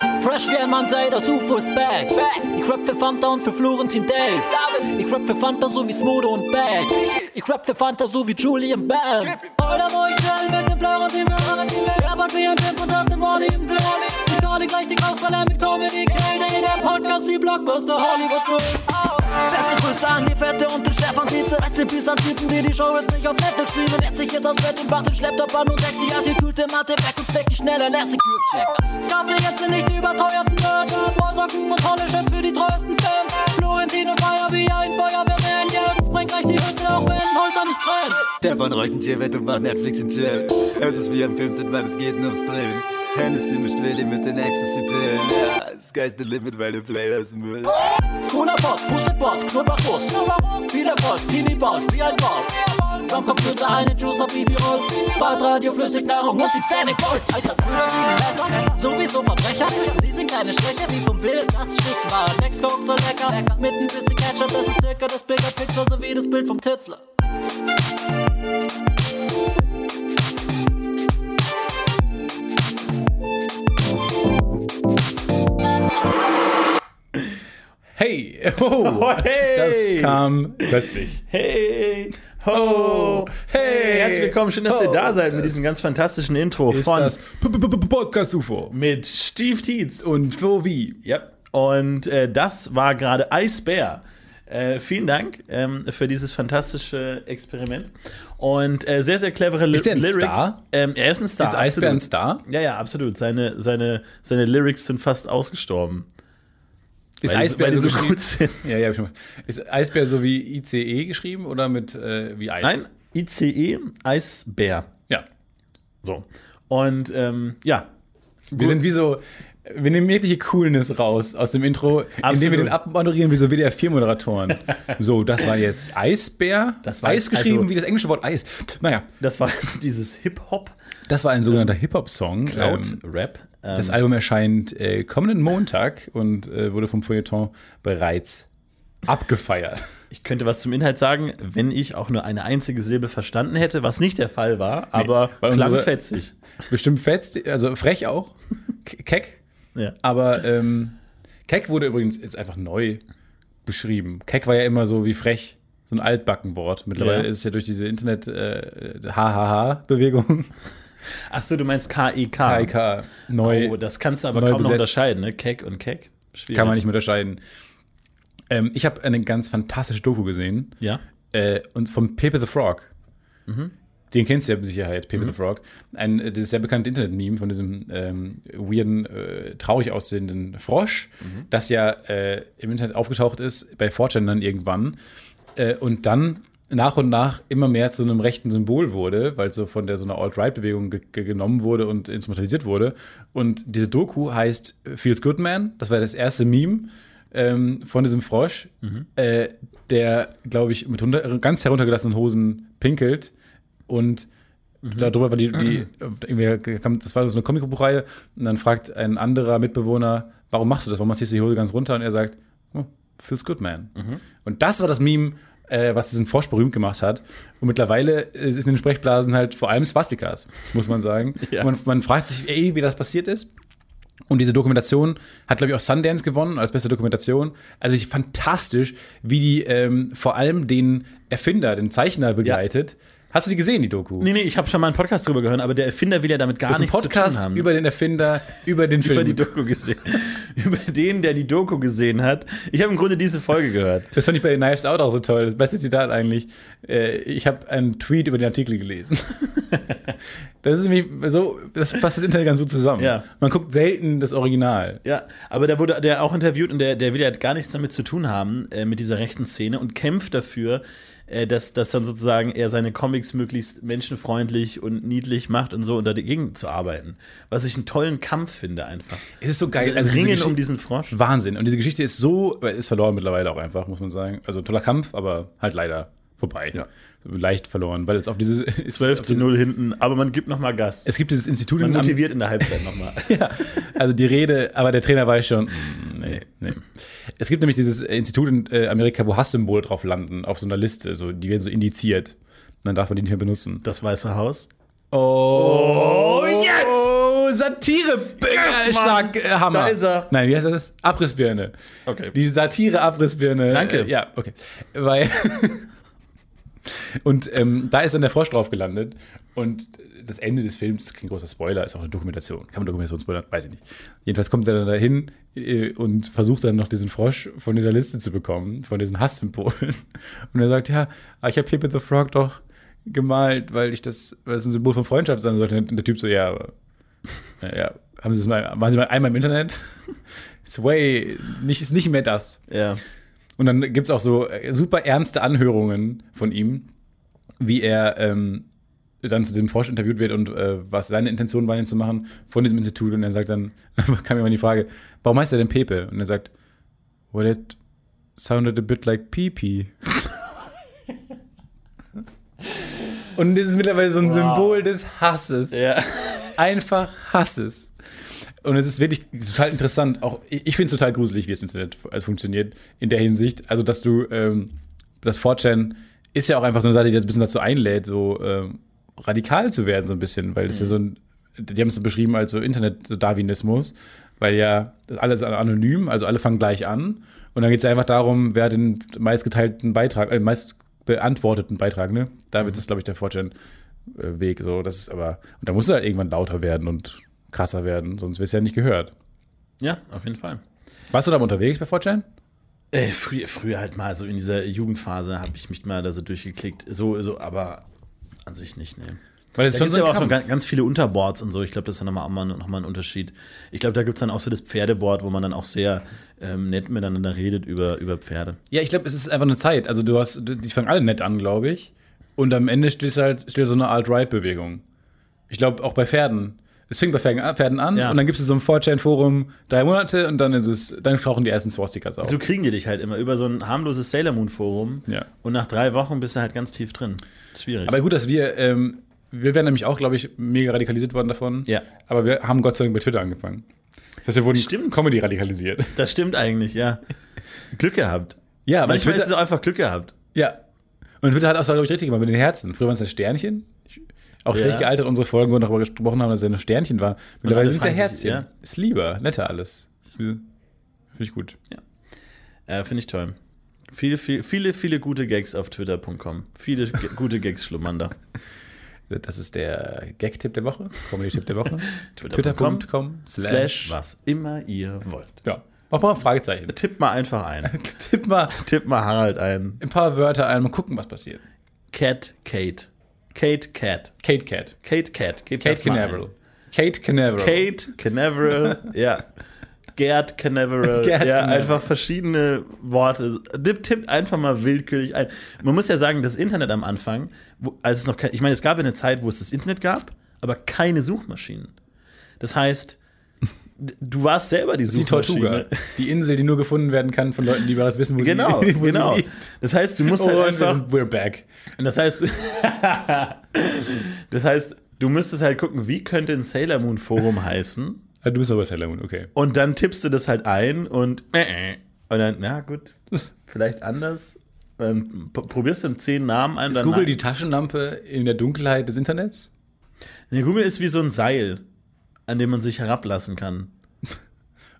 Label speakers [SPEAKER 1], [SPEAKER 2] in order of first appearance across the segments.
[SPEAKER 1] Fresh wie ein Monday, das UFO ist back. Ich rap für Fanta und für Florentin Dave. Ich rap für Fanta so wie Smodo und Bag. Ich rap für Fanta so wie Julian Bam. Heute wo ich schnell mit dem Florentin bin. Rappert wie ein Pimp und aus dem Wally im Drill. Ich calle gleich die Kaufsaler mit Comedy Kell. Der in der Podcast wie Blockbuster Hollywood-Film. Beste Grüße an die Fette und den Stefan Tietze. Rest in Peace an Typen, die die Show jetzt nicht auf Netflix streamen. Lässt sich jetzt aus Bett und macht den Schlepptop an und lässt sich als gekühlte Matte weg und steckt die schneller lässig Gürkchen. Kauf dir jetzt den nicht überteuerten Nerd. Mollsocken und tolle Chefs für die treuesten Fans. Florentine Feier wie ein Feuerwehrmann. Jetzt bringt gleich die Hütte, auch wenn Häuser nicht brennen.
[SPEAKER 2] Stefan rollt ein J-Wett und macht Netflix in Chill. Es ist wie im Film, sind weil es geht nur ums Drehen. Hennessy mischt Willi mit den Ecstasy-Pillen. Ja, Sky's the limit, weil der Player ist Müll.
[SPEAKER 1] Cooler Boss, Boosted-Boss, Knubberfuß. Viel Erfolg, Teenie-Boss, wie ein Ball. Vom Computer einen Juice auf Vivi-Roll. Badradio, Flüssignahrung und die Zähne Gold. Alter Brüder lieben Messer, sowieso Verbrecher. Sie sind keine Schwäche, wie vom Wild das Stich war. Next Coke so lecker, mit ein bisschen Ketchup. Das ist circa das Bigger Picture, so wie das Bild vom Titzler.
[SPEAKER 3] Hey, oh,
[SPEAKER 4] hey.
[SPEAKER 3] das kam plötzlich.
[SPEAKER 4] Hey! Ho! Hey! Herzlich willkommen, schön, dass ihr
[SPEAKER 3] Ho.
[SPEAKER 4] da seid mit diesem ganz fantastischen Intro
[SPEAKER 3] Ist
[SPEAKER 4] von
[SPEAKER 3] das P- P- P- Podcast UFO
[SPEAKER 4] mit Steve Tietz.
[SPEAKER 3] und Flo wie?
[SPEAKER 4] Ja. Und äh, das war gerade Eisbär. Äh, vielen Dank ähm, für dieses fantastische Experiment. Und äh, sehr, sehr clevere Ly
[SPEAKER 3] Ist der ein
[SPEAKER 4] Lyrics.
[SPEAKER 3] Star?
[SPEAKER 4] Ähm, er ist ein Star.
[SPEAKER 3] Ist Eisbär ein
[SPEAKER 4] absolut.
[SPEAKER 3] Star?
[SPEAKER 4] Ja, ja, absolut. Seine, seine, seine Lyrics sind fast ausgestorben.
[SPEAKER 3] Ist
[SPEAKER 4] Weil die- weil die so
[SPEAKER 3] geschrieben-
[SPEAKER 4] gut sind.
[SPEAKER 3] Ja, ja, hab ich schon. mal- Ist Eisbär so wie ICE geschrieben oder mit äh, wie Eis?
[SPEAKER 4] Nein, ICE, Eisbär.
[SPEAKER 3] Ja.
[SPEAKER 4] So. Und ähm, ja,
[SPEAKER 3] Wir sind wie so, wir nehmen jegliche Coolness raus aus dem Intro, indem wir
[SPEAKER 4] Absolut.
[SPEAKER 3] den abmoderieren wie so WDR4-Moderatoren. so, das war jetzt Eisbär.
[SPEAKER 4] Das war
[SPEAKER 3] Eis
[SPEAKER 4] jetzt
[SPEAKER 3] geschrieben
[SPEAKER 4] also-
[SPEAKER 3] wie das englische Wort Eis. Naja,
[SPEAKER 4] das war jetzt dieses Hip-Hop.
[SPEAKER 3] das war ein sogenannter Hip-Hop-Song. Ähm,
[SPEAKER 4] Rap. Ähm,
[SPEAKER 3] Das Album erscheint äh, kommenden Montag und äh, wurde vom Feuilleton bereits abgefeiert.
[SPEAKER 4] ich könnte was zum Inhalt sagen, wenn ich auch nur eine einzige Silbe verstanden hätte, was nicht der Fall war, aber
[SPEAKER 3] weil
[SPEAKER 4] klang
[SPEAKER 3] unsere-
[SPEAKER 4] fetzig.
[SPEAKER 3] Bestimmt fetzt, also frech auch, k- keck,
[SPEAKER 4] Ja.
[SPEAKER 3] aber ähm, keck wurde übrigens jetzt einfach neu beschrieben. Keck war ja immer so wie frech, so ein Altbackenwort. Mittlerweile
[SPEAKER 4] Ja.
[SPEAKER 3] ist es ja durch diese äh, Internet-HHH-Bewegung
[SPEAKER 4] Ach so, du meinst KEK.
[SPEAKER 3] KIK neu.
[SPEAKER 4] Oh, das kannst du aber
[SPEAKER 3] E neu
[SPEAKER 4] kaum noch
[SPEAKER 3] besetzt.
[SPEAKER 4] unterscheiden, ne? Keck und Keck. Schwierig.
[SPEAKER 3] kann man nicht mehr unterscheiden. Ähm, ich habe eine ganz fantastische Doku gesehen.
[SPEAKER 4] Ja.
[SPEAKER 3] äh, und vom Pepe the Frog. Den kennst du ja mit Sicherheit, Pepe the Frog. Ein, äh, das ist sehr bekannte Internet-Meme von diesem ähm, weirden, äh, traurig aussehenden Frosch, das ja äh, im Internet aufgetaucht ist, bei 4chan dann irgendwann. Äh, und dann nach und nach immer mehr zu einem rechten Symbol wurde, weil es so von der so einer Alt-Right-Bewegung ge ge genommen wurde und instrumentalisiert wurde. Und diese Doku heißt Feels Good Man. Das war das erste Meme ähm, von diesem Frosch, äh, der, glaube ich, mit hunter- ganz heruntergelassenen Hosen pinkelt und darüber, weil die, die irgendwie kam, das war so eine Comicbuchreihe und dann fragt ein anderer Mitbewohner, warum machst du das? Warum ziehst du die Hose ganz runter? Und er sagt, oh, feels good, man. Und das war das Meme, äh, was diesen Frosch berühmt gemacht hat. Und mittlerweile äh, ist in den Sprechblasen halt vor allem Swastikas, muss man sagen.
[SPEAKER 4] Ja.
[SPEAKER 3] man, man fragt sich, ey, wie das passiert ist. Und diese Dokumentation hat, glaube ich, auch Sundance gewonnen als beste Dokumentation. Also ich, fantastisch, wie die ähm, vor allem den Erfinder, den Zeichner begleitet. Hast du die gesehen, die Doku?
[SPEAKER 4] Nee, nee, ich habe schon mal einen Podcast drüber gehört, aber der Erfinder will ja damit gar
[SPEAKER 3] Das ist ein
[SPEAKER 4] nichts zu
[SPEAKER 3] Podcast
[SPEAKER 4] tun haben.
[SPEAKER 3] über den Erfinder, über den Film.
[SPEAKER 4] über die Doku gesehen. über den, der die Doku gesehen hat. Ich habe im Grunde diese Folge gehört.
[SPEAKER 3] das fand ich bei den Knives Out auch so toll. Das beste Zitat eigentlich. Äh, ich habe einen Tweet über den Artikel gelesen. das ist nämlich so, das passt das Internet ganz gut zusammen.
[SPEAKER 4] Ja.
[SPEAKER 3] Man guckt selten das Original.
[SPEAKER 4] Ja, aber da wurde der auch interviewt und der, der will ja gar nichts damit zu tun haben, äh, mit dieser rechten Szene und kämpft dafür, äh, dass, dass dann sozusagen er seine Comics möglichst menschenfreundlich und niedlich macht und so und dagegen zu arbeiten. Was ich einen tollen Kampf finde einfach.
[SPEAKER 3] Es ist so geil.
[SPEAKER 4] Also
[SPEAKER 3] Äh, diese
[SPEAKER 4] Ringen
[SPEAKER 3] Geschichte-
[SPEAKER 4] um diesen Frosch.
[SPEAKER 3] Wahnsinn. Und diese Geschichte ist so, äh, ist verloren mittlerweile auch einfach, muss man sagen. Also toller Kampf, aber halt leider vorbei.
[SPEAKER 4] Ja.
[SPEAKER 3] Leicht verloren, weil es auf diese. es-
[SPEAKER 4] 12
[SPEAKER 3] auf
[SPEAKER 4] zu
[SPEAKER 3] diese-
[SPEAKER 4] 0 hinten, aber man gibt nochmal Gas.
[SPEAKER 3] Es gibt dieses Institut
[SPEAKER 4] Man
[SPEAKER 3] in Am-
[SPEAKER 4] motiviert in der Halbzeit nochmal.
[SPEAKER 3] ja, also die Rede, aber der Trainer weiß schon, mm, nee, nee. Es gibt nämlich dieses Institut in äh, Amerika, wo Hasssymbole drauf landen, auf so einer Liste. So, die werden so indiziert. Und dann darf man die nicht mehr benutzen.
[SPEAKER 4] Das Weiße Haus.
[SPEAKER 3] Oh,
[SPEAKER 4] yes!
[SPEAKER 3] Oh, satire
[SPEAKER 4] Yes, Mann.
[SPEAKER 3] Schlaghammer.
[SPEAKER 4] Da ist er.
[SPEAKER 3] äh, Nein, wie heißt das? Abrissbirne.
[SPEAKER 4] Okay.
[SPEAKER 3] Die Satire-Abrissbirne.
[SPEAKER 4] Danke.
[SPEAKER 3] Äh, ja, okay. Weil. Und ähm, da ist dann der Frosch drauf gelandet. Und das Ende des Films, kein großer Spoiler, ist auch eine Dokumentation. Kann man Dokumentation spoilern? Weiß ich nicht. Jedenfalls kommt er dann dahin äh, und versucht dann noch diesen Frosch von dieser Liste zu bekommen, von diesen Hasssymbolen. Und er sagt, ja, aber ich habe Pepe the Frog doch gemalt, weil ich das, weil es ein Symbol von Freundschaft sein sollte. Und der Typ so, ja, aber, äh, ja, haben Sie es mal, waren Sie mal einmal im Internet? It's way, nicht, ist nicht mehr das.
[SPEAKER 4] Ja.
[SPEAKER 3] Und dann gibt es auch so äh, super ernste Anhörungen von ihm, wie er ähm, dann zu dem Frosch interviewt wird und äh, was seine Intention war, ihn zu machen von diesem Institut. Und er sagt dann, kam immer die Frage, warum heißt er denn Pepe? Und er sagt, well, it sounded a bit like Pee-Pee. und das ist mittlerweile so ein Symbol des Hasses
[SPEAKER 4] Ja.
[SPEAKER 3] einfach Hasses. Und es ist wirklich total interessant. Auch ich ich finde es total gruselig, wie es Internet fu- also funktioniert in der Hinsicht. Also, dass du ähm, das 4chan ist ja auch einfach so eine Seite, die jetzt ein bisschen dazu einlädt, so ähm, radikal zu werden, so ein bisschen, weil das ja so ein, die haben es so beschrieben als so Internet-Darwinismus, weil ja das alles anonym, also alle fangen gleich an. Und dann geht es einfach darum, wer den meistgeteilten Beitrag, äh, meist beantworteten Beitrag, ne? Da wird es, glaube ich, der 4chan äh, Weg. So, das ist aber, und da muss er halt irgendwann lauter werden und krasser werden, sonst wirst du ja nicht gehört.
[SPEAKER 4] Ja, auf jeden Fall.
[SPEAKER 3] Warst du da mal unterwegs bei 4chan?
[SPEAKER 4] Äh, früher, früher halt mal, so in dieser Jugendphase habe ich mich mal da so durchgeklickt. So, so, aber an sich nicht, ne.
[SPEAKER 3] Weil das ist
[SPEAKER 4] Da
[SPEAKER 3] schon
[SPEAKER 4] gibt es
[SPEAKER 3] so
[SPEAKER 4] aber
[SPEAKER 3] ein
[SPEAKER 4] auch schon
[SPEAKER 3] Kampf.
[SPEAKER 4] ganz, ganz viele Unterboards und so. Ich glaube, das ist dann nochmal noch mal nochmal ein Unterschied. Ich glaube, da gibt es dann auch so das Pferdeboard, wo man dann auch sehr ähm, nett miteinander redet über, über Pferde.
[SPEAKER 3] Ja, ich glaube, es ist einfach eine Zeit. Also du hast, du- die fangen alle nett an, glaube ich. Und am Ende steht halt steht so eine Alt-Right-Bewegung. Ich glaube, auch bei Pferden. Es fängt bei Pferden an, Pferden an
[SPEAKER 4] Ja.
[SPEAKER 3] und dann gibt es so ein 4chan-Forum drei Monate und dann ist es, dann tauchen die ersten Swastikas auf.
[SPEAKER 4] So kriegen die dich halt immer über so ein harmloses Sailor Moon Forum.
[SPEAKER 3] Ja.
[SPEAKER 4] Und nach drei Wochen bist du halt ganz tief drin. Ist schwierig.
[SPEAKER 3] Aber gut, dass wir, ähm, wir wären nämlich auch, glaube ich, mega radikalisiert worden davon.
[SPEAKER 4] Ja.
[SPEAKER 3] Aber wir haben Gott sei Dank bei Twitter angefangen. Das heißt, wir wurden
[SPEAKER 4] Stimmt.
[SPEAKER 3] Comedy radikalisiert.
[SPEAKER 4] das stimmt eigentlich, ja. Glück gehabt.
[SPEAKER 3] Ja, aber
[SPEAKER 4] Manchmal
[SPEAKER 3] Twitter,
[SPEAKER 4] ist es auch einfach Glück gehabt.
[SPEAKER 3] ja. Und Twitter hat auch, glaube ich, richtig gemacht mit den Herzen. Früher waren es ja Sternchen. Auch
[SPEAKER 4] Ja.
[SPEAKER 3] schlecht gealtert unsere Folgen, wo wir darüber gesprochen haben, dass es ja nur Sternchen waren. Mittlerweile
[SPEAKER 4] alle
[SPEAKER 3] sind es ja
[SPEAKER 4] fanden sich,
[SPEAKER 3] Herzchen.
[SPEAKER 4] ja.
[SPEAKER 3] Ist lieber, netter alles. Finde ich gut.
[SPEAKER 4] Äh, Finde ich toll. Viele, viel, viele, viele gute Gags auf twitter.com. Viele ge- gute Gags schlummern da.
[SPEAKER 3] Das ist der Gag-Tipp der Woche, Comedy-Tipp der Woche.
[SPEAKER 4] Twitter.com
[SPEAKER 3] Twitter.com
[SPEAKER 4] Slash, was immer ihr wollt.
[SPEAKER 3] Ja. Mach mal ein Fragezeichen.
[SPEAKER 4] Tipp mal einfach ein.
[SPEAKER 3] Tipp mal
[SPEAKER 4] Tipp mal Harald ein.
[SPEAKER 3] ein paar Wörter ein, mal gucken, was passiert.
[SPEAKER 4] Cat, Kate. Kate, Cat.
[SPEAKER 3] Kate Cat.
[SPEAKER 4] Kate, Cat. Gib
[SPEAKER 3] Kate
[SPEAKER 4] das mal
[SPEAKER 3] Canaveral.
[SPEAKER 4] ein.
[SPEAKER 3] Kate Canaveral.
[SPEAKER 4] Kate Canaveral. ja. Gerd Canaveral.
[SPEAKER 3] Gerd
[SPEAKER 4] ja,
[SPEAKER 3] Canaveral.
[SPEAKER 4] einfach verschiedene Worte. Tipp, tippt einfach mal willkürlich ein. Man muss ja sagen, das Internet am Anfang, wo, als es noch kein, ich meine, es gab ja eine Zeit, wo es das Internet gab, aber keine Suchmaschinen. Das heißt, d- du warst selber die
[SPEAKER 3] Die
[SPEAKER 4] Suchmaschine.
[SPEAKER 3] Tortuga. Die Insel, die nur gefunden werden kann von Leuten, die bereits wissen, wo
[SPEAKER 4] Genau,
[SPEAKER 3] sie wo
[SPEAKER 4] genau.
[SPEAKER 3] Sie liegt.
[SPEAKER 4] Das heißt, du musst
[SPEAKER 3] Oh, Und
[SPEAKER 4] halt
[SPEAKER 3] wir
[SPEAKER 4] einfach
[SPEAKER 3] sind, we're back.
[SPEAKER 4] Und das heißt, das heißt, du müsstest halt gucken, wie könnte ein Sailor Moon Forum heißen?
[SPEAKER 3] Ah, Du bist aber Sailor Moon, okay.
[SPEAKER 4] Und dann tippst du das halt ein und, und dann, na gut, vielleicht anders. Ähm, p- probierst dann zehn Namen ein.
[SPEAKER 3] Ist
[SPEAKER 4] dann-
[SPEAKER 3] Google die Taschenlampe in der Dunkelheit des Internets?
[SPEAKER 4] nee, Google ist wie so ein Seil, an dem man sich herablassen kann.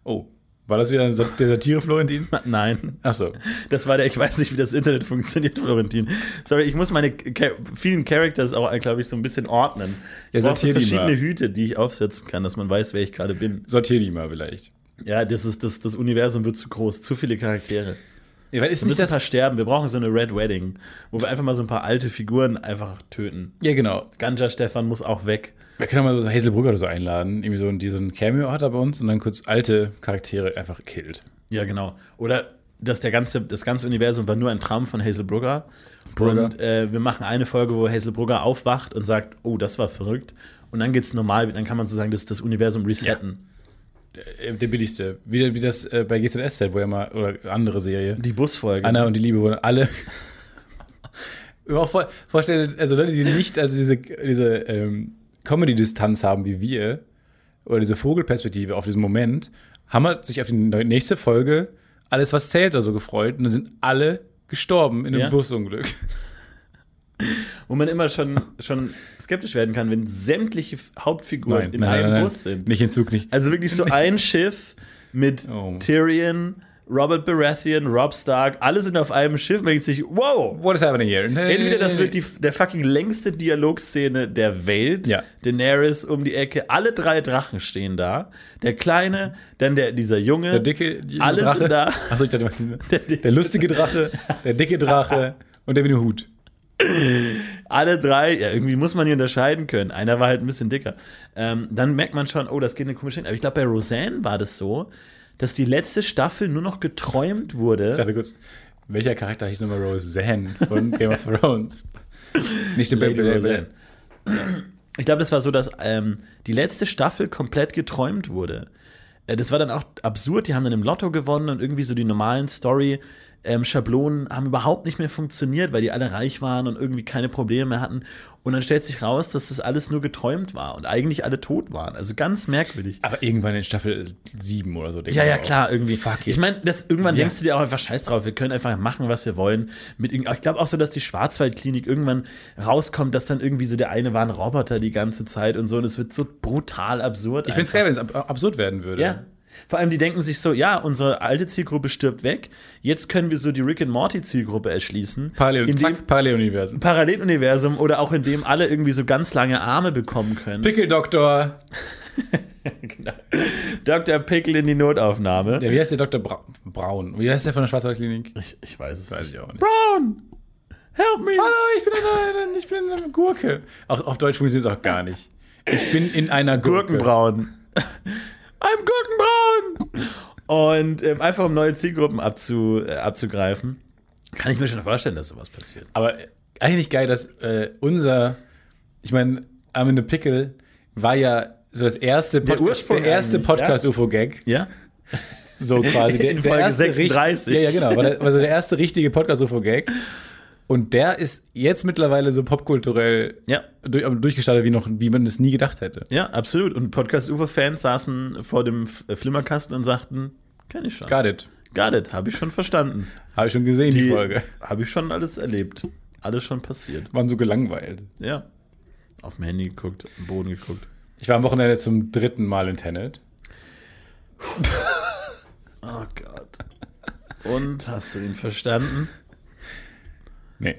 [SPEAKER 3] Oh, war das wieder ein Sat- der Satire, Florentin?
[SPEAKER 4] Na, Nein,
[SPEAKER 3] Achso.
[SPEAKER 4] das war der, ich weiß nicht, wie das Internet funktioniert, Florentin. Sorry, ich muss meine cha- vielen Characters auch, glaube ich, so ein bisschen ordnen.
[SPEAKER 3] Ja,
[SPEAKER 4] Ich brauche so
[SPEAKER 3] sortier die
[SPEAKER 4] verschiedene
[SPEAKER 3] mal.
[SPEAKER 4] Hüte, die ich aufsetzen kann, dass man weiß, wer ich gerade bin.
[SPEAKER 3] Sortier die mal vielleicht.
[SPEAKER 4] Ja, das ist das, das Universum wird zu groß, zu viele Charaktere.
[SPEAKER 3] Ja, weil ist
[SPEAKER 4] Wir
[SPEAKER 3] nicht
[SPEAKER 4] müssen ein paar
[SPEAKER 3] das,
[SPEAKER 4] sterben. Wir brauchen so eine Red Wedding, wo wir einfach mal so ein paar alte Figuren einfach töten.
[SPEAKER 3] ja, genau.
[SPEAKER 4] Ganja Stefan muss auch weg.
[SPEAKER 3] Wir können auch mal so Hazelbrugger oder so einladen, irgendwie so, ein- die so ein Cameo hat er bei uns und dann kurz alte Charaktere einfach killt.
[SPEAKER 4] Ja, genau. Oder dass der ganze, das ganze Universum war nur ein Traum von Hazel Brugger.
[SPEAKER 3] Brugger.
[SPEAKER 4] Und äh, wir machen eine Folge, wo Hazel Brugger aufwacht und sagt, oh, das war verrückt. Und dann geht's normal, dann kann man so sagen, das, das Universum resetten.
[SPEAKER 3] Äh, Der billigste. Wie, wie das äh, bei GZSZ, wo er mal, oder andere Serie.
[SPEAKER 4] Die Busfolge.
[SPEAKER 3] Anna und die Liebe wurden alle. Wenn man auch vor, vorstellen, also Leute, die nicht also diese, diese ähm, Comedy-Distanz haben wie wir oder diese Vogelperspektive auf diesen Moment, haben halt sich auf die neu- nächste Folge alles, was zählt, also gefreut und dann sind alle gestorben in einem
[SPEAKER 4] Ja.
[SPEAKER 3] Busunglück.
[SPEAKER 4] Wo man immer schon, schon skeptisch werden kann, wenn sämtliche F- Hauptfiguren
[SPEAKER 3] Nein,
[SPEAKER 4] in
[SPEAKER 3] nein,
[SPEAKER 4] einem
[SPEAKER 3] nein, nein.
[SPEAKER 4] Bus sind.
[SPEAKER 3] Nicht in Zug, nicht.
[SPEAKER 4] Also wirklich so ein Schiff mit
[SPEAKER 3] Oh.
[SPEAKER 4] Tyrion, Robert Baratheon, Rob Stark, alle sind auf einem Schiff. Man denkt sich, wow,
[SPEAKER 3] What is happening here?
[SPEAKER 4] Entweder das wird die, der fucking längste Dialogszene der Welt.
[SPEAKER 3] Ja.
[SPEAKER 4] Daenerys um die Ecke. Alle drei Drachen stehen da. Der Kleine, dann der, dieser Junge.
[SPEAKER 3] Der dicke
[SPEAKER 4] Alles
[SPEAKER 3] Drache.
[SPEAKER 4] sind da.
[SPEAKER 3] Achso, ich dachte, du meinst- der lustige Drache, der dicke Drache und der mit dem Hut.
[SPEAKER 4] Alle drei. Ja, irgendwie muss man die unterscheiden können. Einer war halt ein bisschen dicker. Ähm, dann merkt man schon, oh, das geht in eine komische Richtung. Aber ich glaube, bei Roseanne war das so, dass die letzte Staffel nur noch geträumt wurde.
[SPEAKER 3] Ich dachte kurz, welcher Charakter hieß nochmal Roseanne von Game of Thrones? Nicht den
[SPEAKER 4] Lady
[SPEAKER 3] Baby
[SPEAKER 4] Roseanne. Ich glaube, das war so, dass ähm, die letzte Staffel komplett geträumt wurde. Äh, das war dann auch absurd. Die haben dann im Lotto gewonnen und irgendwie so die normalen Story-Schablonen haben überhaupt nicht mehr funktioniert, weil die alle reich waren und irgendwie keine Probleme mehr hatten. Und dann stellt sich raus, dass das alles nur geträumt war und eigentlich alle tot waren. Also ganz merkwürdig.
[SPEAKER 3] Aber irgendwann in Staffel 7 oder so. denkt
[SPEAKER 4] Ja,
[SPEAKER 3] man
[SPEAKER 4] ja,
[SPEAKER 3] auch.
[SPEAKER 4] klar, irgendwie.
[SPEAKER 3] Fuck
[SPEAKER 4] ich
[SPEAKER 3] it.
[SPEAKER 4] meine, das irgendwann
[SPEAKER 3] Ja.
[SPEAKER 4] denkst du dir auch einfach scheiß drauf, wir können einfach machen, was wir wollen. Mit, irgend- ich glaube auch so, dass die Schwarzwaldklinik irgendwann rauskommt, dass dann irgendwie so der eine war ein Roboter die ganze Zeit und so und es wird so brutal absurd.
[SPEAKER 3] Ich finde es geil, wenn es ab absurd werden würde.
[SPEAKER 4] Ja. Vor allem, die denken sich so, ja, unsere alte Zielgruppe stirbt weg, jetzt können wir so die Rick and Morty Zielgruppe erschließen.
[SPEAKER 3] Parallel,
[SPEAKER 4] in dem
[SPEAKER 3] zack, Paralleluniversen.
[SPEAKER 4] Paralleluniversum oder auch in dem alle irgendwie so ganz lange Arme bekommen können.
[SPEAKER 3] Pickeldoktor.
[SPEAKER 4] Genau. Dr. Pickle in die Notaufnahme.
[SPEAKER 3] Ja, wie heißt der Dr. Bra Braun? Wie heißt der von der Schwarzwaldklinik?
[SPEAKER 4] Ich, ich weiß es
[SPEAKER 3] Weiß
[SPEAKER 4] nicht.
[SPEAKER 3] ich auch nicht.
[SPEAKER 4] Brown! Help me!
[SPEAKER 3] Hallo, ich bin eine, ich bin eine Gurke. Auch auf Deutsch funktioniert es auch gar nicht. Ich bin in einer Gurke.
[SPEAKER 4] Gurkenbraun. I'm Gurkenbraun! Und ähm, einfach um neue Zielgruppen abzu, äh, abzugreifen, kann ich mir schon vorstellen, dass sowas passiert.
[SPEAKER 3] Aber eigentlich geil, dass äh, unser, ich meine, I'm in a Pickle war ja so das erste, Podca-
[SPEAKER 4] Ursprung
[SPEAKER 3] der erste
[SPEAKER 4] eigentlich,
[SPEAKER 3] Podcast-UFO-Gag.
[SPEAKER 4] Ja?
[SPEAKER 3] So quasi. Der,
[SPEAKER 4] In
[SPEAKER 3] der
[SPEAKER 4] Folge
[SPEAKER 3] erste richt-
[SPEAKER 4] 36.
[SPEAKER 3] Ja, ja, genau. War der, also der erste richtige Podcast-UFO-Gag. Und der ist jetzt mittlerweile so popkulturell
[SPEAKER 4] Ja.
[SPEAKER 3] durch, aber durchgestartet, wie, noch, wie man es nie gedacht hätte.
[SPEAKER 4] Ja, absolut. Und Podcast-UFO-Fans saßen vor dem F äh, Flimmerkasten und sagten, kenn ich schon.
[SPEAKER 3] Got it.
[SPEAKER 4] Got it, habe ich schon verstanden.
[SPEAKER 3] Habe ich schon gesehen, die, Folge.
[SPEAKER 4] Habe ich schon alles erlebt. Alles schon passiert.
[SPEAKER 3] Waren so gelangweilt.
[SPEAKER 4] Ja. Auf dem Handy geguckt, auf den Boden geguckt.
[SPEAKER 3] Ich war am Wochenende zum dritten Mal in Tenet.
[SPEAKER 4] Oh Gott. Und hast du ihn verstanden?
[SPEAKER 3] Nee.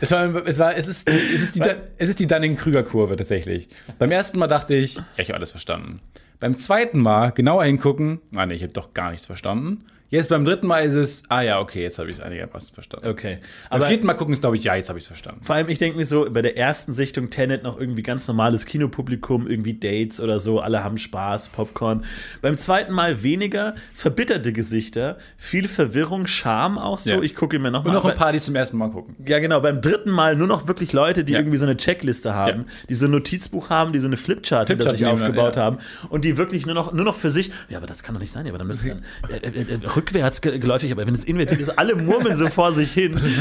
[SPEAKER 3] Es war, es war, es ist, es ist die, es ist die Dunning-Krüger-Kurve tatsächlich. Beim ersten Mal dachte ich, ja, ich habe alles verstanden. Beim zweiten Mal genauer hingucken, ah nee, ich habe doch gar nichts verstanden. Jetzt beim dritten Mal ist es, ah ja, okay, jetzt habe ich es einigermaßen verstanden.
[SPEAKER 4] Okay.
[SPEAKER 3] Beim
[SPEAKER 4] Aber
[SPEAKER 3] vierten Mal gucken ist, glaube ich, ja, jetzt habe ich es verstanden.
[SPEAKER 4] vor allem, ich denke mir so, bei der ersten Sichtung Tenet noch irgendwie ganz normales Kinopublikum, irgendwie Dates oder so, alle haben Spaß, Popcorn. Beim zweiten Mal weniger verbitterte Gesichter, viel Verwirrung, Scham auch so.
[SPEAKER 3] Ja.
[SPEAKER 4] Ich gucke ihn mir
[SPEAKER 3] Und
[SPEAKER 4] nochmal
[SPEAKER 3] noch ein paar, die zum ersten Mal gucken.
[SPEAKER 4] Ja, genau. Beim dritten Mal nur noch wirklich Leute, die
[SPEAKER 3] Ja.
[SPEAKER 4] irgendwie so eine Checkliste haben,
[SPEAKER 3] Ja.
[SPEAKER 4] die so ein Notizbuch haben, die so eine Flipchart, hinter
[SPEAKER 3] Flipchart
[SPEAKER 4] sich
[SPEAKER 3] nebenan,
[SPEAKER 4] aufgebaut
[SPEAKER 3] ja.
[SPEAKER 4] haben und die wirklich nur noch, nur noch für sich, ja, aber das kann doch nicht sein, ja, aber dann müssen wir dann, äh, äh, äh, rückwärts ge- geläufig, aber wenn es invertiert ist, alle murmeln so vor sich hin.
[SPEAKER 3] Und
[SPEAKER 4] Keine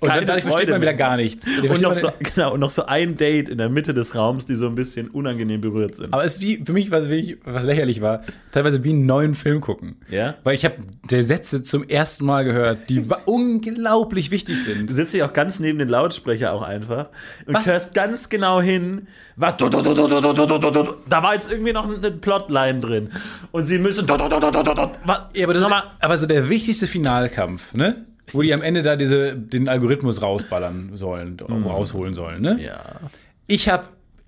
[SPEAKER 3] dann, dadurch versteht
[SPEAKER 4] Freude
[SPEAKER 3] man wieder
[SPEAKER 4] mehr.
[SPEAKER 3] gar nichts. Die
[SPEAKER 4] Und
[SPEAKER 3] versteht
[SPEAKER 4] noch,
[SPEAKER 3] man-
[SPEAKER 4] so, genau, und noch so ein Date in der Mitte des Raums, die so ein bisschen unangenehm berührt sind.
[SPEAKER 3] Aber es ist wie, für mich, was, wirklich- was lächerlich war, teilweise wie einen neuen Film gucken.
[SPEAKER 4] Ja.
[SPEAKER 3] Weil ich habe der Sätze zum ersten Mal gehört, die wa- unglaublich wichtig
[SPEAKER 4] Du
[SPEAKER 3] sind.
[SPEAKER 4] sitzt dich auch ganz neben den Lautsprecher auch einfach und
[SPEAKER 3] Was?
[SPEAKER 4] hörst ganz genau hin, was. du- du- du- du- du- du- du- du- du- du- Da war jetzt irgendwie noch eine Plotline drin. Und sie müssen. du- du- du- du- du- du- du- was-
[SPEAKER 3] Ja, aber, das
[SPEAKER 4] Nochmal.
[SPEAKER 3] aber so der wichtigste Finalkampf, ne? Wo die am Ende da diese, den Algorithmus rausballern sollen, äh, rausholen sollen, ne?
[SPEAKER 4] Mhm. Ja.
[SPEAKER 3] Ich habe,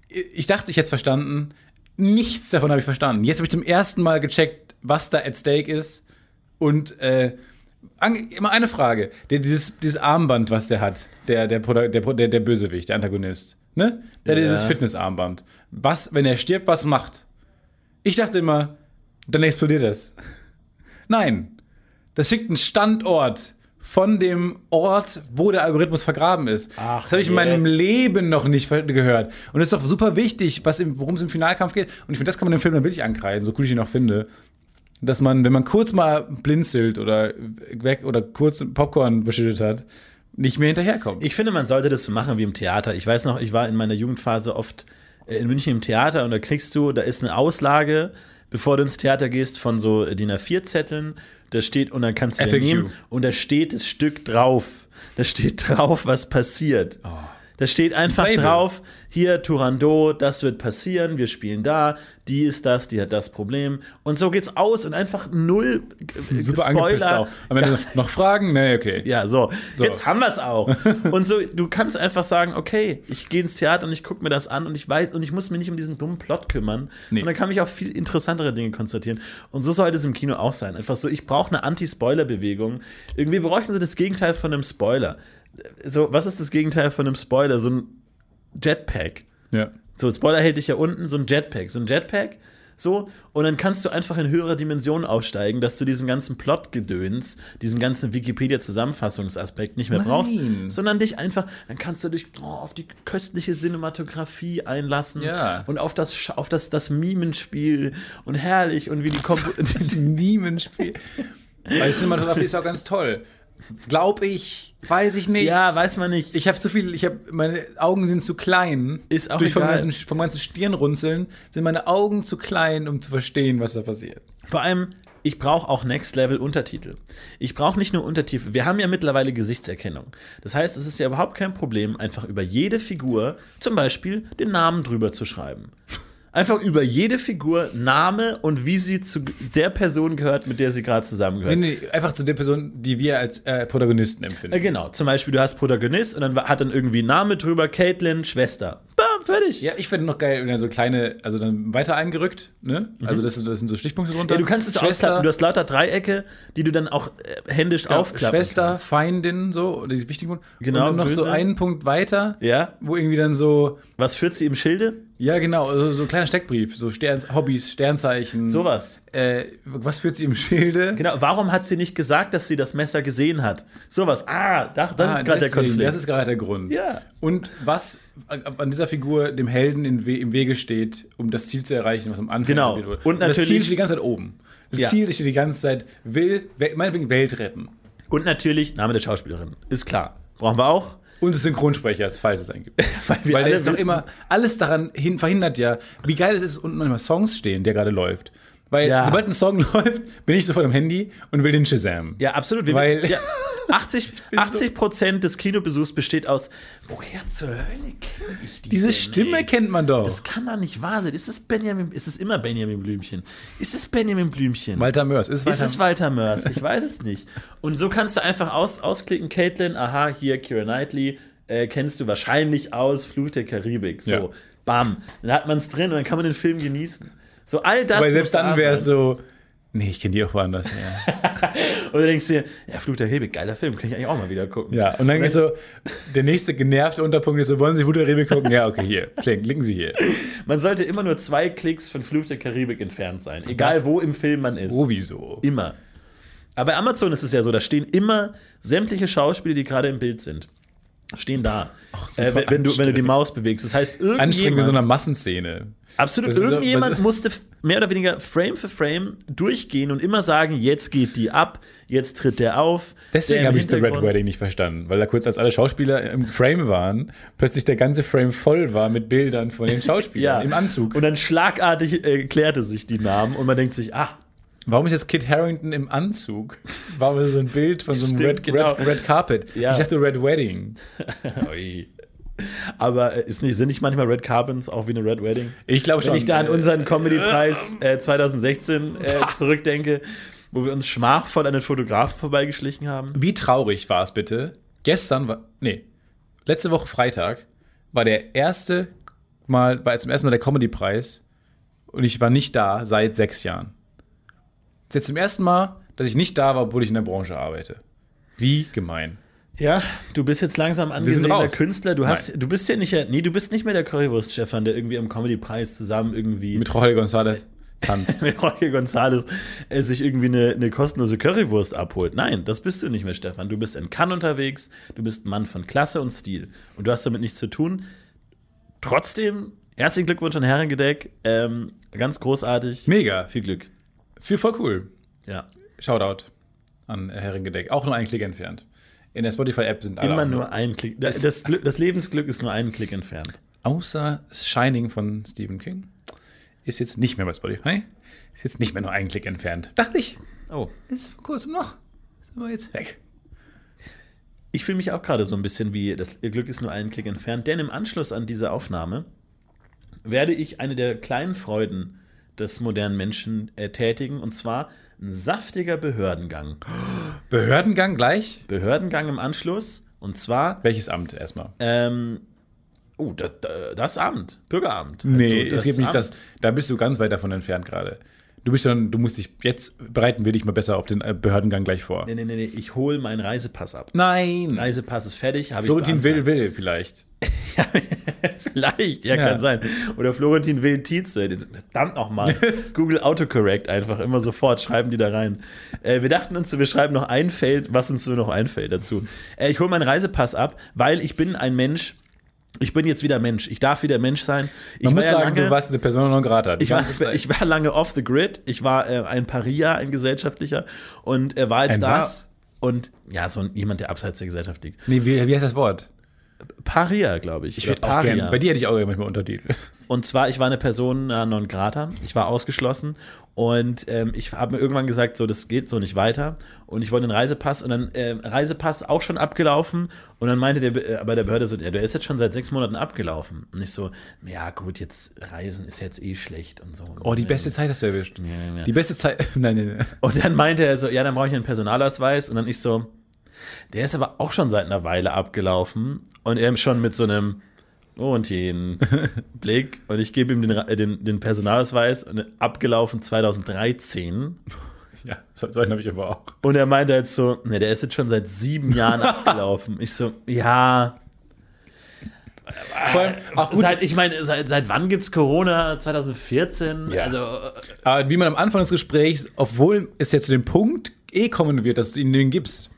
[SPEAKER 3] ich dachte, ich hätte verstanden. Nichts davon habe ich verstanden. Jetzt habe ich zum ersten Mal gecheckt, was da at stake ist. Und äh, an, immer eine Frage: der, dieses, dieses Armband, was der hat, der, der, Proda- der, Pro- der, der Bösewicht, der Antagonist, ne? Der hat
[SPEAKER 4] Ja.
[SPEAKER 3] dieses Fitnessarmband. Was, wenn er stirbt, was macht? Ich dachte immer, dann explodiert das. Nein, das schickt einen Standort von dem Ort, wo der Algorithmus vergraben ist.
[SPEAKER 4] Ach,
[SPEAKER 3] das habe ich in meinem
[SPEAKER 4] jetzt.
[SPEAKER 3] Leben noch nicht ver- gehört. Und es ist doch super wichtig, was im- worum es im Finalkampf geht. Und ich finde, das kann man dem Film dann wirklich ankreiden, so cool ich ihn auch finde. Dass man, wenn man kurz mal blinzelt oder weg oder kurz Popcorn beschüttet hat, nicht mehr hinterherkommt.
[SPEAKER 4] Ich finde, man sollte das so machen wie im Theater. Ich weiß noch, ich war in meiner Jugendphase oft äh, in München im Theater und da kriegst du, da ist eine Auslage bevor du ins Theater gehst, von so DIN A4-Zetteln. Da steht, und dann kannst du dir
[SPEAKER 3] FAQ.
[SPEAKER 4] nehmen, und da steht das Stück drauf. Da steht drauf, was passiert. Da steht einfach
[SPEAKER 3] Oh. Label.
[SPEAKER 4] drauf, hier Turandot, das wird passieren, wir spielen da, die ist das, die hat das Problem. Und so geht's aus und einfach null äh,
[SPEAKER 3] Super angepisst auch. Am Ende so, noch Fragen? Nee, okay.
[SPEAKER 4] Ja, so.
[SPEAKER 3] So.
[SPEAKER 4] Jetzt haben wir es auch. Und so, du kannst einfach sagen, okay, ich gehe ins Theater und ich gucke mir das an und ich weiß, und ich muss mich nicht um diesen dummen Plot kümmern,
[SPEAKER 3] Nee.
[SPEAKER 4] sondern kann mich auf viel interessantere Dinge konzentrieren. Und so sollte es im Kino auch sein. Einfach so, ich brauche eine Anti-Spoiler-Bewegung. Irgendwie bräuchten sie das Gegenteil von einem Spoiler. So, was ist das Gegenteil von einem Spoiler? So ein Jetpack.
[SPEAKER 3] Ja.
[SPEAKER 4] So, Spoiler hält dich ja unten, so ein Jetpack. So ein Jetpack, so, und dann kannst du einfach in höhere Dimensionen aufsteigen, dass du diesen ganzen Plotgedöns, diesen ganzen Wikipedia-Zusammenfassungsaspekt nicht mehr brauchst, sondern dich einfach, dann kannst du dich oh, auf die köstliche Cinematografie einlassen
[SPEAKER 3] Ja.
[SPEAKER 4] und auf das, Sch- auf das, das Mimenspiel und herrlich und wie die Kompo
[SPEAKER 3] Das Mimenspiel. Weil Cinematografie ist auch ganz toll. Glaub ich. Weiß ich nicht.
[SPEAKER 4] Ja, weiß man nicht.
[SPEAKER 3] Ich habe zu viel, ich habe meine Augen sind zu klein.
[SPEAKER 4] Ist auch
[SPEAKER 3] Durch vom
[SPEAKER 4] egal.
[SPEAKER 3] ganzen, vom ganzen Stirnrunzeln sind meine Augen zu klein, um zu verstehen, was da passiert.
[SPEAKER 4] Vor allem, ich brauche auch Next Level Untertitel. Ich brauche nicht nur Untertitel. Wir haben ja mittlerweile Gesichtserkennung. Das heißt, es ist ja überhaupt kein Problem, einfach über jede Figur zum Beispiel den Namen drüber zu schreiben. Einfach über jede Figur Name und wie sie zu der Person gehört, mit der sie gerade zusammengehört.
[SPEAKER 3] Nee, nee, einfach zu der Person, die wir als äh, Protagonisten empfinden.
[SPEAKER 4] Äh, Genau, zum Beispiel du hast Protagonist und dann hat dann irgendwie Name drüber, Caitlin, Schwester. Bam, fertig.
[SPEAKER 3] Ja, ich finde noch geil, wenn er so kleine, also dann weiter eingerückt, ne? Also das, ist- das sind so Stichpunkte drunter.
[SPEAKER 4] Ja, Mhm. du kannst es
[SPEAKER 3] Schwester,
[SPEAKER 4] ausklappen. Du hast lauter Dreiecke, die du dann auch äh, händisch aufklappen
[SPEAKER 3] Schwester,
[SPEAKER 4] kannst.
[SPEAKER 3] Feindin, so, oder die wichtigen Punkte.
[SPEAKER 4] Genau,
[SPEAKER 3] Und dann noch so
[SPEAKER 4] böse.
[SPEAKER 3] einen Punkt weiter,
[SPEAKER 4] Ja.
[SPEAKER 3] wo irgendwie dann so,
[SPEAKER 4] Was führt sie im Schilde?
[SPEAKER 3] ja genau, so, so ein kleiner Steckbrief, so Sterns, Hobbys, Sternzeichen.
[SPEAKER 4] Sowas.
[SPEAKER 3] Äh, was führt sie im Schilde?
[SPEAKER 4] Genau, warum hat sie nicht gesagt, dass sie das Messer gesehen hat? Sowas. Ah, da,
[SPEAKER 3] Ah,
[SPEAKER 4] das ist gerade der
[SPEAKER 3] deswegen,
[SPEAKER 4] Konflikt.
[SPEAKER 3] Das ist gerade der Grund.
[SPEAKER 4] Ja.
[SPEAKER 3] Und was an dieser Figur dem Helden in we im Wege steht, um das Ziel zu erreichen, was am Anfang
[SPEAKER 4] Genau.
[SPEAKER 3] erwähnt wurde.
[SPEAKER 4] Und
[SPEAKER 3] das
[SPEAKER 4] natürlich-
[SPEAKER 3] Ziel steht die ganze Zeit oben. Das
[SPEAKER 4] Ja.
[SPEAKER 3] Ziel steht die ganze Zeit, will, we- meinetwegen Welt retten.
[SPEAKER 4] Und natürlich Name der Schauspielerin. Ist klar. Brauchen wir auch.
[SPEAKER 3] Und des Synchronsprechers, falls es einen gibt.
[SPEAKER 4] Weil wir
[SPEAKER 3] Weil
[SPEAKER 4] alle
[SPEAKER 3] der ist doch
[SPEAKER 4] wissen-
[SPEAKER 3] immer, alles daran hin, verhindert ja, wie geil es ist, dass unten manchmal Songs stehen, der gerade läuft. Weil
[SPEAKER 4] Ja.
[SPEAKER 3] sobald ein Song läuft, bin ich sofort am Handy und will den Shazam.
[SPEAKER 4] Ja, absolut. Wir,
[SPEAKER 3] Weil-
[SPEAKER 4] ja, 80, 80 Prozent des Kinobesuchs besteht aus, woher zur Hölle kenne ich die?
[SPEAKER 3] Diese
[SPEAKER 4] denn,
[SPEAKER 3] Stimme
[SPEAKER 4] ey?
[SPEAKER 3] kennt man doch.
[SPEAKER 4] Das kann doch nicht wahr sein. Ist es Benjamin, ist es immer Benjamin Blümchen? Ist es Benjamin Blümchen?
[SPEAKER 3] Walter Mörs. Ist,
[SPEAKER 4] Ist es Walter Mörs? Ich weiß es nicht. Und so kannst du einfach aus, ausklicken, Caitlin, aha, hier, Kira Knightley, äh, kennst du wahrscheinlich aus Fluch der Karibik. So,
[SPEAKER 3] Ja.
[SPEAKER 4] bam. Dann hat man es drin und dann kann man den Film genießen. So, all das.
[SPEAKER 3] Weil
[SPEAKER 4] muss
[SPEAKER 3] selbst
[SPEAKER 4] da
[SPEAKER 3] dann wäre es
[SPEAKER 4] sein.
[SPEAKER 3] so, nee, ich kenne die auch woanders. Ja.
[SPEAKER 4] Und du denkst dir, ja, Fluch der Karibik, geiler Film, kann ich eigentlich auch mal wieder gucken.
[SPEAKER 3] Ja, und dann ist so, der nächste genervte Unterpunkt ist so, wollen Sie Wuder Rebe gucken? Ja, okay, hier, klicken, klicken Sie hier.
[SPEAKER 4] Man sollte immer nur zwei Klicks von Fluch der Karibik entfernt sein. Egal,
[SPEAKER 3] Das-
[SPEAKER 4] wo im Film man ist.
[SPEAKER 3] Oh, Sowieso.
[SPEAKER 4] Immer. Aber bei Amazon ist es ja so, da stehen immer sämtliche Schauspieler, die gerade im Bild sind. Stehen da.
[SPEAKER 3] super
[SPEAKER 4] äh, wenn- wenn, du, wenn du die
[SPEAKER 3] anstrengend.
[SPEAKER 4] Maus bewegst. Das heißt,
[SPEAKER 3] Anstrengend in so einer
[SPEAKER 4] irgendjemand,
[SPEAKER 3] Massenszene.
[SPEAKER 4] absolut,
[SPEAKER 3] was ist so-
[SPEAKER 4] irgendjemand
[SPEAKER 3] was-
[SPEAKER 4] musste f- mehr oder weniger Frame für Frame durchgehen und immer sagen, jetzt geht die ab, jetzt tritt der auf.
[SPEAKER 3] Deswegen
[SPEAKER 4] der im
[SPEAKER 3] habe ich The Red
[SPEAKER 4] Hintergrund-
[SPEAKER 3] Wedding nicht verstanden, weil da kurz als alle Schauspieler im Frame waren, plötzlich der ganze Frame voll war mit Bildern von den Schauspielern
[SPEAKER 4] Ja.
[SPEAKER 3] im Anzug.
[SPEAKER 4] Und dann schlagartig äh, klärte sich die Namen und man denkt sich, ah,
[SPEAKER 3] Warum ist jetzt Kit Harrington im Anzug? Warum ist so ein Bild von so einem
[SPEAKER 4] Stimmt,
[SPEAKER 3] Red,
[SPEAKER 4] genau.
[SPEAKER 3] Red, Red Carpet?
[SPEAKER 4] Ja.
[SPEAKER 3] Ich dachte Red Wedding.
[SPEAKER 4] oi. Aber äh, ist nicht, sind nicht manchmal Red Carbons auch wie eine Red Wedding?
[SPEAKER 3] Ich glaube schon.
[SPEAKER 4] Wenn ich da an
[SPEAKER 3] äh,
[SPEAKER 4] unseren Comedy-Preis äh, 2016 äh, zurückdenke, wo wir uns schmachvoll an den Fotografen vorbeigeschlichen haben.
[SPEAKER 3] Wie traurig war es bitte? Gestern war. Nee. Letzte Woche Freitag war der erste Mal, war zum ersten Mal der Comedy-Preis und ich war nicht da seit sechs Jahren. Das ist jetzt zum ersten Mal, dass ich nicht da war, obwohl ich in der Branche arbeite. Wie gemein.
[SPEAKER 4] Ja, du bist jetzt langsam
[SPEAKER 3] sind
[SPEAKER 4] angesehener
[SPEAKER 3] raus.
[SPEAKER 4] Künstler. Du hast, du bist ja nicht, nee, du bist nicht mehr der Currywurst Stefan, der irgendwie am Comedy-Preis zusammen irgendwie
[SPEAKER 3] Mit Jorge González tanzt.
[SPEAKER 4] mit Jorge González äh, sich irgendwie eine, eine kostenlose Currywurst abholt. Nein, das bist du nicht mehr, Stefan. Du bist in Cannes unterwegs. Du bist ein Mann von Klasse und Stil und du hast damit nichts zu tun. Trotzdem, herzlichen Glückwunsch an Herrengedeck. Ähm, ganz großartig.
[SPEAKER 3] Mega.
[SPEAKER 4] Viel Glück.
[SPEAKER 3] Viel voll cool.
[SPEAKER 4] Ja.
[SPEAKER 3] Shoutout an Herringedeck. Auch nur einen Klick entfernt. In der Spotify-App sind alle.
[SPEAKER 4] Immer
[SPEAKER 3] auch
[SPEAKER 4] nur ein Klick. Das, das, Glück, das Lebensglück ist nur einen Klick entfernt.
[SPEAKER 3] Außer Shining von Stephen King Ist jetzt nicht mehr bei Spotify. Ist jetzt nicht mehr nur einen Klick entfernt. Dachte ich,
[SPEAKER 4] Oh.
[SPEAKER 3] ist vor kurzem noch. Ist aber jetzt weg.
[SPEAKER 4] Ich fühle mich auch gerade so ein bisschen wie das Glück ist nur einen Klick entfernt, denn im Anschluss an diese Aufnahme werde ich eine der kleinen Freuden des modernen Menschen äh, tätigen und zwar ein saftiger Behördengang.
[SPEAKER 3] Behördengang gleich.
[SPEAKER 4] Behördengang im Anschluss und zwar
[SPEAKER 3] Welches Amt erstmal?
[SPEAKER 4] ähm, oh, das, das Amt, Bürgeramt.
[SPEAKER 3] Nee,
[SPEAKER 4] Also
[SPEAKER 3] es gibt nicht
[SPEAKER 4] Amt.
[SPEAKER 3] das. Da bist du ganz weit davon entfernt gerade. Du bist schon, du musst dich, jetzt bereiten wir dich mal besser auf den äh, Behördengang gleich vor.
[SPEAKER 4] Nee, nee, nee, nee, ich hole meinen Reisepass ab.
[SPEAKER 3] Nein!
[SPEAKER 4] Reisepass ist fertig, habe ich
[SPEAKER 3] Florentin
[SPEAKER 4] beantragt.
[SPEAKER 3] will, will vielleicht.
[SPEAKER 4] Ja, vielleicht, ja,
[SPEAKER 3] Ja.
[SPEAKER 4] kann sein. Oder Florentin will Tietze. Den- Verdammt nochmal. Google Autocorrect einfach immer sofort, schreiben die da rein. Äh, wir dachten uns, so, wir schreiben noch ein Feld, was uns nur noch einfällt dazu. Äh, ich hole meinen Reisepass ab, weil ich bin ein Mensch. Ich bin jetzt wieder Mensch. Ich darf wieder Mensch sein. Ich
[SPEAKER 3] Man muss
[SPEAKER 4] war ja
[SPEAKER 3] sagen,
[SPEAKER 4] lange-
[SPEAKER 3] du warst eine Person non grata. die
[SPEAKER 4] ich war,
[SPEAKER 3] ganze Zeit.
[SPEAKER 4] ich war lange off the grid. Ich war äh, ein Paria, ein gesellschaftlicher und äh, war jetzt
[SPEAKER 3] Ein
[SPEAKER 4] da.
[SPEAKER 3] was?
[SPEAKER 4] Und ja, so ein- jemand, der abseits der Gesellschaft liegt.
[SPEAKER 3] nee, wie, wie heißt das Wort?
[SPEAKER 4] Paria, glaube ich.
[SPEAKER 3] Ich
[SPEAKER 4] oder
[SPEAKER 3] hätte auch
[SPEAKER 4] Paria.
[SPEAKER 3] gerne. Bei dir hätte ich auch gerne manchmal Untertitel.
[SPEAKER 4] Und zwar, ich war eine Persona non grata, ich war ausgeschlossen und ähm, ich habe mir irgendwann gesagt, so, das geht so nicht weiter. Und ich wollte einen Reisepass und dann ähm, Reisepass auch schon abgelaufen. Und dann meinte der Be- äh, bei der Behörde so, ja, der ist jetzt schon seit sechs Monaten abgelaufen. Und ich so, ja gut, jetzt Reisen ist jetzt eh schlecht und so.
[SPEAKER 3] Oh, die beste Zeit hast du erwischt.
[SPEAKER 4] ja, ja.
[SPEAKER 3] Die beste Zeit. Nein, nein, nein.
[SPEAKER 4] Und dann meinte er so, ja, dann brauche ich einen Personalausweis. Und dann ich so, der ist aber auch schon seit einer Weile abgelaufen. Und er schon mit so einem oh, und jeden Blick. Und ich gebe ihm den, Ra- äh, den, den Personalausweis und abgelaufen 2013.
[SPEAKER 3] Ja, so, so einen habe ich aber auch.
[SPEAKER 4] Und er meinte halt so, ne, der ist jetzt schon seit sieben Jahren abgelaufen. Ich so, ja.
[SPEAKER 3] Vor allem auch gut,
[SPEAKER 4] Seit, ich meine, seit, seit wann gibt's Corona? 2014?
[SPEAKER 3] Ja.
[SPEAKER 4] Also,
[SPEAKER 3] aber äh, wie man am Anfang des Gesprächs, obwohl es ja zu dem Punkt eh kommen wird, dass du ihnen den gibst,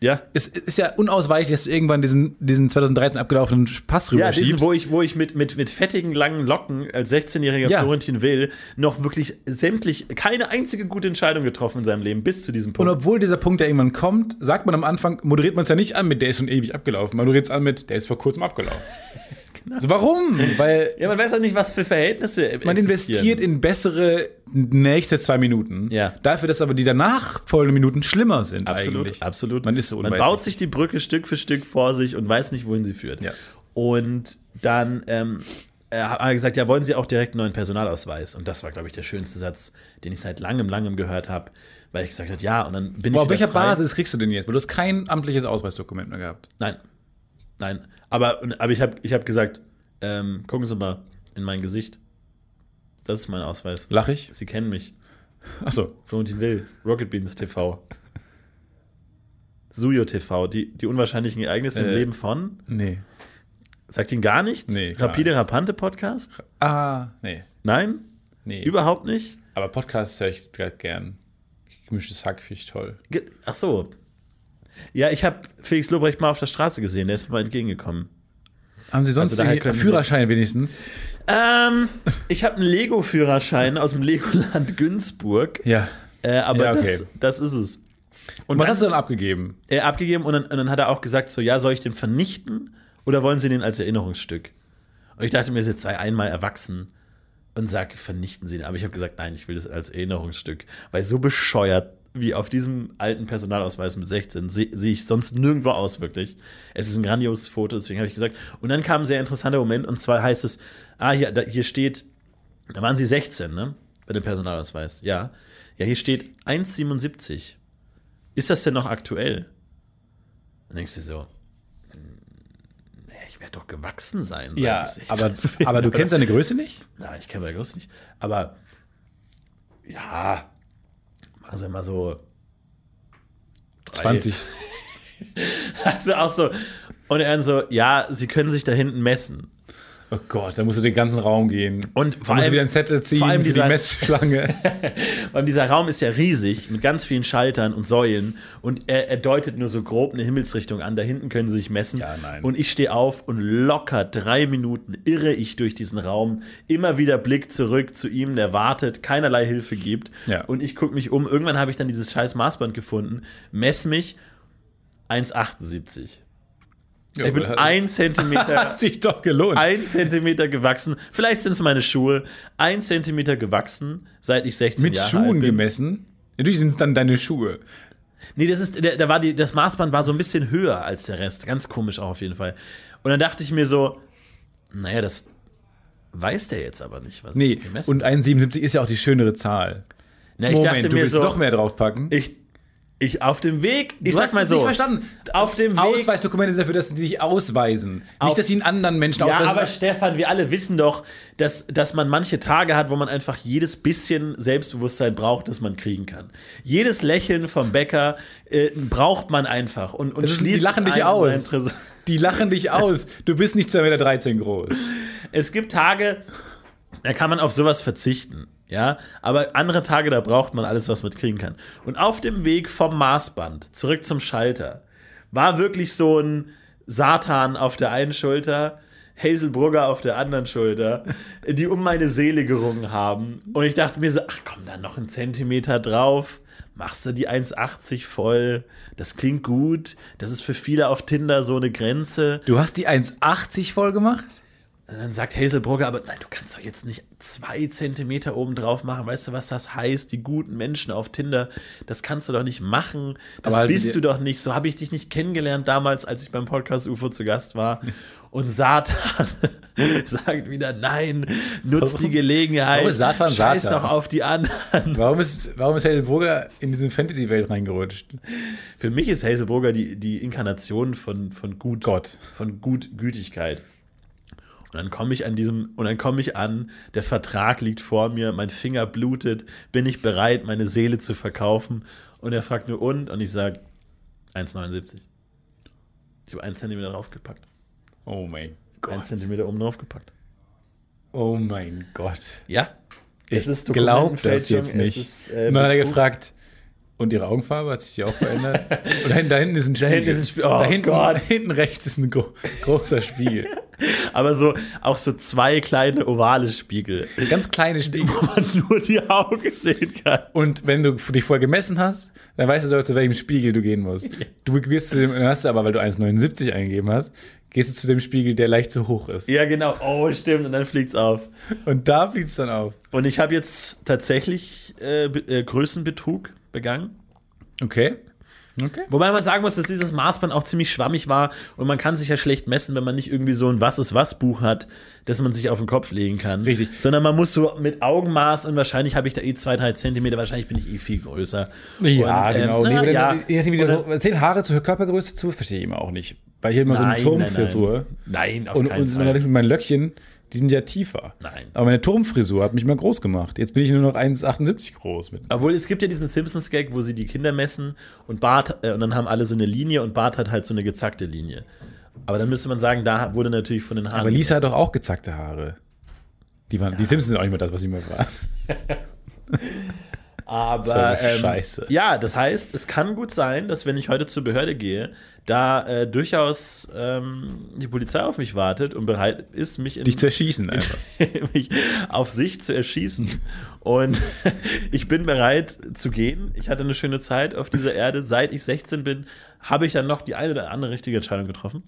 [SPEAKER 4] ja.
[SPEAKER 3] es ist ja unausweichlich, dass du irgendwann diesen, diesen 2013 abgelaufenen Pass rüber
[SPEAKER 4] Ja, diesen,
[SPEAKER 3] schiebst.
[SPEAKER 4] wo ich, wo ich mit, mit, mit fettigen, langen Locken als 16-jähriger
[SPEAKER 3] Ja.
[SPEAKER 4] Florentin Will noch wirklich sämtlich keine einzige gute Entscheidung getroffen in seinem Leben bis zu diesem
[SPEAKER 3] Und
[SPEAKER 4] Punkt.
[SPEAKER 3] obwohl dieser Punkt ja irgendwann kommt, sagt man am Anfang, moderiert man es ja nicht an mit, der ist schon ewig abgelaufen. Man moderiert es an mit, der ist vor kurzem abgelaufen.
[SPEAKER 4] Genau.
[SPEAKER 3] Also warum? Weil
[SPEAKER 4] ja, man weiß auch nicht, was für Verhältnisse
[SPEAKER 3] man investiert in bessere nächste zwei Minuten.
[SPEAKER 4] Ja.
[SPEAKER 3] Dafür, dass aber die danach folgenden Minuten schlimmer sind
[SPEAKER 4] Absolut,
[SPEAKER 3] eigentlich.
[SPEAKER 4] absolut.
[SPEAKER 3] Man ist so
[SPEAKER 4] Man baut sich die Brücke Stück für Stück vor sich und weiß nicht, wohin sie führt.
[SPEAKER 3] Ja.
[SPEAKER 4] Und dann ähm, äh, hat er gesagt, ja, wollen Sie auch direkt einen neuen Personalausweis? Und das war, glaube ich, der schönste Satz, den ich seit langem, langem gehört habe, weil ich gesagt habe, ja, und dann bin ich
[SPEAKER 3] Boah, auf
[SPEAKER 4] wieder
[SPEAKER 3] welcher
[SPEAKER 4] frei.
[SPEAKER 3] Basis kriegst du den jetzt? Weil du hast kein amtliches Ausweisdokument mehr gehabt.
[SPEAKER 4] Nein. Nein. Aber, aber ich habe ich hab gesagt, ähm, gucken Sie mal in mein Gesicht. Das ist mein Ausweis.
[SPEAKER 3] Lach ich?
[SPEAKER 4] Sie kennen mich.
[SPEAKER 3] Achso.
[SPEAKER 4] Florentin Will, Rocket Beans TV. Suyo TV, die, die unwahrscheinlichen Ereignisse im
[SPEAKER 3] Äh.
[SPEAKER 4] Leben von.
[SPEAKER 3] Nee.
[SPEAKER 4] Sagt Ihnen gar nichts?
[SPEAKER 3] Nee, gar
[SPEAKER 4] Rapide
[SPEAKER 3] nichts.
[SPEAKER 4] Rapante Podcast?
[SPEAKER 3] Ah, nee.
[SPEAKER 4] Nein?
[SPEAKER 3] Nee.
[SPEAKER 4] Überhaupt nicht?
[SPEAKER 3] aber Podcasts höre ich grad gern. Gemischtes Hack finde ich toll.
[SPEAKER 4] Ge- Ach so. Ja, ich habe Felix Lobrecht mal auf der Straße gesehen, der ist mir mal entgegengekommen.
[SPEAKER 3] Haben Sie sonst
[SPEAKER 4] Also daher
[SPEAKER 3] irgendwie-
[SPEAKER 4] können Sie-
[SPEAKER 3] Führerschein wenigstens?
[SPEAKER 4] Ähm, ich habe einen Lego-Führerschein aus dem Legoland Günzburg.
[SPEAKER 3] Ja.
[SPEAKER 4] Äh, aber
[SPEAKER 3] Ja, okay.
[SPEAKER 4] das, das ist es. Und
[SPEAKER 3] Was
[SPEAKER 4] dann,
[SPEAKER 3] hast du dann abgegeben?
[SPEAKER 4] äh, abgegeben und dann, und dann hat er auch gesagt: So, ja, soll ich den vernichten oder wollen Sie den als Erinnerungsstück? Und ich dachte mir, jetzt sei einmal erwachsen und sag, vernichten Sie den. Aber ich habe gesagt: Nein, ich will das als Erinnerungsstück. Weil so bescheuert wie auf diesem alten Personalausweis mit 16 se- sehe ich sonst nirgendwo aus, wirklich. Es ist ein grandioses Foto, deswegen habe ich gesagt. Und dann kam ein sehr interessanter Moment und zwar heißt es: Ah, hier, da, hier steht, da waren Sie 16, ne? Bei dem Personalausweis, ja. Ja, hier steht 1,77. Ist das denn noch aktuell? Dann denkst du dir so, "Hm, ja, ich werde doch gewachsen sein. seit
[SPEAKER 3] Ja,
[SPEAKER 4] ich 16
[SPEAKER 3] aber,
[SPEAKER 4] bin,
[SPEAKER 3] aber du
[SPEAKER 4] oder?
[SPEAKER 3] kennst seine Größe nicht?
[SPEAKER 4] Na, ich kenne meine Größe nicht. Aber ja, also immer so. drei-
[SPEAKER 3] 20.
[SPEAKER 4] Also auch so. Und er dann so, ja, sie können sich da hinten messen.
[SPEAKER 3] Oh Gott, da musst du den ganzen Raum gehen.
[SPEAKER 4] Und
[SPEAKER 3] da
[SPEAKER 4] vor
[SPEAKER 3] musst
[SPEAKER 4] allem-
[SPEAKER 3] du wieder einen Zettel ziehen
[SPEAKER 4] vor allem
[SPEAKER 3] für die
[SPEAKER 4] dieser-
[SPEAKER 3] Messschlange.
[SPEAKER 4] Weil dieser Raum ist ja riesig mit ganz vielen Schaltern und Säulen und er, er deutet nur so grob eine Himmelsrichtung an. Da hinten können sie sich messen.
[SPEAKER 3] Ja, nein.
[SPEAKER 4] Und ich stehe auf und locker drei Minuten irre ich durch diesen Raum. Immer wieder Blick zurück zu ihm, der wartet, keinerlei Hilfe gibt.
[SPEAKER 3] Ja.
[SPEAKER 4] Und ich gucke mich um. Irgendwann habe ich dann dieses scheiß Maßband gefunden, mess mich 1,78.
[SPEAKER 3] Ja,
[SPEAKER 4] ich bin
[SPEAKER 3] aber-
[SPEAKER 4] ein Zentimeter,
[SPEAKER 3] Hat sich doch gelohnt.
[SPEAKER 4] ein Zentimeter gewachsen. Vielleicht sind es meine Schuhe. Ein Zentimeter gewachsen, seit ich 16
[SPEAKER 3] Mit
[SPEAKER 4] Jahre alt
[SPEAKER 3] Schuhen
[SPEAKER 4] bin.
[SPEAKER 3] gemessen. Natürlich sind es dann deine Schuhe.
[SPEAKER 4] Nee, das ist, da, da war die, das Maßband war so ein bisschen höher als der Rest. Ganz komisch auch auf jeden Fall. Und dann dachte ich mir so, naja, das weiß der jetzt aber nicht, was
[SPEAKER 3] Nee,
[SPEAKER 4] ich gemessen
[SPEAKER 3] und 1,77 ist ja auch die schönere Zahl.
[SPEAKER 4] Na, ich
[SPEAKER 3] Moment,
[SPEAKER 4] dachte
[SPEAKER 3] du
[SPEAKER 4] mir
[SPEAKER 3] willst
[SPEAKER 4] so,
[SPEAKER 3] noch mehr draufpacken.
[SPEAKER 4] ich, ich auf dem Weg, ich
[SPEAKER 3] du
[SPEAKER 4] sag
[SPEAKER 3] hast
[SPEAKER 4] mal
[SPEAKER 3] es
[SPEAKER 4] so,
[SPEAKER 3] nicht verstanden.
[SPEAKER 4] auf dem Weg.
[SPEAKER 3] Ausweisdokumente sind dafür, dass sie sich ausweisen.
[SPEAKER 4] Auf-
[SPEAKER 3] nicht, dass sie einen anderen Menschen
[SPEAKER 4] ja,
[SPEAKER 3] ausweisen.
[SPEAKER 4] aber Stefan, wir alle wissen doch, dass, dass man manche Tage hat, wo man einfach jedes bisschen Selbstbewusstsein braucht, das man kriegen kann. Jedes Lächeln vom Bäcker äh, braucht man einfach und, und
[SPEAKER 3] das ist, die
[SPEAKER 4] schließt
[SPEAKER 3] lachen
[SPEAKER 4] es
[SPEAKER 3] dich
[SPEAKER 4] ein in sein
[SPEAKER 3] aus.
[SPEAKER 4] Tresor.
[SPEAKER 3] Die lachen dich aus. Du bist nicht 2,13 Meter groß.
[SPEAKER 4] Es gibt Tage, da kann man auf sowas verzichten. Ja, aber andere Tage, da braucht man alles, was man kriegen kann. Und auf dem Weg vom Maßband zurück zum Schalter war wirklich so ein Satan auf der einen Schulter, Hazelbrugger auf der anderen Schulter, die um meine Seele gerungen haben. Und ich dachte mir so, ach komm, da noch einen Zentimeter drauf. Machst du die 1,80 voll? Das klingt gut. Das ist für viele auf Tinder so eine Grenze.
[SPEAKER 3] Du hast die 1,80 voll gemacht?
[SPEAKER 4] Und dann sagt Hazelbrugger, aber nein, du kannst doch jetzt nicht zwei Zentimeter oben drauf machen. Weißt du, was das heißt? Die guten Menschen auf Tinder, das kannst du doch nicht machen. Das
[SPEAKER 3] Aber halt
[SPEAKER 4] bist
[SPEAKER 3] mit
[SPEAKER 4] du
[SPEAKER 3] dir-
[SPEAKER 4] doch nicht. So habe ich dich nicht kennengelernt damals, als ich beim Podcast UFO zu Gast war. Und Satan sagt wieder, nein, nutz
[SPEAKER 3] Warum-
[SPEAKER 4] die Gelegenheit.
[SPEAKER 3] Warum ist Satan
[SPEAKER 4] scheiß
[SPEAKER 3] Satan?
[SPEAKER 4] doch auf die anderen.
[SPEAKER 3] Warum ist, warum ist Heldenbrugger in diese Fantasy-Welt reingerutscht?
[SPEAKER 4] Für mich ist Hazelbrugger die, die Inkarnation von, von gut,
[SPEAKER 3] Gott.
[SPEAKER 4] von gut Gütigkeit. Und dann komme ich an diesem, und dann komme ich an, der Vertrag liegt vor mir, mein Finger blutet, bin ich bereit, meine Seele zu verkaufen? Und er fragt nur und, und ich sage 1,79. Ich habe einen Zentimeter draufgepackt.
[SPEAKER 3] Oh mein
[SPEAKER 4] Einen
[SPEAKER 3] Gott.
[SPEAKER 4] Zentimeter oben draufgepackt.
[SPEAKER 3] Oh mein Gott.
[SPEAKER 4] Ja.
[SPEAKER 3] Ich glaube das
[SPEAKER 4] Dokumentenfälschung,
[SPEAKER 3] jetzt nicht.
[SPEAKER 4] Es ist, äh,
[SPEAKER 3] und dann hat er
[SPEAKER 4] Betrug.
[SPEAKER 3] gefragt, und ihre Augenfarbe hat sich die auch verändert? und da hinten, da hinten ist ein Spiegel.
[SPEAKER 4] hinten ist ein Spiegel. Oh
[SPEAKER 3] da hinten,
[SPEAKER 4] Gott.
[SPEAKER 3] da hinten rechts ist ein gro großer Spiegel.
[SPEAKER 4] Aber so, auch so zwei kleine ovale Spiegel,
[SPEAKER 3] Ganz kleine Spiegel.
[SPEAKER 4] wo man nur die Augen sehen kann.
[SPEAKER 3] Und wenn du dich vorher gemessen hast, dann weißt du sogar, zu welchem Spiegel du gehen musst. Du gehst zu dem, dann hast du aber, weil du 1,79 eingegeben hast, gehst du zu dem Spiegel, der leicht zu hoch ist.
[SPEAKER 4] Ja, genau. Oh, stimmt. Und dann fliegt's auf.
[SPEAKER 3] Und da fliegt es dann auf.
[SPEAKER 4] Und ich habe jetzt tatsächlich äh, be- äh, Größenbetrug begangen.
[SPEAKER 3] Okay. Okay.
[SPEAKER 4] Wobei man sagen muss, dass dieses Maßband auch ziemlich schwammig war und man kann sich ja schlecht messen, wenn man nicht irgendwie so ein Was ist was Buch hat, das man sich auf den Kopf legen kann.
[SPEAKER 3] Richtig.
[SPEAKER 4] Sondern man muss so mit Augenmaß und wahrscheinlich habe ich da eh zwei, drei Zentimeter, wahrscheinlich bin ich eh viel größer.
[SPEAKER 3] Ja,
[SPEAKER 4] Und, ähm,
[SPEAKER 3] genau.
[SPEAKER 4] na,
[SPEAKER 3] nee, oder,
[SPEAKER 4] ja.
[SPEAKER 3] ja. Je nachdem, wie
[SPEAKER 4] Oder-
[SPEAKER 3] du, zehn Haare zur Körpergröße zu, verstehe ich immer auch nicht. Weil hier immer so eine
[SPEAKER 4] Nein, nein,
[SPEAKER 3] Turmfrisur.
[SPEAKER 4] Nein, nein auf
[SPEAKER 3] Und,
[SPEAKER 4] keinen
[SPEAKER 3] und
[SPEAKER 4] Fall.
[SPEAKER 3] meine, meine Löckchen, die sind ja tiefer.
[SPEAKER 4] Nein.
[SPEAKER 3] Aber meine Turmfrisur hat mich mal groß gemacht. Jetzt bin ich nur noch 1,78 groß. Mit.
[SPEAKER 4] Obwohl, es gibt ja diesen Simpsons-Gag, wo sie die Kinder messen und Bart, äh, und dann haben alle so eine Linie und Bart hat halt so eine gezackte Linie. Aber dann müsste man sagen, da wurde natürlich von den Haaren.
[SPEAKER 3] Aber Lisa hat
[SPEAKER 4] gemessen.
[SPEAKER 3] doch auch gezackte Haare. Die, waren, die Simpsons sind auch nicht mehr das, was ich mal war. so
[SPEAKER 4] Aber
[SPEAKER 3] eine
[SPEAKER 4] ähm,
[SPEAKER 3] Scheiße.
[SPEAKER 4] ja, das heißt, es kann gut sein, dass wenn ich heute zur Behörde gehe, da äh, durchaus ähm, die Polizei auf mich wartet und bereit ist, mich in
[SPEAKER 3] Dich zu erschießen einfach.
[SPEAKER 4] mich auf sich zu erschießen. Und ich bin bereit zu gehen. Ich hatte eine schöne Zeit auf dieser Erde. Seit ich 16 bin, habe ich dann noch die eine oder andere richtige Entscheidung getroffen.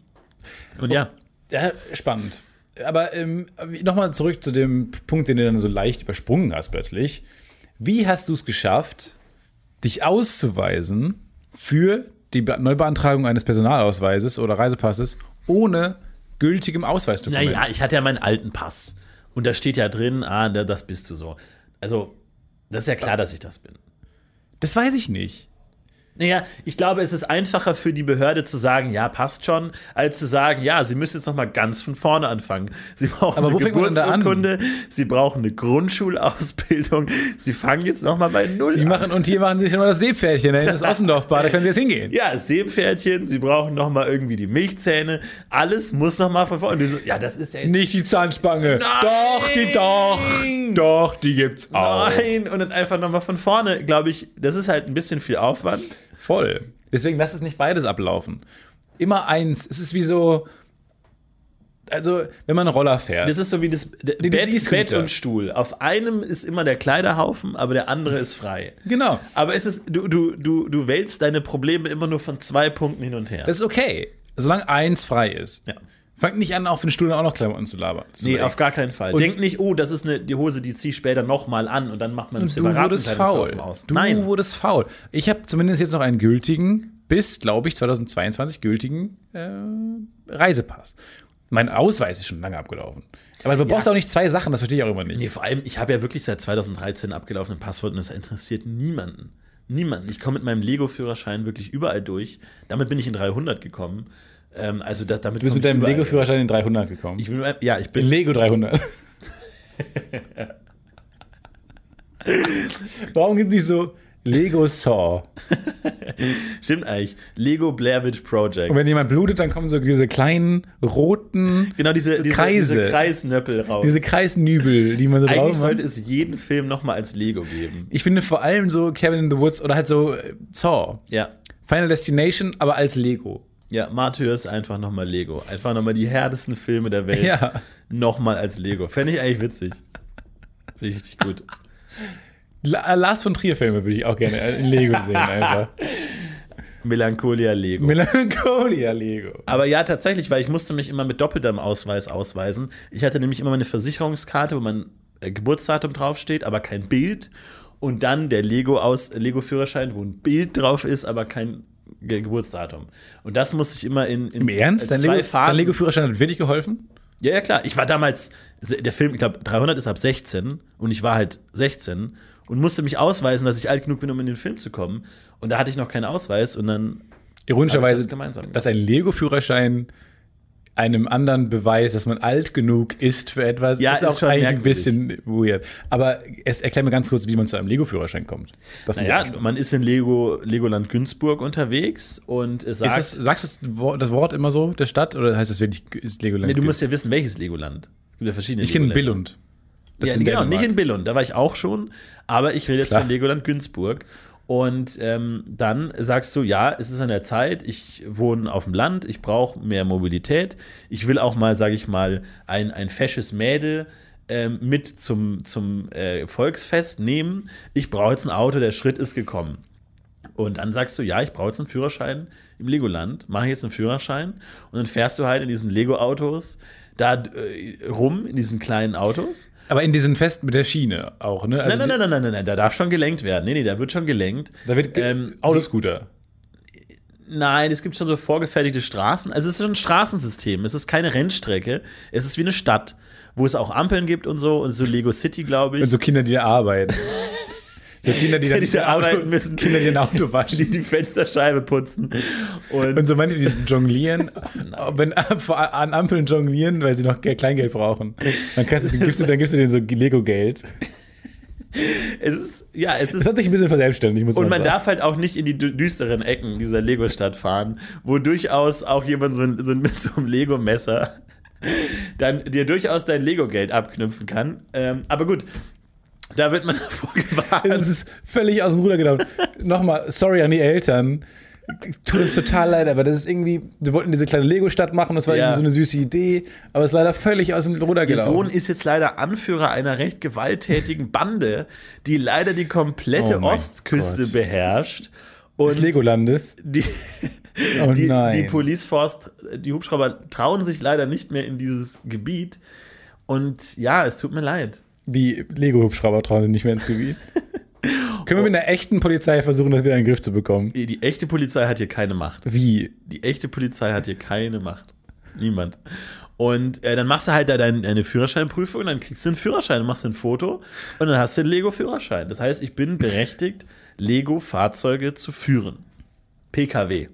[SPEAKER 4] Und ja,
[SPEAKER 3] Ja, spannend. Aber ähm, nochmal zurück zu dem Punkt, den du dann so leicht übersprungen hast plötzlich. Wie hast du es geschafft, dich auszuweisen für die Be Neubeantragung eines Personalausweises oder Reisepasses ohne gültigem Ausweisdokument?
[SPEAKER 4] naja, ich hatte ja meinen alten Pass. Und da steht ja drin, ah, da- das bist du so. Also, das ist ja klar, dass ich das bin.
[SPEAKER 3] Das weiß ich nicht.
[SPEAKER 4] Naja, ich glaube, es ist einfacher für die Behörde zu sagen, ja, passt schon, als zu sagen, ja, sie müssen jetzt noch mal ganz von vorne anfangen. Sie brauchen
[SPEAKER 3] Aber wo
[SPEAKER 4] eine
[SPEAKER 3] fängt man denn da an?
[SPEAKER 4] Geburtsurkunde, sie brauchen eine Grundschulausbildung, sie fangen jetzt noch mal bei Null
[SPEAKER 3] Die
[SPEAKER 4] an.
[SPEAKER 3] machen, und hier machen sie schon mal das Seepferdchen, da hinten ist das Ossendorfbar, da können sie jetzt hingehen.
[SPEAKER 4] Ja, Seepferdchen, sie brauchen noch mal irgendwie die Milchzähne, alles muss noch mal von vorne. Und du so, ja, das ist ja jetzt
[SPEAKER 3] Nicht die Zahnspange. Doch, die doch. Doch, die gibt's auch.
[SPEAKER 4] nein und dann einfach noch mal von vorne, glaube ich, das ist halt ein bisschen viel Aufwand.
[SPEAKER 3] Voll. Deswegen lass es nicht beides ablaufen. Immer eins. Es ist wie so. Also, wenn man einen Roller fährt.
[SPEAKER 4] Das ist so wie das d-
[SPEAKER 3] das
[SPEAKER 4] Bett,
[SPEAKER 3] E-Scooter.
[SPEAKER 4] Bett und Stuhl. Auf einem ist immer der Kleiderhaufen, aber der andere ist frei.
[SPEAKER 3] genau.
[SPEAKER 4] Aber es ist, du, du, du, du wälzt deine Probleme immer nur von zwei Punkten hin und her.
[SPEAKER 3] Das ist okay. solange eins frei ist,
[SPEAKER 4] Ja.
[SPEAKER 3] fangt nicht an, auf den Stuhl auch noch Klamotten zu labern. Zu
[SPEAKER 4] Nee,
[SPEAKER 3] legen.
[SPEAKER 4] auf gar keinen Fall.
[SPEAKER 3] Und-
[SPEAKER 4] Denkt nicht, oh, das ist eine, die Hose, die zieh ich später nochmal an und dann macht man einen
[SPEAKER 3] Und du wurdest faul.
[SPEAKER 4] Teilungshaufen aus.
[SPEAKER 3] Du
[SPEAKER 4] Nein.
[SPEAKER 3] wurdest faul. Ich habe zumindest jetzt noch einen gültigen, bis, glaube ich, 2022 gültigen äh, Reisepass. Mein Ausweis ist schon lange abgelaufen. Aber du brauchst auch nicht zwei Sachen, das verstehe ich auch immer nicht.
[SPEAKER 4] Nee, vor allem, ich habe ja wirklich seit 2013 abgelaufene Passwort und das interessiert niemanden. Niemanden. Ich komme mit meinem Lego-Führerschein wirklich überall durch. Damit bin ich in 300 gekommen. Ähm, also das, damit
[SPEAKER 3] Du bist mit deinem Lego-Führerschein in 300 gekommen.
[SPEAKER 4] Ich bin, mit meinem- ja, ich
[SPEAKER 3] in
[SPEAKER 4] bin.
[SPEAKER 3] Lego 300. Warum gibt es so Lego Saw?
[SPEAKER 4] Stimmt eigentlich. Lego Blair Witch Project.
[SPEAKER 3] Und wenn jemand blutet, dann kommen so diese kleinen roten,
[SPEAKER 4] Genau diese, diese,
[SPEAKER 3] Kreise.
[SPEAKER 4] diese Kreisnöppel raus.
[SPEAKER 3] diese Kreisnübel, die man so drauf
[SPEAKER 4] eigentlich
[SPEAKER 3] macht.
[SPEAKER 4] sollte es jeden Film nochmal als Lego geben.
[SPEAKER 3] Ich finde vor allem so Kevin in the Woods oder halt so äh, Saw.
[SPEAKER 4] Ja.
[SPEAKER 3] Final Destination, aber als Lego.
[SPEAKER 4] Ja, Martyrs einfach nochmal Lego. Einfach nochmal die härtesten Filme der Welt.
[SPEAKER 3] Ja.
[SPEAKER 4] Nochmal als Lego. Fände ich eigentlich witzig. Finde ich Richtig gut.
[SPEAKER 3] La äh, Lars von Trier Filme würde ich auch gerne in Lego sehen einfach.
[SPEAKER 4] Melancholia Lego.
[SPEAKER 3] Melancholia Lego.
[SPEAKER 4] Aber ja, tatsächlich, weil ich musste mich immer mit doppeltem Ausweis ausweisen. Ich hatte nämlich immer meine Versicherungskarte, wo mein äh, Geburtsdatum draufsteht, aber kein Bild. Und dann der Lego aus Lego Führerschein, wo ein Bild drauf ist, aber kein Ge Geburtsdatum. Und das musste ich immer in, in
[SPEAKER 3] Im Ernst?
[SPEAKER 4] äh,
[SPEAKER 3] Dein
[SPEAKER 4] zwei
[SPEAKER 3] Lego, dein
[SPEAKER 4] Phasen.
[SPEAKER 3] Lego Führerschein hat wirklich geholfen?
[SPEAKER 4] ja, ja, klar. Ich war damals der Film, ich glaube 300 ist ab 16 und ich war halt 16 und musste mich ausweisen, dass ich alt genug bin, um in den Film zu kommen. Und da hatte ich noch keinen Ausweis und dann Hab
[SPEAKER 3] Ironischerweise,
[SPEAKER 4] ich das gemeinsam gemacht.
[SPEAKER 3] dass ein Lego Führerschein einem anderen beweist, dass man alt genug ist für etwas,
[SPEAKER 4] Ja,
[SPEAKER 3] ist,
[SPEAKER 4] ist
[SPEAKER 3] auch
[SPEAKER 4] schon
[SPEAKER 3] eigentlich ein
[SPEAKER 4] merkwürdig.
[SPEAKER 3] bisschen weird. Aber es erklär mir ganz kurz, wie man zu einem Lego Führerschein kommt. Das
[SPEAKER 4] Naja, man ist in Lego, Legoland Günzburg unterwegs und es
[SPEAKER 3] ist
[SPEAKER 4] sagt,
[SPEAKER 3] das, sagst du das Wort- das Wort immer so der Stadt oder heißt das wirklich ist Legoland?
[SPEAKER 4] nee, du musst ja wissen, welches Legoland. Es gibt ja verschiedene
[SPEAKER 3] ich kenne
[SPEAKER 4] Legoländer.
[SPEAKER 3] Billund. Das
[SPEAKER 4] Ja,
[SPEAKER 3] ist in
[SPEAKER 4] genau,
[SPEAKER 3] Dänemark.
[SPEAKER 4] nicht in Billund, da war ich auch schon, aber ich rede jetzt
[SPEAKER 3] Klar.
[SPEAKER 4] von Legoland Günzburg. Und ähm, dann sagst du, ja, es ist an der Zeit, ich wohne auf dem Land, ich brauche mehr Mobilität, ich will auch mal, sage ich mal, ein, ein fesches Mädel ähm, mit zum, zum äh, Volksfest nehmen. Ich brauche jetzt ein Auto, der Schritt ist gekommen. Und dann sagst du, ja, ich brauche jetzt einen Führerschein im Legoland, mache ich jetzt einen Führerschein und dann fährst du halt in diesen Lego-Autos da äh, rum, in diesen kleinen Autos.
[SPEAKER 3] Aber in diesen Festen mit der Schiene auch, ne? Also
[SPEAKER 4] nein, nein, nein, nein, nein, nein, da darf schon gelenkt werden. Nee, nee, da wird schon gelenkt.
[SPEAKER 3] Da wird ähm,
[SPEAKER 4] Ähm,
[SPEAKER 3] Autoscooter.
[SPEAKER 4] Nein, es gibt schon so vorgefertigte Straßen. Also es ist schon ein Straßensystem. Es ist keine Rennstrecke. Es ist wie eine Stadt, wo es auch Ampeln gibt und so. Und so Lego City, glaube ich.
[SPEAKER 3] Und so Kinder, die da arbeiten. so Kinder, die dann
[SPEAKER 4] Die da arbeiten müssen.
[SPEAKER 3] Kinder, die ein Auto
[SPEAKER 4] die
[SPEAKER 3] waschen.
[SPEAKER 4] die Fensterscheibe putzen. Und,
[SPEAKER 3] Und so manche, die jonglieren, wenn vor- an Ampeln jonglieren, weil sie noch Geld- Kleingeld brauchen. Dann, kannst, du- gibst du, dann gibst du denen so Lego-Geld.
[SPEAKER 4] es ist, ja, es
[SPEAKER 3] Das
[SPEAKER 4] ist.
[SPEAKER 3] hat sich ein bisschen verselbstständigt, muss
[SPEAKER 4] Und man
[SPEAKER 3] sagen.
[SPEAKER 4] darf halt auch nicht in die dü- düsteren Ecken dieser Lego-Stadt fahren, wo durchaus auch jemand so, ein, so ein, mit so einem Lego-Messer dann dir durchaus dein Lego-Geld abknüpfen kann. Ähm, aber gut, da wird man davor gewarnt.
[SPEAKER 3] Also Es ist völlig aus dem Ruder gelaufen. Nochmal, sorry an die Eltern. Tut uns total leid, aber das ist irgendwie, wir wollten diese kleine Lego-Stadt machen, das war
[SPEAKER 4] Ja.
[SPEAKER 3] irgendwie so eine süße Idee, aber es ist leider völlig aus dem Ruder
[SPEAKER 4] Ihr Sohn
[SPEAKER 3] gelaufen.
[SPEAKER 4] ist jetzt leider Anführer einer recht gewalttätigen Bande, die leider die komplette
[SPEAKER 3] Oh mein
[SPEAKER 4] Ostküste
[SPEAKER 3] Gott.
[SPEAKER 4] beherrscht.
[SPEAKER 3] des
[SPEAKER 4] Und
[SPEAKER 3] Legolandes.
[SPEAKER 4] die,
[SPEAKER 3] Oh
[SPEAKER 4] die, die
[SPEAKER 3] nein.
[SPEAKER 4] Police Force, die Hubschrauber trauen sich leider nicht mehr in dieses Gebiet. Und ja, es tut mir leid.
[SPEAKER 3] Die, Lego-Hubschrauber trauen sich nicht mehr ins Gebiet. Können wir mit einer echten Polizei versuchen, das wieder in den Griff zu bekommen?
[SPEAKER 4] Die, die echte Polizei hat hier keine Macht.
[SPEAKER 3] Wie?
[SPEAKER 4] Die echte Polizei hat hier keine Macht. Niemand. Und äh, dann machst du halt da dein, deine Führerscheinprüfung, dann kriegst du einen Führerschein, dann machst du ein Foto und dann hast du einen Lego-Führerschein. Das heißt, ich bin berechtigt, Lego-Fahrzeuge zu führen. PKW.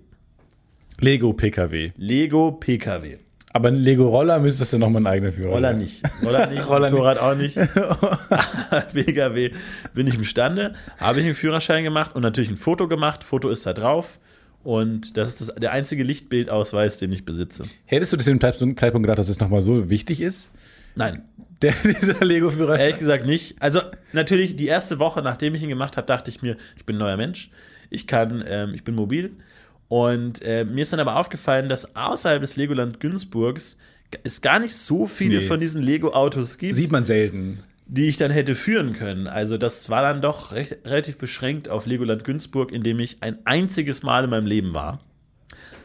[SPEAKER 3] Lego-PKW.
[SPEAKER 4] Lego-PKW.
[SPEAKER 3] Aber ein Lego-Roller müsstest du nochmal einen eigenen Führer
[SPEAKER 4] Roller
[SPEAKER 3] haben.
[SPEAKER 4] nicht. Roller nicht,
[SPEAKER 3] Also, Roller nicht.
[SPEAKER 4] Motorrad auch nicht. PKW bin ich imstande. Habe ich einen Führerschein gemacht und natürlich ein Foto gemacht. Foto ist da drauf. Und das ist das, der einzige Lichtbildausweis, den ich besitze.
[SPEAKER 3] Hättest du zu dem Zeitpunkt Zeitpunkt gedacht, dass es nochmal so wichtig ist?
[SPEAKER 4] Nein,
[SPEAKER 3] Der, dieser Lego-Führer.
[SPEAKER 4] Ehrlich gesagt nicht. Also natürlich die erste Woche, nachdem ich ihn gemacht habe, dachte ich mir, ich bin ein neuer Mensch. Ich kann, ähm, ich bin mobil. Und äh, mir ist dann aber aufgefallen, dass außerhalb des Legoland Günzburgs g- es gar nicht so viele
[SPEAKER 3] Nee.
[SPEAKER 4] von diesen Lego-Autos gibt,
[SPEAKER 3] Sieht man selten.
[SPEAKER 4] die ich dann hätte führen können. Also das war dann doch recht, relativ beschränkt auf Legoland Günzburg, in dem ich ein einziges Mal in meinem Leben war.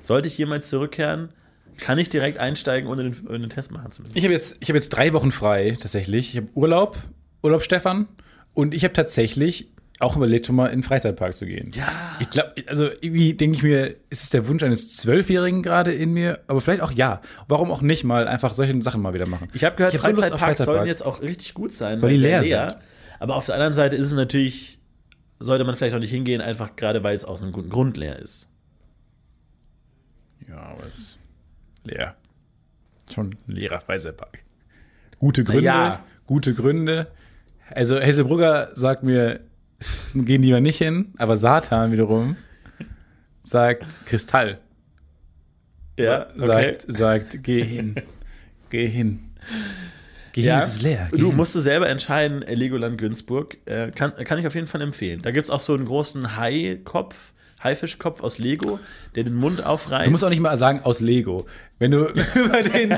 [SPEAKER 4] Sollte ich jemals zurückkehren, kann ich direkt einsteigen, ohne den, ohne den Test machen zu müssen.
[SPEAKER 3] Ich habe jetzt, ich hab jetzt drei Wochen frei, tatsächlich. Ich habe Urlaub, Urlaub Stefan. Und ich habe tatsächlich auch überlegt, schon mal in den Freizeitpark zu gehen.
[SPEAKER 4] Ja.
[SPEAKER 3] Ich glaube, also irgendwie denke ich mir, ist es der Wunsch eines Zwölfjährigen gerade in mir? Aber vielleicht auch ja. Warum auch nicht mal einfach solche Sachen mal wieder machen?
[SPEAKER 4] Ich habe gehört,
[SPEAKER 3] Ich hab so Lust auf
[SPEAKER 4] Freizeitparks sollen
[SPEAKER 3] Freizeitpark.
[SPEAKER 4] jetzt auch richtig gut sein,
[SPEAKER 3] Weil die
[SPEAKER 4] sehr
[SPEAKER 3] leer
[SPEAKER 4] Aber auf der anderen Seite ist es natürlich, sollte man vielleicht auch nicht hingehen, einfach gerade weil es aus einem guten Grund leer ist.
[SPEAKER 3] ja, aber es ist leer. Schon ein leerer Freizeitpark. Gute Gründe,
[SPEAKER 4] ja.
[SPEAKER 3] gute Gründe. Also Hesselbrugger sagt mir, gehen lieber nicht hin, aber Satan wiederum sagt Kristall.
[SPEAKER 4] Ja,
[SPEAKER 3] sagt, sagt, geh hin. geh hin. Geh
[SPEAKER 4] Ja.
[SPEAKER 3] hin, es ist leer. Geh
[SPEAKER 4] Du
[SPEAKER 3] hin.
[SPEAKER 4] musst du selber entscheiden, äh, Legoland Günzburg. Äh, kann, kann ich auf jeden Fall empfehlen. Da gibt es auch so einen großen Haikopf, Haifischkopf aus Lego, der den Mund aufreißt.
[SPEAKER 3] du musst auch nicht mal sagen, aus Lego. Wenn du über, den,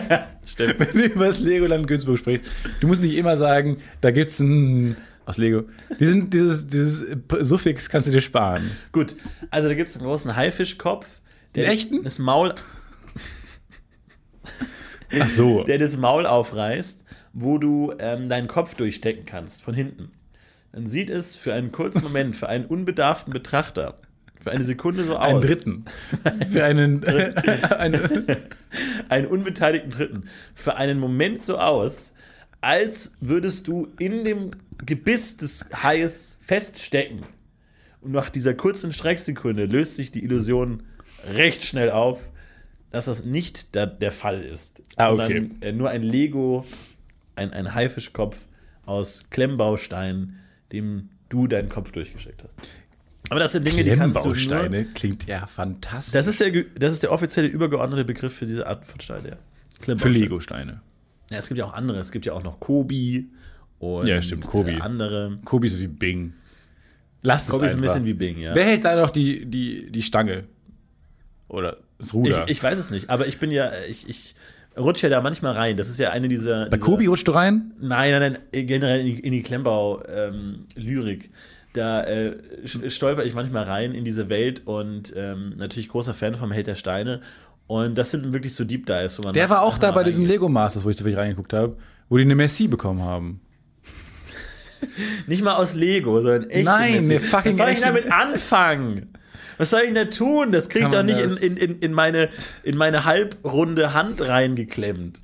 [SPEAKER 4] Stimmt.
[SPEAKER 3] wenn du über das Legoland Günzburg sprichst, du musst nicht immer sagen, da gibt's ein aus Lego. Diesen, dieses, dieses Suffix kannst du dir sparen.
[SPEAKER 4] Gut, also da gibt es einen großen Haifischkopf, der
[SPEAKER 3] Einen echten?
[SPEAKER 4] das Maul,
[SPEAKER 3] Ach so.
[SPEAKER 4] der das Maul aufreißt, wo du ähm, deinen Kopf durchstecken kannst, von hinten. Dann sieht es für einen kurzen Moment, für einen unbedarften Betrachter, für eine Sekunde so aus.
[SPEAKER 3] Einen dritten. Für einen. eine,
[SPEAKER 4] einen unbeteiligten Dritten für einen Moment so aus, als würdest du in dem Gebiss des Haies feststecken. Und nach dieser kurzen Strecksekunde löst sich die Illusion recht schnell auf, dass das nicht da, der Fall ist.
[SPEAKER 3] Ah, okay.
[SPEAKER 4] sondern, äh, nur ein Lego, ein, ein Haifischkopf aus Klemmbausteinen, dem du deinen Kopf durchgesteckt hast. Aber das sind Dinge, die kannst du nur
[SPEAKER 3] Klemmbausteine klingt ja fantastisch.
[SPEAKER 4] das ist, der, ge- das ist der offizielle übergeordnete Begriff für diese Art von Stein, ja.
[SPEAKER 3] für
[SPEAKER 4] Klemmbaustein.
[SPEAKER 3] Lego-Steine.
[SPEAKER 4] Ja, es gibt ja auch andere. Es gibt ja auch noch Kobi und
[SPEAKER 3] Ja, stimmt, Kobi.
[SPEAKER 4] äh, andere.
[SPEAKER 3] Kobi ist wie Bing. Lass es
[SPEAKER 4] Kobi ist ein
[SPEAKER 3] einfach.
[SPEAKER 4] bisschen wie Bing, ja.
[SPEAKER 3] Wer hält da noch die, die, die Stange? Oder das Ruder?
[SPEAKER 4] Ich, ich weiß es nicht, aber ich bin ja, ich, ich rutsche ja da manchmal rein. Das ist ja eine dieser.
[SPEAKER 3] Bei
[SPEAKER 4] dieser-
[SPEAKER 3] Kobi rutscht du rein?
[SPEAKER 4] Nein, nein, nein, äh, generell in die, in die Klemmbau-Lyrik. da äh, sch- stolper ich manchmal rein in diese Welt und ähm, natürlich großer Fan vom Held der Steine. Und das sind wirklich so Deep Dives, wo man
[SPEAKER 3] Der war
[SPEAKER 4] nachts
[SPEAKER 3] auch
[SPEAKER 4] einfach
[SPEAKER 3] da
[SPEAKER 4] mal
[SPEAKER 3] bei diesem
[SPEAKER 4] reingeht.
[SPEAKER 3] Lego Masters, wo ich zufällig reingeguckt habe, wo die eine Merci bekommen haben.
[SPEAKER 4] Nicht mal aus Lego, sondern echt.
[SPEAKER 3] Nein, eine fucking
[SPEAKER 4] Was soll ich
[SPEAKER 3] echte-
[SPEAKER 4] damit anfangen? Was soll ich denn da tun? Das krieg ich
[SPEAKER 3] Kann
[SPEAKER 4] doch
[SPEAKER 3] man
[SPEAKER 4] nicht in,
[SPEAKER 3] das-
[SPEAKER 4] in, in, in, meine, in meine halbrunde Hand reingeklemmt.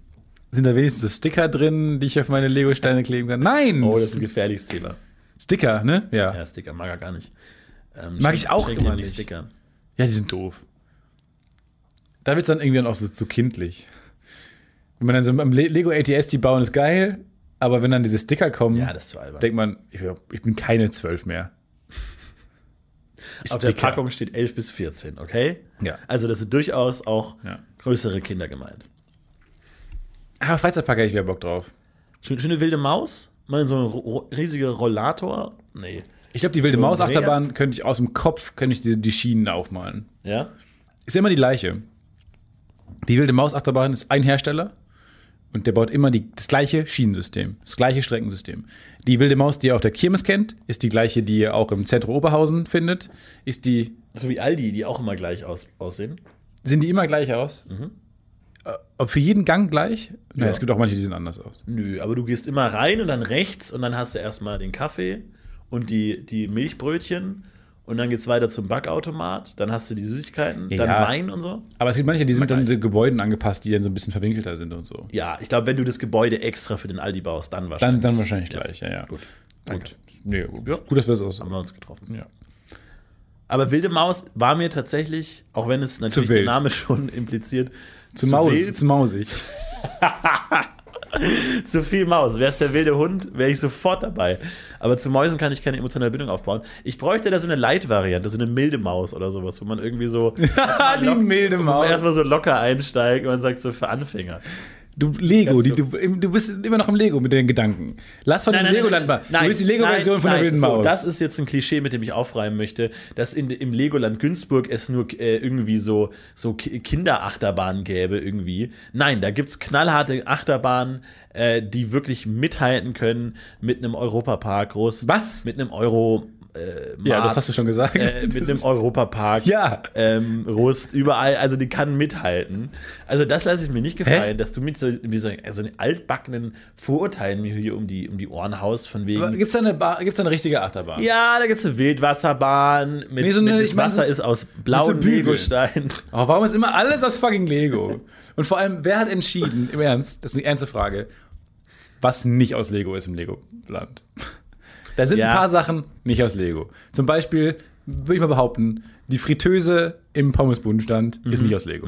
[SPEAKER 3] Sind da wenigstens so Sticker drin, die ich auf meine Lego Steine kleben kann? Nein!
[SPEAKER 4] Oh, das ist ein gefährliches Thema.
[SPEAKER 3] Sticker, ne? Ja. ja.
[SPEAKER 4] Ja, Sticker mag er gar nicht. Ähm,
[SPEAKER 3] Mag ich
[SPEAKER 4] schenk-
[SPEAKER 3] auch
[SPEAKER 4] schenk
[SPEAKER 3] immer
[SPEAKER 4] ihm die
[SPEAKER 3] nicht.
[SPEAKER 4] Sticker.
[SPEAKER 3] die sind doof. Da wird's dann irgendwie dann auch so zu kindlich. Wenn man dann so am Le Lego ATS die bauen ist geil, aber wenn dann diese Sticker kommen,
[SPEAKER 4] Ja, das ist zu albern.
[SPEAKER 3] denkt man, ich, ich bin keine zwölf mehr.
[SPEAKER 4] Auf der
[SPEAKER 3] Sticker.
[SPEAKER 4] Packung steht 11 bis 14, okay?
[SPEAKER 3] Ja.
[SPEAKER 4] Also, das sind durchaus auch
[SPEAKER 3] Ja.
[SPEAKER 4] größere Kinder gemeint.
[SPEAKER 3] Aber Ah, Freizeitpark hätte ich wieder Bock drauf.
[SPEAKER 4] Schöne, schöne wilde Maus? Mal so ein ro- ro- riesiger Rollator? Nee.
[SPEAKER 3] Ich glaube, die wilde
[SPEAKER 4] So ein
[SPEAKER 3] Maus Achterbahn könnte ich aus dem Kopf könnte ich die, die Schienen aufmalen.
[SPEAKER 4] Ja?
[SPEAKER 3] Ist ja immer die gleiche. Die wilde Maus Achterbahn ist ein Hersteller und der baut immer die, das gleiche Schienensystem, das gleiche Streckensystem. Die wilde Maus, die ihr auf der Kirmes kennt, ist die gleiche, die ihr auch im Zentrum Oberhausen findet. Ist die,
[SPEAKER 4] So wie Aldi, die auch immer gleich aus, aussehen.
[SPEAKER 3] sind die immer gleich aus? Äh, Ob für jeden Gang gleich? Naja,
[SPEAKER 4] Mhm. Ja.
[SPEAKER 3] es gibt auch manche, die sehen anders aus.
[SPEAKER 4] Nö, aber du gehst immer rein und dann rechts und dann hast du erstmal den Kaffee und die, die Milchbrötchen und dann geht's weiter zum Backautomat, dann hast du die Süßigkeiten,
[SPEAKER 3] Ja.
[SPEAKER 4] dann Wein und so.
[SPEAKER 3] Aber es gibt manche, die sind
[SPEAKER 4] Immer
[SPEAKER 3] dann den Gebäuden angepasst, die dann so ein bisschen verwinkelter sind und so.
[SPEAKER 4] Ja, ich glaube, wenn du das Gebäude extra für den Aldi baust, dann
[SPEAKER 3] Dann,
[SPEAKER 4] wahrscheinlich.
[SPEAKER 3] dann wahrscheinlich
[SPEAKER 4] Ja.
[SPEAKER 3] gleich, ja, ja.
[SPEAKER 4] Gut.
[SPEAKER 3] Gut.
[SPEAKER 4] Danke.
[SPEAKER 3] Nee, gut.
[SPEAKER 4] Ja.
[SPEAKER 3] gut, dass wir es aus.
[SPEAKER 4] Haben wir uns getroffen.
[SPEAKER 3] Ja.
[SPEAKER 4] Aber Wilde Maus war mir tatsächlich, auch wenn es natürlich
[SPEAKER 3] Zu
[SPEAKER 4] der
[SPEAKER 3] wild.
[SPEAKER 4] Name schon impliziert,
[SPEAKER 3] Zu, Maus,
[SPEAKER 4] wild,
[SPEAKER 3] zu mausig.
[SPEAKER 4] zu viel Maus. Wäre es der wilde Hund, wäre ich sofort dabei. Aber zu Mäusen kann ich keine emotionale Bindung aufbauen. Ich bräuchte da so eine Light-Variante, so eine milde Maus oder sowas, wo man irgendwie so
[SPEAKER 3] die milde Maus.
[SPEAKER 4] erstmal so locker einsteigt und man sagt so für Anfänger.
[SPEAKER 3] Du Lego,
[SPEAKER 4] Ganz
[SPEAKER 3] die,
[SPEAKER 4] so.
[SPEAKER 3] du, im- du bist immer noch im Lego mit den Gedanken. Lass von dem Legoland mal. Du willst die Lego-Version von der
[SPEAKER 4] nein.
[SPEAKER 3] wilden
[SPEAKER 4] So,
[SPEAKER 3] Maus.
[SPEAKER 4] das ist jetzt ein Klischee, mit dem ich aufräumen möchte, dass in, im Legoland Günzburg es nur äh, irgendwie so, so Ki- Kinderachterbahnen gäbe irgendwie. Nein, da gibt es knallharte Achterbahnen, äh, die wirklich mithalten können mit einem Europapark groß.
[SPEAKER 3] Was?
[SPEAKER 4] Mit einem Euro. äh,
[SPEAKER 3] Ja,
[SPEAKER 4] Markt,
[SPEAKER 3] das hast du schon gesagt.
[SPEAKER 4] äh, mit
[SPEAKER 3] Das
[SPEAKER 4] einem
[SPEAKER 3] ist-
[SPEAKER 4] Europapark,
[SPEAKER 3] Ja.
[SPEAKER 4] ähm, Rust, überall, also die kann mithalten. Also das lasse ich mir nicht gefallen, dass du mit so, mit so, so einen altbackenen Vorurteilen mir hier um die, um die Ohren haust, von wegen,
[SPEAKER 3] Gibt es da, eine Ba- gibt's da eine richtige Achterbahn?
[SPEAKER 4] ja, da gibt es eine Wildwasserbahn, mit,
[SPEAKER 3] Nee, so eine-
[SPEAKER 4] mit
[SPEAKER 3] ich
[SPEAKER 4] das
[SPEAKER 3] meine
[SPEAKER 4] Wasser
[SPEAKER 3] so-
[SPEAKER 4] ist aus blauen
[SPEAKER 3] Bügeln.
[SPEAKER 4] Legostein.
[SPEAKER 3] Aber Oh, warum ist immer alles aus fucking Lego? Und vor allem, wer hat entschieden, im Ernst, das ist eine ernste Frage, was nicht aus Lego ist im Lego-Land? Da sind
[SPEAKER 4] Ja.
[SPEAKER 3] ein paar Sachen nicht aus Lego. Zum Beispiel, würde ich mal behaupten, die Fritteuse im Pommesbudenstand
[SPEAKER 4] Mhm.
[SPEAKER 3] ist nicht aus Lego.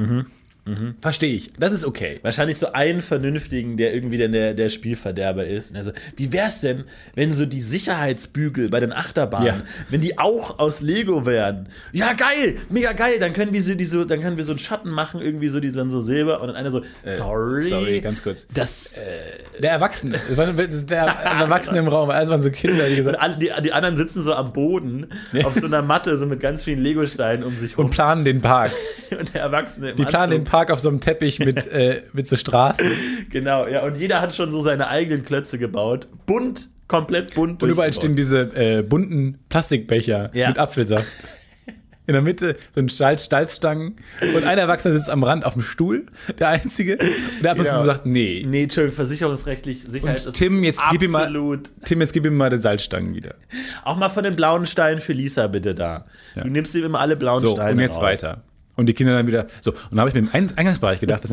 [SPEAKER 3] Verstehe ich. Das ist okay.
[SPEAKER 4] Wahrscheinlich so einen Vernünftigen, der irgendwie dann der, der Spielverderber ist. Und er so, wie wär's denn, wenn so die Sicherheitsbügel bei den Achterbahnen,
[SPEAKER 3] Ja.
[SPEAKER 4] wenn die auch aus Lego wären? Ja, geil, mega geil, dann können wir so, die so, dann können wir so einen Schatten machen, irgendwie so, die sind so silber und dann einer so, sorry.
[SPEAKER 3] Äh, sorry, ganz Äh, kurz.
[SPEAKER 4] Das,
[SPEAKER 3] Der Erwachsene. Das waren- das ist Der Erwachsene im Raum. Alles waren so Kinder, die
[SPEAKER 4] und
[SPEAKER 3] gesagt
[SPEAKER 4] alle- die, die anderen sitzen so am Boden, auf so einer Matte, so mit ganz vielen Legosteinen um sich rum.
[SPEAKER 3] und planen den Park.
[SPEAKER 4] Und der Erwachsene im
[SPEAKER 3] Die planen den
[SPEAKER 4] Anzug.
[SPEAKER 3] Park auf so einem Teppich mit, äh, mit so Straßen.
[SPEAKER 4] Genau, ja, und jeder hat schon so seine eigenen Klötze gebaut. Bunt, komplett bunt.
[SPEAKER 3] Und überall
[SPEAKER 4] durchgebaut.
[SPEAKER 3] stehen diese äh, bunten Plastikbecher
[SPEAKER 4] Ja.
[SPEAKER 3] mit Apfelsaft. In der Mitte so ein Stahl, Stahlstangen. Und ein Erwachsener sitzt am Rand auf dem Stuhl, der Einzige. Und der ab und zu
[SPEAKER 4] Genau.
[SPEAKER 3] sagt, nee,
[SPEAKER 4] Nee, Entschuldigung, versicherungsrechtlich Sicherheit
[SPEAKER 3] Und Tim, jetzt gib ihm mal-
[SPEAKER 4] absolut.
[SPEAKER 3] Tim, jetzt gib ihm mal die Salzstangen wieder.
[SPEAKER 4] Auch mal von den blauen Steinen für Lisa bitte da. Du nimmst ihm immer alle blauen
[SPEAKER 3] So,
[SPEAKER 4] Steine.
[SPEAKER 3] und jetzt
[SPEAKER 4] raus.
[SPEAKER 3] weiter. Und die Kinder dann wieder, so, und da habe ich mir im Ein- Eingangsbereich gedacht, dass,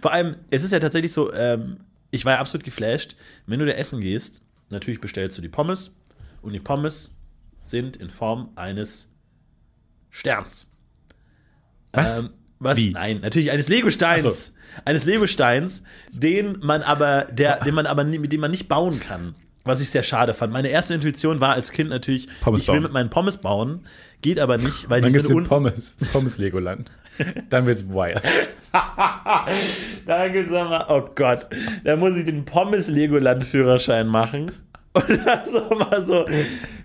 [SPEAKER 4] Vor allem, es ist ja tatsächlich so, ähm, ich war ja absolut geflasht, wenn du da essen gehst, natürlich bestellst du die Pommes und die Pommes sind in Form eines Sterns.
[SPEAKER 3] was?
[SPEAKER 4] Ähm, was?
[SPEAKER 3] Wie?
[SPEAKER 4] Nein, natürlich eines Lego-Steins.
[SPEAKER 3] Ach so.
[SPEAKER 4] Eines Lego-Steins, den man aber, der, den man aber, nie- mit dem man nicht bauen kann. Was ich sehr schade fand. Meine erste Intuition war als Kind natürlich,
[SPEAKER 3] Pommes
[SPEAKER 4] ich will
[SPEAKER 3] bauen.
[SPEAKER 4] mit meinen Pommes bauen, geht aber nicht, weil die
[SPEAKER 3] dann gibt
[SPEAKER 4] sind
[SPEAKER 3] es den
[SPEAKER 4] unten.
[SPEAKER 3] Pommes, das Pommes-Legoland. dann wird's wild.
[SPEAKER 4] Danke, sag mal, oh Gott, da muss ich den Pommes-Legoland-Führerschein machen. Und dann so mal so,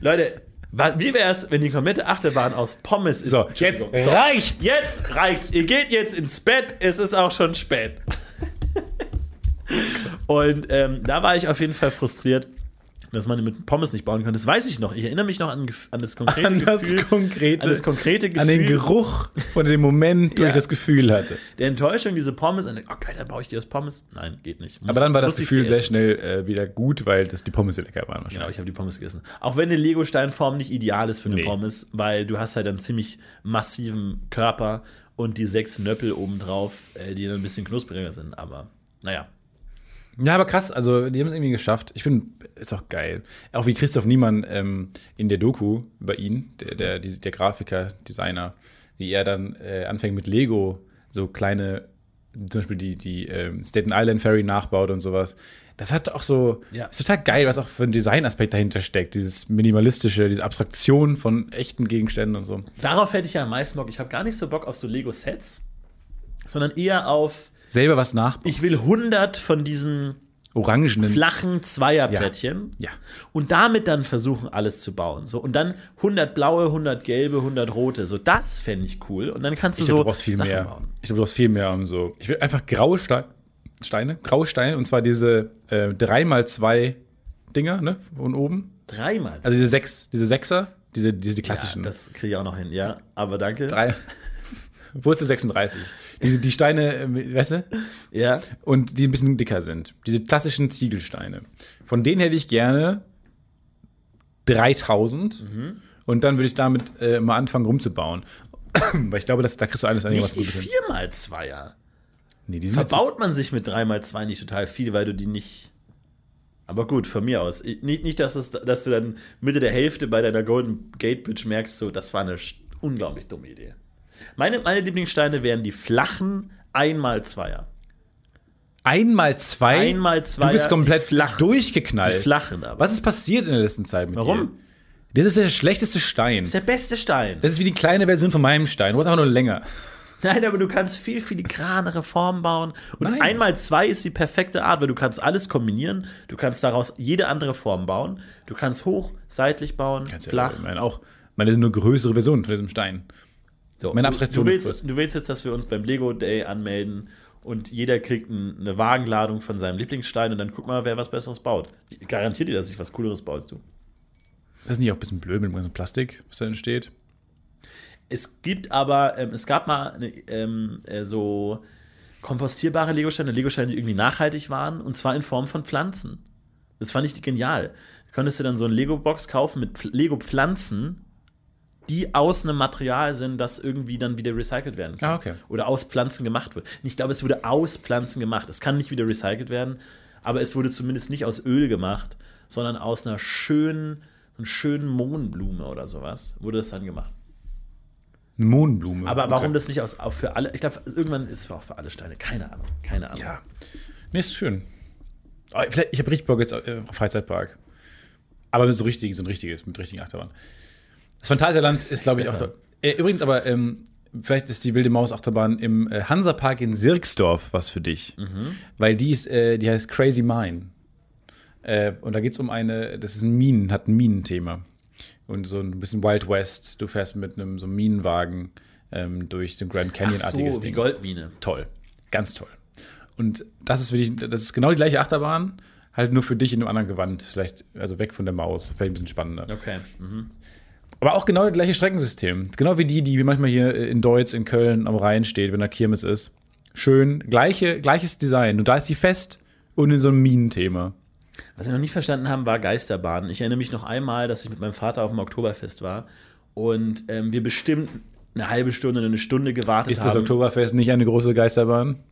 [SPEAKER 4] Leute, wa- wie wär's, wenn die komplette Achterbahn aus Pommes ist?
[SPEAKER 3] So, jetzt
[SPEAKER 4] Entschuldigung.
[SPEAKER 3] reicht.
[SPEAKER 4] Jetzt reicht's. Ihr geht jetzt ins Bett. Es ist auch schon spät. Und ähm, da war ich auf jeden Fall frustriert, dass man mit Pommes nicht bauen kann. Das weiß ich noch. Ich erinnere mich noch an, gef- an das konkrete
[SPEAKER 3] An das
[SPEAKER 4] Gefühl.
[SPEAKER 3] konkrete,
[SPEAKER 4] an das konkrete Gefühl.
[SPEAKER 3] an den Geruch von dem Moment, wo
[SPEAKER 4] Ja.
[SPEAKER 3] ich das Gefühl hatte.
[SPEAKER 4] Der Enttäuschung, diese Pommes. Und, oh geil, dann baue ich die aus Pommes. Nein, geht nicht. Muss-
[SPEAKER 3] Aber dann war das
[SPEAKER 4] muss ich
[SPEAKER 3] Gefühl
[SPEAKER 4] sie
[SPEAKER 3] sehr
[SPEAKER 4] essen.
[SPEAKER 3] schnell äh, wieder gut, weil das die Pommes sehr lecker waren wahrscheinlich.
[SPEAKER 4] Genau, ich habe die Pommes gegessen. Auch wenn eine Lego-Steinform nicht ideal ist für eine
[SPEAKER 3] Nee.
[SPEAKER 4] Pommes, weil du hast halt einen ziemlich massiven Körper und die sechs Nöppel obendrauf, äh, die dann ein bisschen knuspriger sind. Aber naja,
[SPEAKER 3] Ja, aber krass, also die haben es irgendwie geschafft. Ich finde, ist auch geil. Auch wie Christoph Niemann ähm, in der Doku über ihn, der, der, die- der Grafiker, Designer, wie er dann äh, anfängt mit Lego so kleine, zum Beispiel die, die ähm, Staten Island Ferry nachbaut und sowas. Das hat auch so,
[SPEAKER 4] Ja.
[SPEAKER 3] ist total geil, was auch für ein Designaspekt dahinter steckt. Dieses minimalistische, diese Abstraktion von echten Gegenständen und so.
[SPEAKER 4] Darauf hätte ich ja am meisten Bock. Ich habe gar nicht so Bock auf so Lego-Sets, sondern eher auf,
[SPEAKER 3] Selber was nachbauen.
[SPEAKER 4] ich will 100 von diesen
[SPEAKER 3] Orangenen.
[SPEAKER 4] flachen Zweierplättchen
[SPEAKER 3] Ja.
[SPEAKER 4] und damit dann versuchen, alles zu bauen. So, und dann 100 blaue, 100 gelbe, 100 rote. So, das fände ich cool. Und dann kannst du
[SPEAKER 3] Ich
[SPEAKER 4] so
[SPEAKER 3] glaube, du brauchst viel
[SPEAKER 4] Sachen
[SPEAKER 3] mehr.
[SPEAKER 4] bauen.
[SPEAKER 3] Ich glaube, du brauchst viel mehr um so. Ich will einfach graue Ste Steine, graue Steine, und zwar diese äh, 3x2 Dinger, ne? Von oben.
[SPEAKER 4] Dreimal.
[SPEAKER 3] Also diese sechs, diese Sechser, diese, diese die
[SPEAKER 4] ja,
[SPEAKER 3] klassischen.
[SPEAKER 4] das kriege ich auch noch hin, ja. Aber danke.
[SPEAKER 3] drei. Wo ist der 36? Diese, die Steine, äh, weißt du?
[SPEAKER 4] Ja.
[SPEAKER 3] Und die ein bisschen dicker sind. Diese klassischen Ziegelsteine. Von denen hätte ich gerne 3000. Und dann würde ich damit äh, mal anfangen rumzubauen. Weil ich glaube, dass, da kriegst du alles an
[SPEAKER 4] Nicht
[SPEAKER 3] irgendwas
[SPEAKER 4] die
[SPEAKER 3] Gutes hin.
[SPEAKER 4] 4x2er.
[SPEAKER 3] Nee, die sind mir zu
[SPEAKER 4] Verbaut man sich mit 3x2 nicht total viel, weil du die nicht. Aber gut, von mir aus. Ich- Nicht, nicht dass, es, dass du dann Mitte der Hälfte bei deiner Golden Gate Bridge merkst, so, das war eine sch- unglaublich dumme Idee. Meine, meine Lieblingssteine wären die flachen 1x2er.
[SPEAKER 3] Einmal zwei.
[SPEAKER 4] Einmal zwei,
[SPEAKER 3] Du bist
[SPEAKER 4] ja,
[SPEAKER 3] komplett
[SPEAKER 4] die flachen.
[SPEAKER 3] durchgeknallt.
[SPEAKER 4] Die flachen aber.
[SPEAKER 3] Was ist passiert in der letzten Zeit mit dir?
[SPEAKER 4] Warum?
[SPEAKER 3] Das ist der schlechteste Stein.
[SPEAKER 4] Das ist der beste Stein.
[SPEAKER 3] Das ist wie die kleine Version von meinem Stein. Du hast einfach nur länger.
[SPEAKER 4] Nein, aber du kannst viel filigranere Formen bauen. Und
[SPEAKER 3] Nein.
[SPEAKER 4] einmal zwei ist die perfekte Art, weil du kannst alles kombinieren. Du kannst daraus jede andere Form bauen. Du kannst hoch, seitlich bauen,
[SPEAKER 3] Kannst ja
[SPEAKER 4] flach.
[SPEAKER 3] Ich meine, auch. ich Meine, das sind nur größere Versionen von diesem Stein.
[SPEAKER 4] So,
[SPEAKER 3] Meine
[SPEAKER 4] du-
[SPEAKER 3] Abstraktion
[SPEAKER 4] du
[SPEAKER 3] ist
[SPEAKER 4] willst,
[SPEAKER 3] größer.
[SPEAKER 4] du willst jetzt, dass wir uns beim Lego Day anmelden und jeder kriegt ein, eine Wagenladung von seinem Lieblingsstein und dann guck mal, wer was Besseres baut. Ich garantiere dir, dass ich was Cooleres baue als du.
[SPEAKER 3] Das ist nicht auch ein bisschen blöd mit dem ganzen Plastik, was da entsteht.
[SPEAKER 4] Es gibt aber, ähm, es gab mal eine, ähm, äh, so kompostierbare Legosteine, Legosteine, die irgendwie nachhaltig waren, und zwar in Form von Pflanzen. Das fand ich genial. Da konntest du dann so eine Lego-Box kaufen mit Pf- Lego-Pflanzen, die aus einem Material sind, das irgendwie dann wieder recycelt werden kann.
[SPEAKER 3] Ah, okay.
[SPEAKER 4] Oder aus Pflanzen gemacht wird. Und ich glaube, es wurde aus Pflanzen gemacht. Es kann nicht wieder recycelt werden, aber es wurde zumindest nicht aus Öl gemacht, sondern aus einer schönen, so einer schönen Mohnblume oder sowas wurde das dann gemacht.
[SPEAKER 3] Mohnblume.
[SPEAKER 4] Aber warum
[SPEAKER 3] okay.
[SPEAKER 4] das nicht aus, auch für alle? Ich glaube, irgendwann ist es auch für alle Steine. Keine Ahnung. Keine Ahnung.
[SPEAKER 3] Ja. Nee, ist schön. Oh, vielleicht, ich habe richtig Bock jetzt auf äh, Freizeitpark. Aber mit so richtigen, so ein richtiges, mit richtigen Achterbahn. Das Phantasialand ist, glaube ich, auch toll. Äh, übrigens aber, ähm, vielleicht ist die Wilde Maus Achterbahn im äh, Hansapark in Sirksdorf was für dich.
[SPEAKER 4] Mhm.
[SPEAKER 3] Weil die ist, äh, die heißt Crazy Mine. Äh, und da geht es um eine, das ist ein Minen, hat ein Minenthema. Und so ein bisschen Wild West. Du fährst mit einem so einem Minenwagen ähm, durch so ein Grand
[SPEAKER 4] Ach
[SPEAKER 3] Canyon-artiges
[SPEAKER 4] so, die
[SPEAKER 3] Ding
[SPEAKER 4] Goldmine.
[SPEAKER 3] toll. Ganz toll. Und das ist wirklich, das ist genau die gleiche Achterbahn, halt nur für dich in einem anderen Gewand. Vielleicht, also weg von der Maus, vielleicht ein bisschen spannender.
[SPEAKER 4] Okay. Mhm.
[SPEAKER 3] Aber auch genau das gleiche Streckensystem. Genau wie die, die manchmal hier in Deutz, in Köln am Rhein steht, wenn da Kirmes ist. Schön, gleiche, gleiches Design. Und da ist sie fest und in so einem Minenthema.
[SPEAKER 4] Was wir noch nicht verstanden haben, war Geisterbahn. Ich erinnere mich noch einmal, dass ich mit meinem Vater auf dem Oktoberfest war und ähm, wir bestimmt eine halbe Stunde oder eine Stunde gewartet
[SPEAKER 3] Ist
[SPEAKER 4] haben.
[SPEAKER 3] das Oktoberfest nicht eine große Geisterbahn?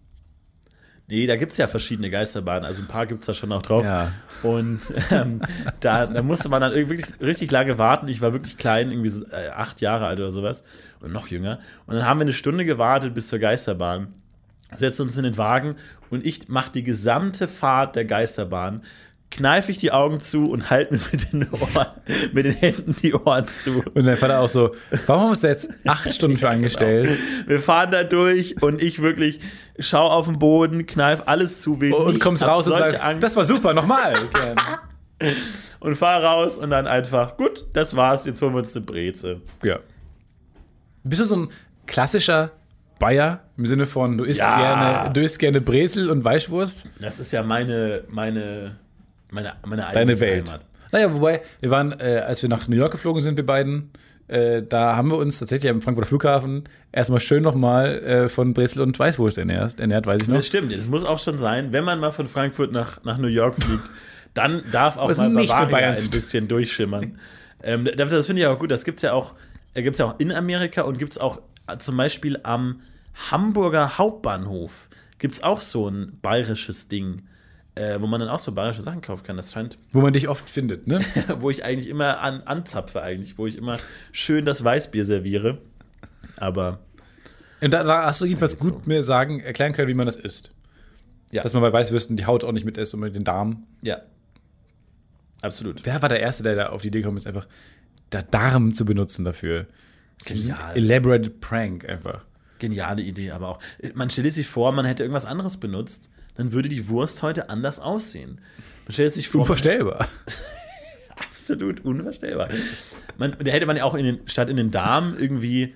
[SPEAKER 4] Nee, da gibt es ja verschiedene Geisterbahnen. Also ein paar gibt es da schon auch drauf.
[SPEAKER 3] Ja.
[SPEAKER 4] Und ähm, da, da musste man dann irgendwie wirklich richtig lange warten. Ich war wirklich klein, irgendwie so äh, acht Jahre alt oder sowas. Und noch jünger. Und dann haben wir eine Stunde gewartet bis zur Geisterbahn. Setzen uns in den Wagen und ich mache die gesamte Fahrt der Geisterbahn. Kneife ich die Augen zu und halte mir mit den, Ohren, mit den Händen die Ohren zu.
[SPEAKER 3] Und dann Vater auch so, warum haben wir uns da jetzt acht Stunden für
[SPEAKER 4] genau.
[SPEAKER 3] angestellt?
[SPEAKER 4] Wir fahren da durch und ich wirklich schau auf den Boden, kneif alles zu. will
[SPEAKER 3] Und
[SPEAKER 4] nicht,
[SPEAKER 3] kommst
[SPEAKER 4] hab
[SPEAKER 3] raus und
[SPEAKER 4] solche
[SPEAKER 3] sagst,
[SPEAKER 4] Angst.
[SPEAKER 3] das war super, nochmal.
[SPEAKER 4] und fahr raus und dann einfach, gut, das war's, jetzt holen wir uns eine Breze.
[SPEAKER 3] Ja. Bist du so ein klassischer Bayer im Sinne von, du isst,
[SPEAKER 4] Ja.
[SPEAKER 3] gerne, du isst gerne Brezel und Weichwurst?
[SPEAKER 4] Das ist ja meine, meine, meine, meine
[SPEAKER 3] Deine
[SPEAKER 4] eigentliche
[SPEAKER 3] Welt.
[SPEAKER 4] Heimat.
[SPEAKER 3] Naja, wobei, wir waren, äh, als wir nach New York geflogen sind, wir beiden, äh, da haben wir uns tatsächlich am Frankfurter Flughafen erstmal schön nochmal äh, von Brezel und Weißwurst ernährt, ernährt, weiß ich noch.
[SPEAKER 4] Das stimmt, das muss auch schon sein, wenn man mal von Frankfurt nach, nach New York fliegt, dann darf auch
[SPEAKER 3] Was
[SPEAKER 4] mal
[SPEAKER 3] nicht für
[SPEAKER 4] Bavaria
[SPEAKER 3] Bayern
[SPEAKER 4] ein
[SPEAKER 3] stimmt.
[SPEAKER 4] bisschen durchschimmern. ähm, das das finde ich auch gut, das gibt's ja auch, äh, gibt's ja auch in Amerika und gibt's auch äh, zum Beispiel am Hamburger Hauptbahnhof gibt's auch so ein bayerisches Ding, äh, wo man dann auch so bayerische Sachen kaufen kann. Das scheint
[SPEAKER 3] Wo man dich oft findet, ne?
[SPEAKER 4] wo ich eigentlich immer an, anzapfe, eigentlich, wo ich immer schön das Weißbier serviere. Aber
[SPEAKER 3] Und da, da hast du jedenfalls
[SPEAKER 4] geht's
[SPEAKER 3] gut mir sagen, erklären können, wie man das isst.
[SPEAKER 4] Ja.
[SPEAKER 3] Dass man bei Weißwürsten die Haut auch nicht mit isst und mit den Darm.
[SPEAKER 4] ja. Absolut.
[SPEAKER 3] Wer war der Erste, der da auf die Idee gekommen ist, einfach der Darm zu benutzen dafür?
[SPEAKER 4] Genial.
[SPEAKER 3] Elaborate Prank einfach.
[SPEAKER 4] Geniale Idee, aber auch. Man stellt sich vor, man hätte irgendwas anderes benutzt, dann würde die Wurst heute anders aussehen. Man stellt sich vor,
[SPEAKER 3] Unvorstellbar.
[SPEAKER 4] absolut unvorstellbar. Man, da hätte man ja auch in den, statt in den Darm irgendwie,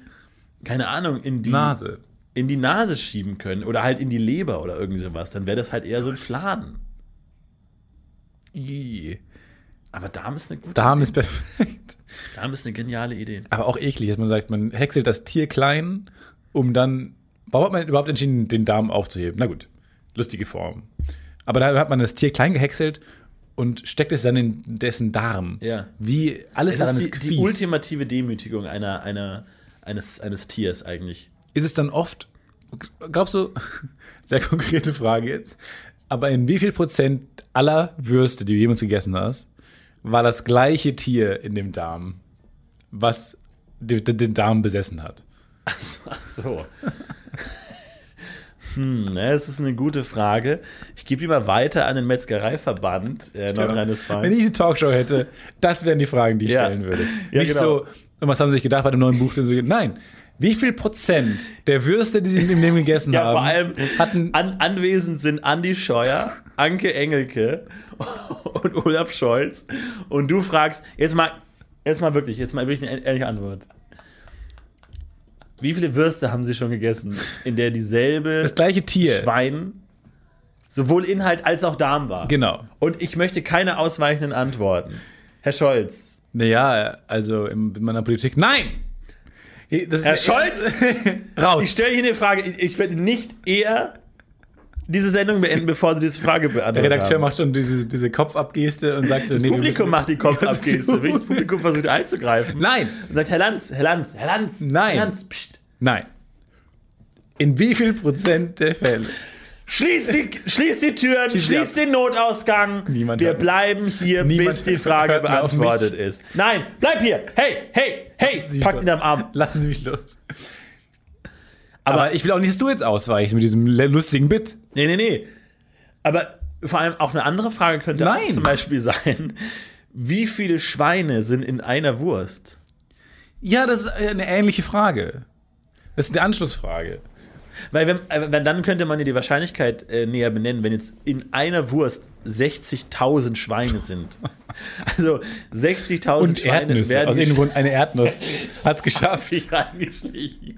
[SPEAKER 4] keine Ahnung, in die
[SPEAKER 3] Nase.
[SPEAKER 4] in die Nase schieben können oder halt in die Leber oder irgendwie sowas. Dann wäre das halt eher so ein Fladen.
[SPEAKER 3] Ii.
[SPEAKER 4] Aber Darm ist eine gute,
[SPEAKER 3] Darm ist perfekt.
[SPEAKER 4] Darm ist eine geniale Idee.
[SPEAKER 3] Aber auch eklig, dass man sagt, man häckselt das Tier klein, um dann. Warum hat man überhaupt entschieden, den Darm aufzuheben? Na gut, lustige Form. Aber da hat man das Tier klein gehäckselt und steckt es dann in dessen Darm.
[SPEAKER 4] Ja.
[SPEAKER 3] Wie alles
[SPEAKER 4] Das
[SPEAKER 3] daran
[SPEAKER 4] ist die,
[SPEAKER 3] ist,
[SPEAKER 4] die
[SPEAKER 3] fies.
[SPEAKER 4] ultimative Demütigung einer, einer, eines, eines Tiers eigentlich.
[SPEAKER 3] ist es dann oft, glaubst du, sehr konkrete Frage jetzt, aber in wie viel Prozent aller Würste, die du jemals gegessen hast, war das gleiche Tier in dem Darm, was den, den- den Darm besessen hat?
[SPEAKER 4] Ach so, Ach so. Hm, ne, das ist eine gute Frage. Ich gebe die mal weiter an den Metzgereiverband äh,
[SPEAKER 3] Wenn
[SPEAKER 4] Nordrhein-Westfalen.
[SPEAKER 3] ich eine Talkshow hätte, das wären die Fragen, die ich
[SPEAKER 4] Ja.
[SPEAKER 3] stellen würde.
[SPEAKER 4] Ja,
[SPEAKER 3] Nicht
[SPEAKER 4] genau.
[SPEAKER 3] so, und was haben sie sich gedacht bei dem neuen Buch? Denn so, nein, wie viel Prozent der Würste, die sie in dem Leben gegessen
[SPEAKER 4] Ja,
[SPEAKER 3] haben,
[SPEAKER 4] vor allem
[SPEAKER 3] ähm, hatten
[SPEAKER 4] an, anwesend sind Andi Scheuer, Anke Engelke und Olaf Scholz. Und du fragst, jetzt mal, jetzt mal wirklich, jetzt mal wirklich eine ehrliche Antwort. Wie viele Würste haben sie schon gegessen, in der dieselbe
[SPEAKER 3] das gleiche Tier?
[SPEAKER 4] Schwein sowohl Inhalt als auch Darm war.
[SPEAKER 3] Genau.
[SPEAKER 4] Und ich möchte keine ausweichenden Antworten. Herr Scholz,
[SPEAKER 3] Naja, also in meiner Politik. Nein! Das ist
[SPEAKER 4] Herr
[SPEAKER 3] eine-
[SPEAKER 4] Scholz! Ich
[SPEAKER 3] raus!
[SPEAKER 4] stelle hier eine Frage. Ich, ich werde nicht eher diese Sendung beenden, bevor Sie diese Frage beantworten.
[SPEAKER 3] Der Redakteur
[SPEAKER 4] haben.
[SPEAKER 3] macht schon diese, diese Kopfabgeste und sagt so, nee,
[SPEAKER 4] Das
[SPEAKER 3] wir müssen-
[SPEAKER 4] Publikum macht die Kopfabgeste. Welches Publikum versucht einzugreifen?
[SPEAKER 3] Nein!
[SPEAKER 4] Und sagt, Herr Lanz, Herr Lanz, Herr Lanz,
[SPEAKER 3] Nein.
[SPEAKER 4] Herr Lanz, pst.
[SPEAKER 3] Nein! In wie viel Prozent der Fälle?
[SPEAKER 4] Schließ die, schließ die Türen,
[SPEAKER 3] Schieß sie
[SPEAKER 4] schließ
[SPEAKER 3] ab.
[SPEAKER 4] den Notausgang.
[SPEAKER 3] Niemand
[SPEAKER 4] Wir
[SPEAKER 3] hört-
[SPEAKER 4] bleiben hier,
[SPEAKER 3] Niemand
[SPEAKER 4] bis die Frage
[SPEAKER 3] hört mehr auf mich.
[SPEAKER 4] beantwortet ist. Nein, bleib hier. Hey, hey, hey. Packt ihn am Arm.
[SPEAKER 3] Lassen Sie mich los. Aber, ich will auch nicht, dass du jetzt ausweichst mit diesem le- lustigen Bit.
[SPEAKER 4] Nee, nee, nee. Aber vor allem auch eine andere Frage könnte auch
[SPEAKER 3] Nein.
[SPEAKER 4] zum Beispiel sein: Wie viele Schweine sind in einer Wurst?
[SPEAKER 3] Ja, das ist eine ähnliche Frage. Das ist eine Anschlussfrage.
[SPEAKER 4] Weil, wenn, äh, wenn dann könnte man ja die Wahrscheinlichkeit äh, näher benennen, wenn jetzt in einer Wurst 60.000 Schweine sind. Also 60.000
[SPEAKER 3] Und
[SPEAKER 4] Schweine
[SPEAKER 3] Erdnüsse. Also
[SPEAKER 4] werden
[SPEAKER 3] Aus
[SPEAKER 4] die
[SPEAKER 3] irgendeinem Grund eine Erdnuss. Hat's geschafft.
[SPEAKER 4] sich reingeschlichen.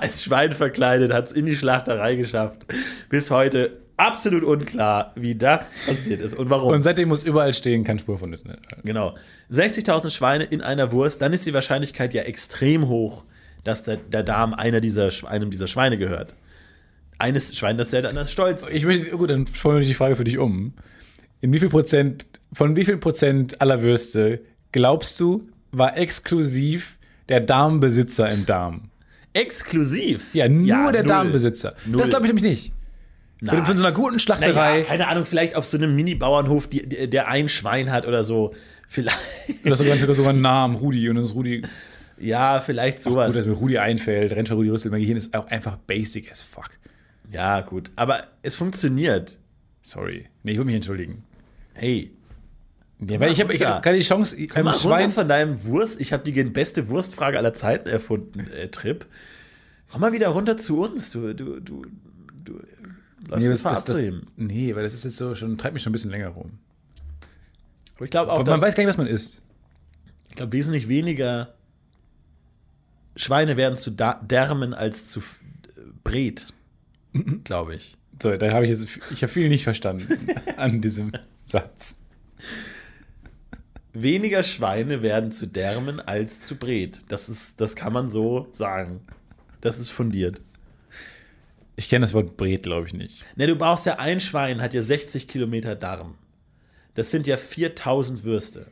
[SPEAKER 4] Als Schwein verkleidet, hat es in die Schlachterei geschafft. Bis heute absolut unklar, wie das passiert ist und warum.
[SPEAKER 3] Und seitdem muss überall stehen, kann Spur von Nüssen. enthalten.
[SPEAKER 4] genau. 60.000 Schweine in einer Wurst, dann ist die Wahrscheinlichkeit ja extrem hoch, dass der, der Darm einer dieser, Sch- einem dieser Schweine gehört. Eines Schwein, das ja dann das Stolz ist.
[SPEAKER 3] Ich möchte, gut, dann formuliere ich die Frage für dich um. In wie viel Prozent, von wie viel Prozent aller Würste glaubst du, war exklusiv der Darmbesitzer im Darm?
[SPEAKER 4] Exklusiv.
[SPEAKER 3] Ja, nur der
[SPEAKER 4] null.
[SPEAKER 3] Darmbesitzer.
[SPEAKER 4] Null.
[SPEAKER 3] Das glaube ich nämlich nicht. Von
[SPEAKER 4] Nein.
[SPEAKER 3] von so einer guten Schlachterei.
[SPEAKER 4] Naja, keine Ahnung, vielleicht auf so einem Mini-Bauernhof, die- die- der ein Schwein hat oder so. Vielleicht.
[SPEAKER 3] Oder sogar, sogar einen Namen, Rudi. Und dann ist Rudi, gut,
[SPEAKER 4] Ja, vielleicht sowas.
[SPEAKER 3] dass mir Rudi einfällt, rennt für Rudi Rüssel. Mein Gehirn ist auch einfach basic as fuck.
[SPEAKER 4] ja, gut. Aber es funktioniert.
[SPEAKER 3] Sorry. Nee, ich will mich entschuldigen.
[SPEAKER 4] Hey,
[SPEAKER 3] Nee, weil ich habe ich
[SPEAKER 4] runter.
[SPEAKER 3] hab keine Chance, einem
[SPEAKER 4] mal runter
[SPEAKER 3] Schwein.
[SPEAKER 4] von deinem Wurst. Ich habe die beste Wurstfrage aller Zeiten erfunden, äh, Trip. Komm mal wieder runter zu uns. Du, du, du, du äh, läufst
[SPEAKER 3] Nee, das,
[SPEAKER 4] Gefahr
[SPEAKER 3] das, das,
[SPEAKER 4] abzuheben.
[SPEAKER 3] nee, weil das ist jetzt so schon, treibt mich schon ein bisschen länger rum.
[SPEAKER 4] Aber ich glaube auch,
[SPEAKER 3] Aber man
[SPEAKER 4] dass
[SPEAKER 3] weiß gar nicht, was man isst.
[SPEAKER 4] ich glaub, wesentlich weniger Schweine werden zu da Därmen als zu F- äh, Bret.
[SPEAKER 3] Mhm.
[SPEAKER 4] Glaube ich.
[SPEAKER 3] So, da habe ich jetzt, ich habe viel nicht verstanden an diesem Satz.
[SPEAKER 4] Weniger Schweine werden zu Därmen als zu Bret. Das, ist, das kann man so sagen. Das ist fundiert.
[SPEAKER 3] Ich kenne das Wort Bret, glaube ich, nicht.
[SPEAKER 4] Ne, du brauchst ja ein Schwein, hat ja 60 Kilometer Darm. Das sind ja 4000 Würste.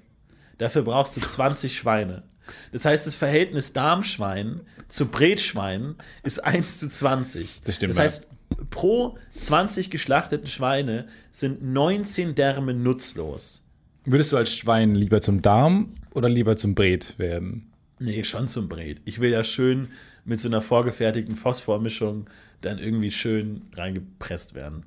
[SPEAKER 4] Dafür brauchst du 20 Schweine. Das heißt, das Verhältnis Darmschwein zu Bretschwein ist 1 zu 20.
[SPEAKER 3] Das stimmt,
[SPEAKER 4] Das
[SPEAKER 3] ja.
[SPEAKER 4] heißt, pro 20 geschlachteten Schweine sind 19 Därme nutzlos.
[SPEAKER 3] Würdest du als Schwein lieber zum Darm oder lieber zum Bret werden?
[SPEAKER 4] Nee, schon zum Bret. Ich will ja schön mit so einer vorgefertigten Phosphormischung dann irgendwie schön reingepresst werden.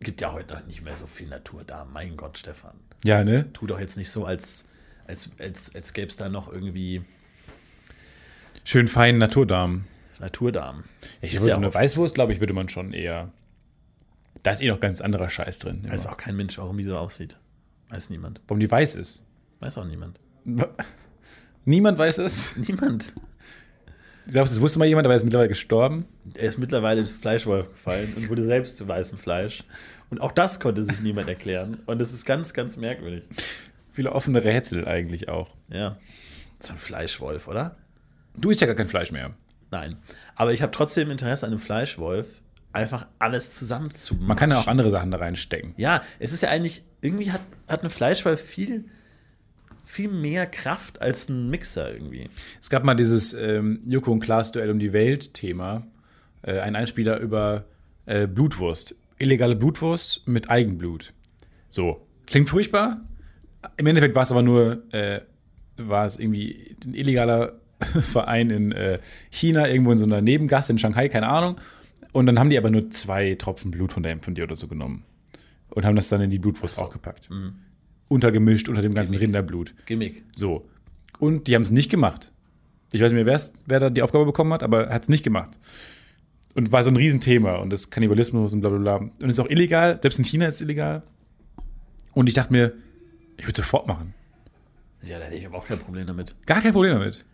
[SPEAKER 4] Gibt ja heute noch nicht mehr so viel Natur da. Mein Gott, Stefan.
[SPEAKER 3] Ja, ne?
[SPEAKER 4] Tu doch jetzt nicht so, als, als, als, als gäbe es da noch irgendwie
[SPEAKER 3] Schön feinen Naturdarm.
[SPEAKER 4] Naturdarm.
[SPEAKER 3] Ich
[SPEAKER 4] Ist
[SPEAKER 3] würde
[SPEAKER 4] ja
[SPEAKER 3] so eine
[SPEAKER 4] auch-
[SPEAKER 3] Weißwurst, glaube ich, würde man schon eher. Da ist eh noch ganz anderer Scheiß drin. immer.
[SPEAKER 4] Weiß auch kein Mensch, warum die so aussieht. Weiß niemand.
[SPEAKER 3] Warum Also, die weiß ist.
[SPEAKER 4] Weiß auch niemand.
[SPEAKER 3] Niemand weiß es.
[SPEAKER 4] Niemand.
[SPEAKER 3] Ich glaube, das wusste mal jemand, aber er ist mittlerweile gestorben.
[SPEAKER 4] Er ist mittlerweile in Fleischwolf gefallen und wurde selbst zu weißem Fleisch. Und auch das konnte sich niemand erklären. Und das ist ganz, ganz merkwürdig.
[SPEAKER 3] Viele offene Rätsel eigentlich auch.
[SPEAKER 4] Ja. So ein Fleischwolf, oder?
[SPEAKER 3] Du isst ja gar kein Fleisch mehr.
[SPEAKER 4] Nein. Aber ich habe trotzdem Interesse an einem Fleischwolf, einfach alles zusammen zu
[SPEAKER 3] Man kann ja auch andere Sachen da reinstecken.
[SPEAKER 4] Ja, es ist ja eigentlich, irgendwie hat, hat ein Fleischwolf viel, viel mehr Kraft als ein Mixer irgendwie.
[SPEAKER 3] Es gab mal dieses ähm, Joko und Klaas Duell um die Welt-Thema. Äh, ein Einspieler über äh, Blutwurst. Illegale Blutwurst mit Eigenblut. So. Klingt furchtbar. Im Endeffekt war es aber nur, äh, war es irgendwie ein illegaler Verein in äh, China, irgendwo in so einer Nebengasse in Shanghai, keine Ahnung. Und dann haben die aber nur zwei Tropfen Blut von, der, von dir oder so genommen. Und haben das dann in die Blutwurst auch gepackt. Untergemischt unter dem ganzen Rinderblut.
[SPEAKER 4] Gimmick.
[SPEAKER 3] So. Und die haben es nicht gemacht. Ich weiß nicht mehr, wer's, wer da die Aufgabe bekommen hat, aber hat es nicht gemacht. Und war so ein Riesenthema und das Kannibalismus und bla bla bla. Und ist auch illegal, selbst in China ist es illegal. Und ich dachte mir, ich würde sofort machen.
[SPEAKER 4] Ja, da hätte ich aber auch kein Problem damit. Hm.
[SPEAKER 3] Gar kein Problem damit.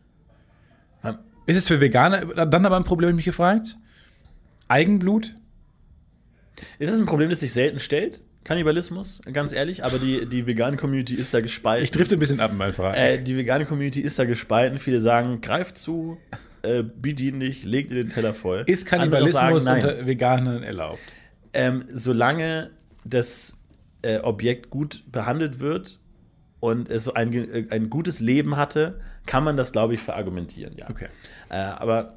[SPEAKER 4] Man-
[SPEAKER 3] Ist es für Veganer dann aber ein Problem, habe ich mich gefragt? Eigenblut?
[SPEAKER 4] Ist es ein Problem, das sich selten stellt? Kannibalismus, ganz ehrlich, aber die, die vegane Community ist da gespalten.
[SPEAKER 3] Ich drifte ein bisschen ab in meinen Fragen.
[SPEAKER 4] Äh, die vegane Community ist da gespalten. Viele sagen, greift zu, äh, bedien dich, legt dir den Teller voll.
[SPEAKER 3] ist Kannibalismus
[SPEAKER 4] Andere sagen, nein.
[SPEAKER 3] unter Veganern erlaubt?
[SPEAKER 4] Ähm, solange das äh, Objekt gut behandelt wird und es so ein, ge- äh, ein gutes Leben hatte, kann man das, glaube ich, verargumentieren. Ja.
[SPEAKER 3] Okay.
[SPEAKER 4] Äh, aber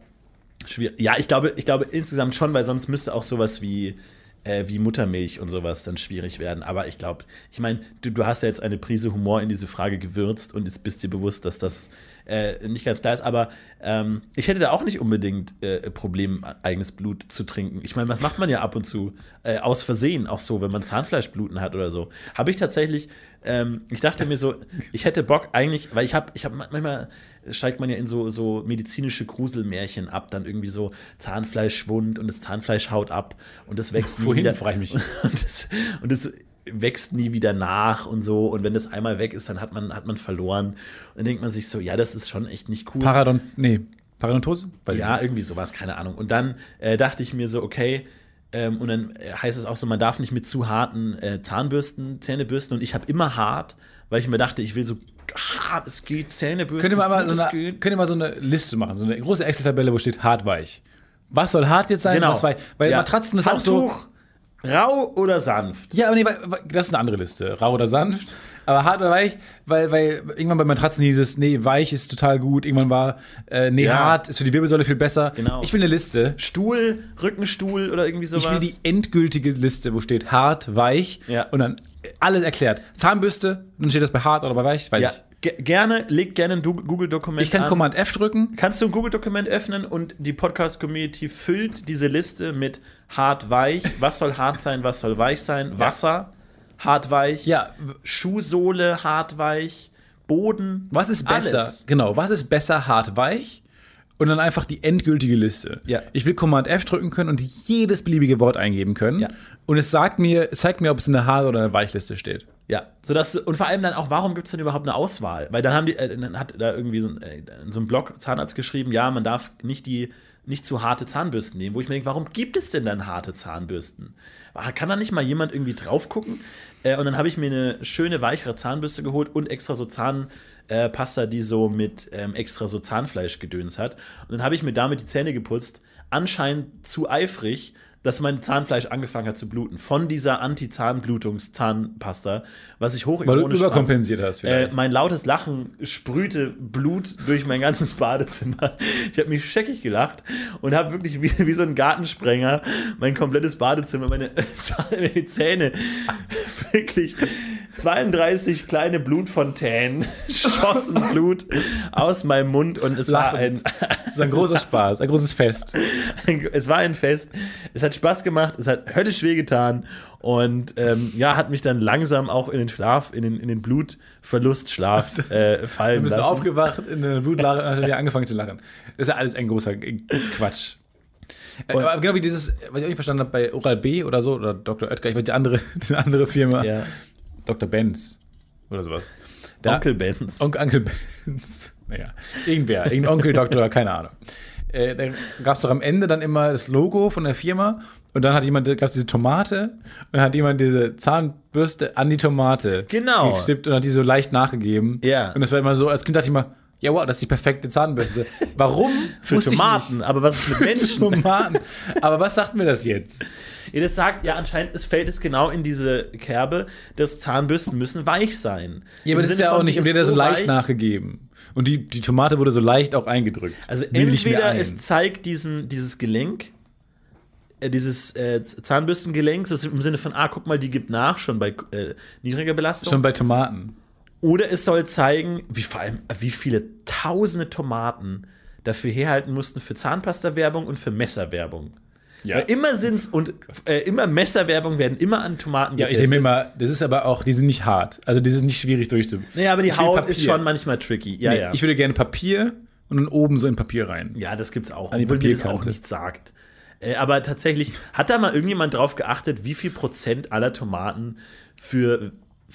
[SPEAKER 4] schwierig. Ja, ich glaube, ich glaube insgesamt schon, weil sonst müsste auch sowas wie, äh, wie Muttermilch und sowas dann schwierig werden. Aber ich glaube, ich meine, du, du hast ja jetzt eine Prise Humor in diese Frage gewürzt und jetzt bist dir bewusst, dass das äh, nicht ganz klar ist. Aber ähm, ich hätte da auch nicht unbedingt äh, Problem, eigenes Blut zu trinken. Ich meine, das macht man ja ab und zu äh, aus Versehen, auch so, wenn man Zahnfleischbluten hat oder so. Habe ich tatsächlich. Ähm, ich dachte mir so, ich hätte Bock eigentlich, weil ich habe, ich habe manchmal steigt man ja in so, so medizinische Gruselmärchen ab, dann irgendwie so Zahnfleischschwund und das Zahnfleisch haut ab und das wächst nie
[SPEAKER 3] Wohin,
[SPEAKER 4] wieder.
[SPEAKER 3] frage ich mich.
[SPEAKER 4] Und das, und das wächst nie wieder nach und so und wenn das einmal weg ist, dann hat man, hat man verloren. Und dann denkt man sich so, ja, das ist schon echt nicht cool.
[SPEAKER 3] Paradon, nee, Paradontose? Weiß ich
[SPEAKER 4] Ja,
[SPEAKER 3] nicht.
[SPEAKER 4] irgendwie sowas, keine Ahnung. Und dann äh, dachte ich mir so, okay, ähm, und dann äh, heißt es auch so, man darf nicht mit zu harten äh, Zahnbürsten, Zähnebürsten. Und ich habe immer hart, weil ich mir dachte, ich will so hart, es geht, Zähnebürsten.
[SPEAKER 3] Könnt ihr mal, mal so
[SPEAKER 4] es
[SPEAKER 3] eine,
[SPEAKER 4] geht.
[SPEAKER 3] könnt ihr mal so eine Liste machen, so eine große Excel-Tabelle, wo steht hart weich. Was soll hart jetzt sein?
[SPEAKER 4] Genau.
[SPEAKER 3] Was weich? Weil
[SPEAKER 4] Ja.
[SPEAKER 3] Matratzen ist auch so.
[SPEAKER 4] Handtuch, Rau oder sanft?
[SPEAKER 3] Ja, aber nee, weil- weil- das ist eine andere Liste. Rau oder sanft. Aber hart oder weich, weil, weil irgendwann bei Matratzen hieß es, nee, weich ist total gut. Irgendwann war, äh, nee,
[SPEAKER 4] Ja.
[SPEAKER 3] hart ist für die Wirbelsäule viel besser.
[SPEAKER 4] Genau.
[SPEAKER 3] Ich will eine Liste.
[SPEAKER 4] Stuhl, Rückenstuhl oder irgendwie sowas?
[SPEAKER 3] Ich will die endgültige Liste, wo steht hart, weich
[SPEAKER 4] Ja.
[SPEAKER 3] und dann alles erklärt. Zahnbürste, dann steht das bei hart oder bei weich, weil
[SPEAKER 4] ja,
[SPEAKER 3] ich.
[SPEAKER 4] ge- gerne, leg gerne ein Du- Google-Dokument
[SPEAKER 3] Ich kann
[SPEAKER 4] an.
[SPEAKER 3] Command F drücken.
[SPEAKER 4] Kannst du ein Google-Dokument öffnen und die Podcast-Community füllt diese Liste mit hart, weich. Was soll hart sein, was soll weich sein? Wasser, hart, weich.
[SPEAKER 3] Ja,
[SPEAKER 4] Schuhsohle, hart, weich. Boden.
[SPEAKER 3] was ist besser?
[SPEAKER 4] Alles.
[SPEAKER 3] Genau, was ist besser hart, weich? Und dann einfach die endgültige Liste.
[SPEAKER 4] Ja.
[SPEAKER 3] Ich will Command F drücken können und jedes beliebige Wort eingeben können.
[SPEAKER 4] Ja.
[SPEAKER 3] Und es sagt mir, es zeigt mir, ob es eine hart oder eine Weichliste steht.
[SPEAKER 4] Ja, sodass, und vor allem dann auch, warum gibt es denn überhaupt eine Auswahl? Weil dann haben die, äh, dann hat da irgendwie so ein, äh, so ein Blog Zahnarzt geschrieben, ja, man darf nicht die nicht zu harte Zahnbürsten nehmen, wo ich mir denke, warum gibt es denn dann harte Zahnbürsten? Ah, Kann da nicht mal jemand irgendwie drauf gucken? Äh, und dann habe ich mir eine schöne, weichere Zahnbürste geholt und extra so Zahnpasta, äh, Pasta, die so mit ähm, extra so Zahnfleischgedöns hat. Und dann habe ich mir damit die Zähne geputzt, anscheinend zu eifrig, dass mein Zahnfleisch angefangen hat zu bluten. Von dieser Anti-Zahnblutungs-Zahnpasta, was ich hoch
[SPEAKER 3] Weil du
[SPEAKER 4] ironisch fand.
[SPEAKER 3] überkompensiert hast
[SPEAKER 4] Äh,
[SPEAKER 3] vielleicht.
[SPEAKER 4] mein lautes Lachen sprühte Blut durch mein ganzes Badezimmer. Ich habe mich scheckig gelacht und habe wirklich wie, wie so ein Gartensprenger mein komplettes Badezimmer, meine, meine Zähne, wirklich 32 kleine Blutfontänen schossen Blut aus meinem Mund und es war ein,
[SPEAKER 3] Lachend. Das ist ein großer Spaß, ein großes Fest.
[SPEAKER 4] ein, es war ein Fest. Es hat Spaß gemacht, es hat höllisch weh getan und ähm, ja, hat mich dann langsam auch in den Schlaf, in den, in den Blutverlustschlaf äh, fallen
[SPEAKER 3] Du bist
[SPEAKER 4] lassen.
[SPEAKER 3] aufgewacht in der Blutlache und hast wieder angefangen zu lachen. Das ist ja alles ein großer äh, Quatsch. Äh, Aber genau wie dieses, was ich auch nicht verstanden habe, bei Oral B oder so, oder Dr. Oetker, ich weiß die andere, die andere Firma,
[SPEAKER 4] Ja.
[SPEAKER 3] Dr. Benz oder sowas. Da-
[SPEAKER 4] Onkel Benz.
[SPEAKER 3] Onkel, Onkel Benz. Naja, irgendwer, irgendein Onkel, Doktor, keine Ahnung. Äh, da gab es doch am Ende dann immer das Logo von der Firma und dann hat jemand, gab es diese Tomate und dann hat jemand diese Zahnbürste an die Tomate
[SPEAKER 4] Genau.
[SPEAKER 3] geschippt und hat die so leicht nachgegeben.
[SPEAKER 4] Ja.
[SPEAKER 3] Und das war immer so, als Kind dachte ich immer, ja wow, das ist die perfekte Zahnbürste. Warum?
[SPEAKER 4] Für
[SPEAKER 3] Wusste ich
[SPEAKER 4] Tomaten,
[SPEAKER 3] nicht.
[SPEAKER 4] aber was ist mit Menschen?
[SPEAKER 3] Tomaten. Aber was sagt mir das jetzt?
[SPEAKER 4] Ihr das sagt, ja, anscheinend es fällt es genau in diese Kerbe, dass Zahnbürsten müssen weich sein.
[SPEAKER 3] Ja, aber
[SPEAKER 4] Im
[SPEAKER 3] das ist
[SPEAKER 4] Sinne
[SPEAKER 3] ja auch
[SPEAKER 4] von,
[SPEAKER 3] nicht,
[SPEAKER 4] die
[SPEAKER 3] und die
[SPEAKER 4] ist
[SPEAKER 3] hat ja so leicht
[SPEAKER 4] weich.
[SPEAKER 3] nachgegeben. Und die, die Tomate wurde so leicht auch eingedrückt.
[SPEAKER 4] Also
[SPEAKER 3] Bilde ich mir
[SPEAKER 4] entweder
[SPEAKER 3] ein.
[SPEAKER 4] es zeigt diesen, dieses Gelenk, äh, dieses äh, Z- Zahnbürstengelenk, so im Sinne von, ah, guck mal, die gibt nach, schon bei äh, niedriger Belastung.
[SPEAKER 3] schon bei Tomaten.
[SPEAKER 4] Oder es soll zeigen, wie vor allem, wie viele tausende Tomaten dafür herhalten mussten für Zahnpasta-Werbung und für Messerwerbung.
[SPEAKER 3] Ja.
[SPEAKER 4] Weil immer sind's und äh, immer Messerwerbung werden immer an Tomaten
[SPEAKER 3] Ja, ich nehme immer, das ist aber auch, die sind nicht hart. Also die sind nicht schwierig durchzu.
[SPEAKER 4] Naja, aber die
[SPEAKER 3] Ich will
[SPEAKER 4] Haut
[SPEAKER 3] Papier.
[SPEAKER 4] ist schon manchmal tricky. Ja,
[SPEAKER 3] Nee,
[SPEAKER 4] ja.
[SPEAKER 3] Ich würde gerne Papier und dann oben so in Papier rein.
[SPEAKER 4] ja, das gibt's auch,
[SPEAKER 3] die
[SPEAKER 4] obwohl mir das auch
[SPEAKER 3] Papierkante.
[SPEAKER 4] nichts sagt. Äh, aber tatsächlich, hat da mal irgendjemand drauf geachtet, wie viel Prozent aller Tomaten für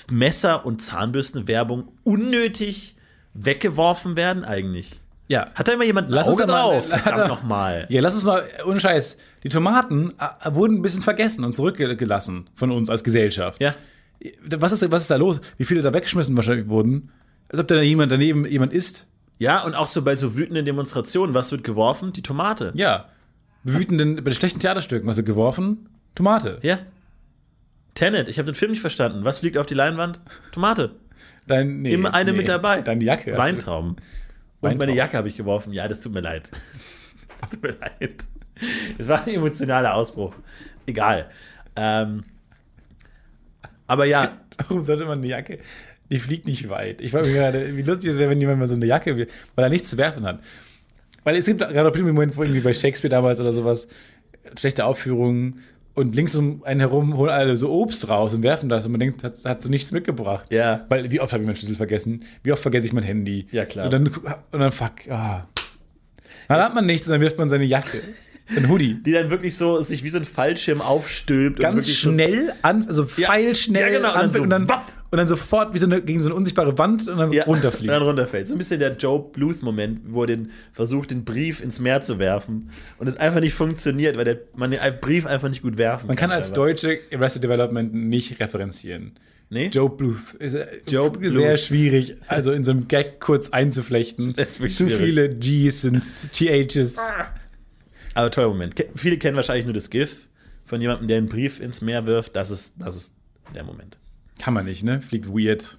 [SPEAKER 4] Messer- und Zahnbürstenwerbung unnötig weggeworfen werden eigentlich?
[SPEAKER 3] Ja.
[SPEAKER 4] Hat da immer jemand ein
[SPEAKER 3] Lass uns
[SPEAKER 4] Auge
[SPEAKER 3] da mal-
[SPEAKER 4] drauf?
[SPEAKER 3] Hat
[SPEAKER 4] Verdammt
[SPEAKER 3] er-
[SPEAKER 4] nochmal.
[SPEAKER 3] Ja, lass uns mal, ohne Scheiß, die Tomaten äh, wurden ein bisschen vergessen und zurückgelassen von uns als Gesellschaft.
[SPEAKER 4] Ja.
[SPEAKER 3] Was ist, was ist da los? Wie viele da weggeschmissen wahrscheinlich wurden? Als ob da jemand daneben jemand isst.
[SPEAKER 4] Ja, und auch so bei so wütenden Demonstrationen, was wird geworfen? Die Tomate.
[SPEAKER 3] Ja. Wütenden, bei den schlechten Theaterstücken, was wird geworfen? Tomate.
[SPEAKER 4] Ja. Tenet, ich habe den Film nicht verstanden. Was fliegt auf die Leinwand? Tomate.
[SPEAKER 3] Dein, nee,
[SPEAKER 4] Immer eine
[SPEAKER 3] nee.
[SPEAKER 4] mit dabei.
[SPEAKER 3] Deine Jacke. hast du-
[SPEAKER 4] Weintrauben. Und meine
[SPEAKER 3] Weintrauben.
[SPEAKER 4] Jacke habe ich geworfen. Ja, das tut mir leid. Das tut mir leid. Es war ein emotionaler Ausbruch. Egal. Ähm, aber ja,
[SPEAKER 3] Warum sollte man eine Jacke? Die fliegt nicht weit. Ich frage mich gerade, wie lustig es wäre, wenn jemand mal so eine Jacke, weil er nichts zu werfen hat. Weil es gibt gerade auch bestimmt einen Moment, wo irgendwie bei Shakespeare damals oder sowas, schlechte Aufführungen und links um einen herum holen alle so Obst raus und werfen das und man denkt, hat, hat so nichts mitgebracht.
[SPEAKER 4] Ja.
[SPEAKER 3] Weil wie oft habe ich meinen Schlüssel vergessen? Wie oft vergesse ich mein Handy?
[SPEAKER 4] Ja, klar.
[SPEAKER 3] So, dann, und dann fuck, ah. Dann hat man nichts und dann wirft man seine Jacke. Ein Hoodie.
[SPEAKER 4] die dann wirklich so sich wie so ein Fallschirm aufstülpt. und
[SPEAKER 3] ganz
[SPEAKER 4] wirklich
[SPEAKER 3] schnell an, also
[SPEAKER 4] Ja.
[SPEAKER 3] pfeilschnell
[SPEAKER 4] Ja, genau, und dann
[SPEAKER 3] anfängt
[SPEAKER 4] so
[SPEAKER 3] und, dann,
[SPEAKER 4] wapp.
[SPEAKER 3] und dann sofort wie so eine, gegen so eine unsichtbare Wand und dann
[SPEAKER 4] so, ja,
[SPEAKER 3] runterfliegt.
[SPEAKER 4] Dann runterfällt. So ein bisschen der Joe Bluth-Moment, wo er den, versucht, den Brief ins Meer zu werfen und es einfach nicht funktioniert, weil der, man den Brief einfach nicht gut werfen
[SPEAKER 3] Man kann als
[SPEAKER 4] aber-
[SPEAKER 3] Deutsche Arrested Development nicht referenzieren.
[SPEAKER 4] Nee?
[SPEAKER 3] Joe Bluth ist äh,
[SPEAKER 4] Joe
[SPEAKER 3] sehr
[SPEAKER 4] Bluth.
[SPEAKER 3] schwierig, also in so einem Gag kurz einzuflechten.
[SPEAKER 4] Das ist wirklich
[SPEAKER 3] Zu
[SPEAKER 4] schwierig.
[SPEAKER 3] viele Gs und THs.
[SPEAKER 4] Aber toller Moment. Ke- Viele kennen wahrscheinlich nur das GIF von jemandem, der einen Brief ins Meer wirft. Das ist, das ist der Moment.
[SPEAKER 3] Kann man nicht, ne? Fliegt weird.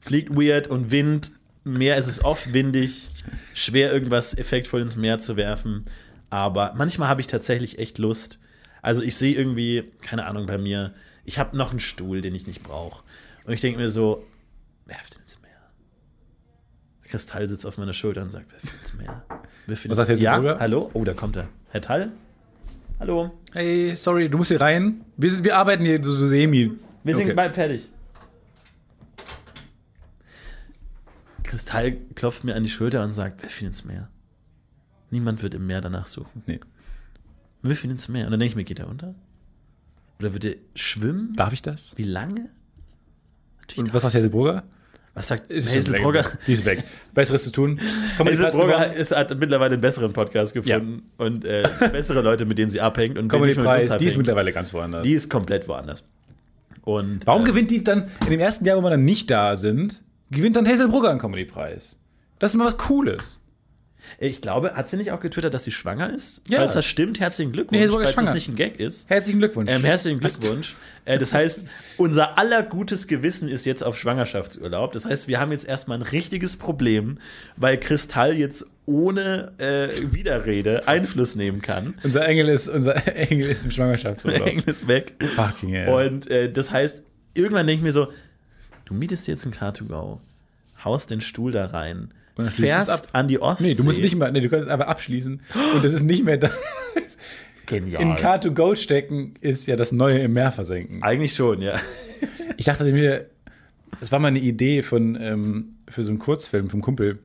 [SPEAKER 4] Fliegt weird und Wind. Im Meer ist es oft windig. Schwer, irgendwas effektvoll ins Meer zu werfen. Aber manchmal habe ich tatsächlich echt Lust. Also ich sehe irgendwie, keine Ahnung bei mir, ich habe noch einen Stuhl, den ich nicht brauche. Und ich denke mir so, werft ihn ins Meer. Der Kristall sitzt auf meiner Schulter und sagt, werft ihn ins Meer. Wirf ihn
[SPEAKER 3] Was
[SPEAKER 4] ins-
[SPEAKER 3] sagt jetzt der
[SPEAKER 4] Ja,
[SPEAKER 3] Bürger?
[SPEAKER 4] hallo? Oh, da kommt er. Herr Tall? Hallo?
[SPEAKER 3] Hey, sorry, du musst hier rein. Wir, sind, wir arbeiten hier so, so semi.
[SPEAKER 4] Wir sind
[SPEAKER 3] Okay.
[SPEAKER 4] bald fertig. Kristall klopft mir an die Schulter und sagt, wirf ihn ins Meer. Niemand wird im Meer danach suchen.
[SPEAKER 3] Nee.
[SPEAKER 4] Wirf ihn ins Meer. Und dann denke ich mir, geht er unter? Oder wird er schwimmen?
[SPEAKER 3] Darf ich das?
[SPEAKER 4] Wie lange? Natürlich
[SPEAKER 3] Und
[SPEAKER 4] darf
[SPEAKER 3] was sagt
[SPEAKER 4] ich das.
[SPEAKER 3] Hesselburger?
[SPEAKER 4] Was sagt
[SPEAKER 3] Ist schon
[SPEAKER 4] Hazel
[SPEAKER 3] weg. ne?
[SPEAKER 4] Brugger?
[SPEAKER 3] Die ist weg. Besseres zu tun. Komm,
[SPEAKER 4] Hazel Brugger ist, hat mittlerweile einen besseren Podcast gefunden und äh, bessere Leute, mit denen sie abhängt. Und die
[SPEAKER 3] Comedy-Preis, die ist mittlerweile ganz woanders.
[SPEAKER 4] Die ist komplett woanders. Und,
[SPEAKER 3] Warum
[SPEAKER 4] äh,
[SPEAKER 3] gewinnt die dann in dem ersten Jahr, wo wir dann nicht da sind, gewinnt dann Hazel Brugger einen Comedy-Preis? Das ist mal was Cooles.
[SPEAKER 4] Ich glaube, hat sie nicht auch getwittert, dass sie schwanger ist?
[SPEAKER 3] Ja.
[SPEAKER 4] Falls das stimmt, herzlichen Glückwunsch,
[SPEAKER 3] Nee, sie ist sogar
[SPEAKER 4] falls das
[SPEAKER 3] schwanger.
[SPEAKER 4] nicht ein Gag ist.
[SPEAKER 3] Herzlichen Glückwunsch.
[SPEAKER 4] Ähm, herzlichen Glückwunsch. Äh, das heißt, unser aller gutes Gewissen ist jetzt auf Schwangerschaftsurlaub. Das heißt, wir haben jetzt erstmal ein richtiges Problem, weil Kristall jetzt ohne äh, Widerrede Einfluss nehmen kann.
[SPEAKER 3] unser Engel ist, unser Engel ist im
[SPEAKER 4] Der
[SPEAKER 3] Schwangerschaftsurlaub.
[SPEAKER 4] Engel ist weg.
[SPEAKER 3] Fucking hell.
[SPEAKER 4] Und äh, das heißt, irgendwann denke ich mir so, du mietest dir jetzt ein Car2Go, haust den Stuhl da rein,
[SPEAKER 3] dann schließt es ab.
[SPEAKER 4] fährst an die Ostsee.
[SPEAKER 3] Nee, du musst nicht mal, nee, du kannst es einfach abschließen. Und das ist nicht mehr das.
[SPEAKER 4] Genial.
[SPEAKER 3] In Car2Go stecken ist ja das Neue im Meer versenken.
[SPEAKER 4] Eigentlich schon, ja.
[SPEAKER 3] Ich dachte mir, das war mal eine Idee von, ähm, für so einen Kurzfilm vom Kumpel.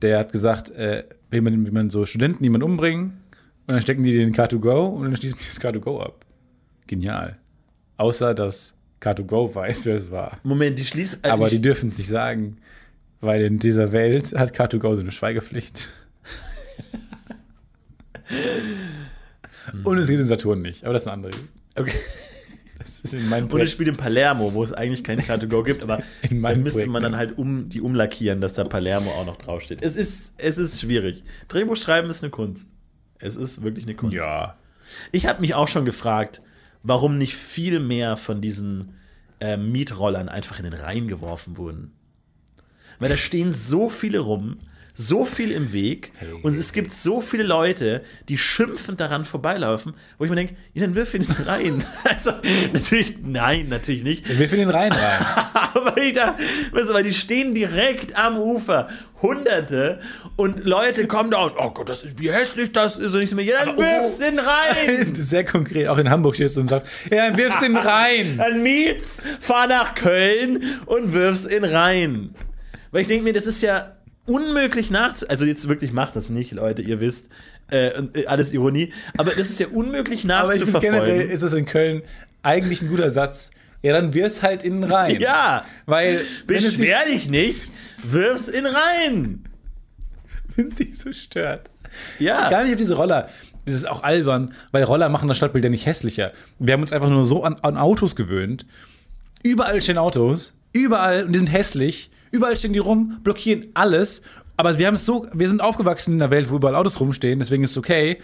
[SPEAKER 3] Der hat gesagt, äh, wie, man, wie man so Studenten jemanden umbringen und dann stecken die den Car2Go und dann schließen die das Car2Go ab. Genial. Außer, dass Car2Go weiß, wer es war.
[SPEAKER 4] Moment, die schließt. äh,
[SPEAKER 3] Aber
[SPEAKER 4] die,
[SPEAKER 3] die dürfen es nicht sagen, weil in dieser Welt hat Car2Go so eine Schweigepflicht. und es gibt den Saturn nicht. Aber das ist eine andere.
[SPEAKER 4] okay.
[SPEAKER 3] Das ist in meinem
[SPEAKER 4] Und es
[SPEAKER 3] Projekt.
[SPEAKER 4] spielt in Palermo, wo es eigentlich keine Car2Go gibt, aber
[SPEAKER 3] In meinem
[SPEAKER 4] dann müsste
[SPEAKER 3] Projekt,
[SPEAKER 4] man dann
[SPEAKER 3] ja.
[SPEAKER 4] halt um die umlackieren, dass da Palermo auch noch draufsteht. Es ist, es ist schwierig. Drehbuch schreiben ist eine Kunst. Es ist wirklich eine Kunst.
[SPEAKER 3] Ja.
[SPEAKER 4] Ich habe mich auch schon gefragt, warum nicht viel mehr von diesen äh, Mietrollern einfach in den Rhein geworfen wurden. Weil da stehen so viele rum, so viel im Weg und es gibt so viele Leute, die schimpfend daran vorbeilaufen, wo ich mir denke, ja, dann wirf ihn in den Rhein. also, natürlich, nein, natürlich nicht.
[SPEAKER 3] Wir finden den Rhein rein.
[SPEAKER 4] Aber ich da, weißt du, weil die stehen direkt am Ufer, Hunderte, und Leute kommen da und, oh Gott, das ist, wie hässlich das ist. Und ich so mir, ja, dann wirf's in den Rhein.
[SPEAKER 3] Das ist sehr konkret, auch in Hamburg stehst du und sagst, ja, dann wirf's in den Rhein.
[SPEAKER 4] Dann miet's, fahr nach Köln und wirf's in Rhein. Weil ich denke mir, das ist ja unmöglich nachzu... Also jetzt wirklich macht das nicht, Leute, ihr wisst. Äh, und, äh, alles Ironie. Aber das ist ja unmöglich
[SPEAKER 3] Aber ich finde generell
[SPEAKER 4] nachzuverfolgen.
[SPEAKER 3] ist es in Köln eigentlich ein guter Satz. Ja, dann wirf's halt in den Rhein.
[SPEAKER 4] Ja,
[SPEAKER 3] Weil, wenn es, nicht,
[SPEAKER 4] beschwer dich nicht, wirf's in Rhein.
[SPEAKER 3] Lindsay so stört.
[SPEAKER 4] Ja.
[SPEAKER 3] Gar nicht auf diese Roller. Das ist auch albern, weil Roller machen das Stadtbild ja nicht hässlicher. Wir haben uns einfach nur so an, an Autos gewöhnt. Überall stehen Autos, überall, und die sind hässlich. Überall stehen die rum, blockieren alles. Aber wir haben es so, wir sind aufgewachsen in einer Welt, wo überall Autos rumstehen, deswegen ist es okay.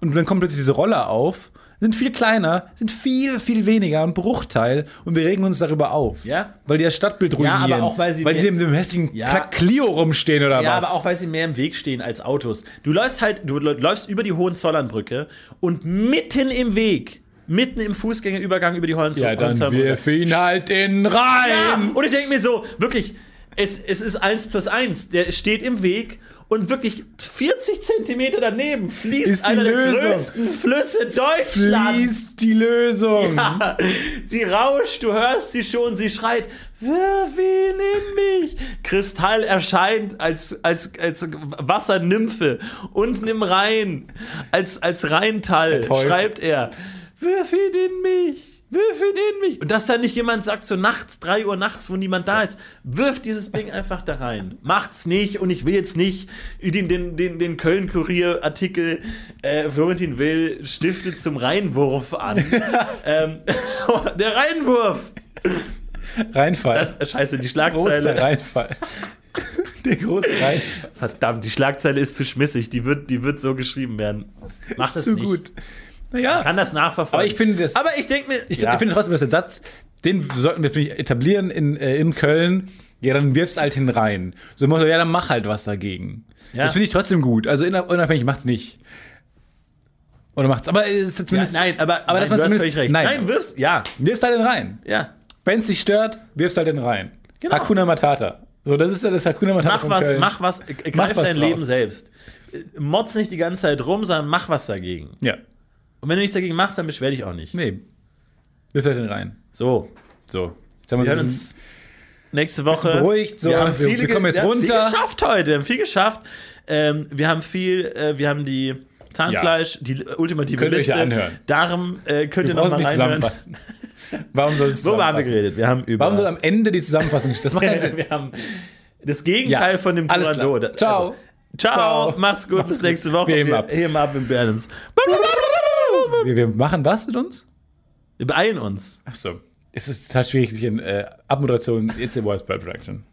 [SPEAKER 3] Und dann kommen plötzlich diese Roller auf, sind viel kleiner, sind viel, viel weniger, ein Bruchteil, und wir regen uns darüber auf.
[SPEAKER 4] Ja.
[SPEAKER 3] Weil die das Stadtbild ruinieren.
[SPEAKER 4] aber auch, weil sie-
[SPEAKER 3] weil die mit dem hässlichen
[SPEAKER 4] Ja.
[SPEAKER 3] Kack Clio rumstehen oder
[SPEAKER 4] Ja,
[SPEAKER 3] was.
[SPEAKER 4] aber auch weil sie mehr im Weg stehen als Autos. Du läufst halt, du lä- läufst über die Hohenzollernbrücke und mitten im Weg, mitten im Fußgängerübergang über die Hohenzoll-
[SPEAKER 3] ja, dann
[SPEAKER 4] Hohenzollernbrücke.
[SPEAKER 3] wirf ihn halt in den
[SPEAKER 4] Ja,
[SPEAKER 3] Rhein.
[SPEAKER 4] und ich denke mir so, wirklich, es, es ist 1 plus 1. Der steht im Weg und wirklich 40 Zentimeter daneben fließt
[SPEAKER 3] Ist die
[SPEAKER 4] einer
[SPEAKER 3] Lösung.
[SPEAKER 4] der größten Flüsse Deutschlands.
[SPEAKER 3] Fließt die Lösung.
[SPEAKER 4] Sie rauscht, du hörst sie schon, sie schreit, wirf ihn in mich. Kristall erscheint als, als, als Wassernymphe unten im Rhein, als, als Rheintal,
[SPEAKER 3] Teufel.
[SPEAKER 4] schreibt er, wirf ihn in mich. Wirf ihn in mich. Und dass da nicht jemand sagt, so nachts, 3 Uhr nachts, wo niemand da ist, wirf dieses Ding einfach da rein. Macht's nicht und ich will jetzt nicht den, den, den, den Köln-Kurier-Artikel äh, Florentin Will stiftet zum Reinwurf an. Ähm, der Reinwurf!
[SPEAKER 3] Reinfall.
[SPEAKER 4] Das, äh, scheiße, die
[SPEAKER 3] große
[SPEAKER 4] Schlagzeile.
[SPEAKER 3] Reinfall. Der große Reinfall.
[SPEAKER 4] Verdammt, die Schlagzeile ist zu schmissig. Die wird, die wird so geschrieben werden. Mach das
[SPEAKER 3] Zu
[SPEAKER 4] nicht.
[SPEAKER 3] gut. Naja.
[SPEAKER 4] Kann das nachverfolgen.
[SPEAKER 3] Aber ich finde das-
[SPEAKER 4] Aber ich denke mir.
[SPEAKER 3] Ich, ich finde trotzdem, dass der Satz, den sollten wir finde ich, etablieren in, äh, in Köln. Ja, dann wirf's halt hin rein. So muss ja, dann mach halt was dagegen.
[SPEAKER 4] Ja.
[SPEAKER 3] Das finde ich trotzdem gut. Also inner- unabhängig macht's nicht. Oder macht's. Aber es ist
[SPEAKER 4] ja,
[SPEAKER 3] zumindest.
[SPEAKER 4] nein, aber,
[SPEAKER 3] aber
[SPEAKER 4] nein,
[SPEAKER 3] dass man
[SPEAKER 4] du hast
[SPEAKER 3] zumindest-
[SPEAKER 4] völlig recht.
[SPEAKER 3] nein.
[SPEAKER 4] wirf's. Ja,
[SPEAKER 3] Wirf's halt in rein.
[SPEAKER 4] ja.
[SPEAKER 3] Wenn's dich stört, wirf's halt in rein.
[SPEAKER 4] Genau.
[SPEAKER 3] Hakuna Matata. So, das ist ja das Hakuna Matata.
[SPEAKER 4] Mach
[SPEAKER 3] von
[SPEAKER 4] was,
[SPEAKER 3] Köln.
[SPEAKER 4] mach was. äh, Greif
[SPEAKER 3] Mach was
[SPEAKER 4] dein
[SPEAKER 3] draus.
[SPEAKER 4] Leben selbst. Äh, Motz nicht die ganze Zeit rum, sondern mach was dagegen.
[SPEAKER 3] Ja.
[SPEAKER 4] Und wenn du nichts dagegen machst, dann beschwer dich auch nicht.
[SPEAKER 3] Nee. Wirf's halt in rein.
[SPEAKER 4] So,
[SPEAKER 3] So. Jetzt haben wir
[SPEAKER 4] wir
[SPEAKER 3] so ein
[SPEAKER 4] hören
[SPEAKER 3] bisschen-
[SPEAKER 4] uns nächste Woche.
[SPEAKER 3] beruhigt, so.
[SPEAKER 4] wir, haben
[SPEAKER 3] Wir-
[SPEAKER 4] viel,
[SPEAKER 3] wir kommen
[SPEAKER 4] ge-
[SPEAKER 3] jetzt
[SPEAKER 4] wir
[SPEAKER 3] runter.
[SPEAKER 4] Haben viel geschafft heute. Wir haben viel geschafft. Ähm, wir haben viel. Äh, wir haben die Zahnfleisch, die ultimative
[SPEAKER 3] Könnt ihr euch
[SPEAKER 4] Liste.
[SPEAKER 3] ja anhören.
[SPEAKER 4] Darum äh, könnt ihr
[SPEAKER 3] Wir brauchen
[SPEAKER 4] nochmal
[SPEAKER 3] es nicht
[SPEAKER 4] reinhören.
[SPEAKER 3] zusammenfassen. Warum soll es
[SPEAKER 4] Worüber haben wir
[SPEAKER 3] zusammenfassen?
[SPEAKER 4] geredet? Wir haben über.
[SPEAKER 3] Warum soll am Ende die Zusammenfassung Das macht keinen Sinn.
[SPEAKER 4] wir haben das Gegenteil
[SPEAKER 3] Ja,
[SPEAKER 4] von dem
[SPEAKER 3] alles klar.
[SPEAKER 4] Turandot. Da-
[SPEAKER 3] Ciao.
[SPEAKER 4] also, ciao.
[SPEAKER 3] Ciao.
[SPEAKER 4] Mach's gut. bis nächste Woche.
[SPEAKER 3] Wir heben ab.
[SPEAKER 4] Wir heben ab im Balance. Also,
[SPEAKER 3] Wir, wir machen was mit uns?
[SPEAKER 4] Wir beeilen uns.
[SPEAKER 3] Achso. Es ist total schwierig, sich in äh, Abmoderation It's a Voice by Production.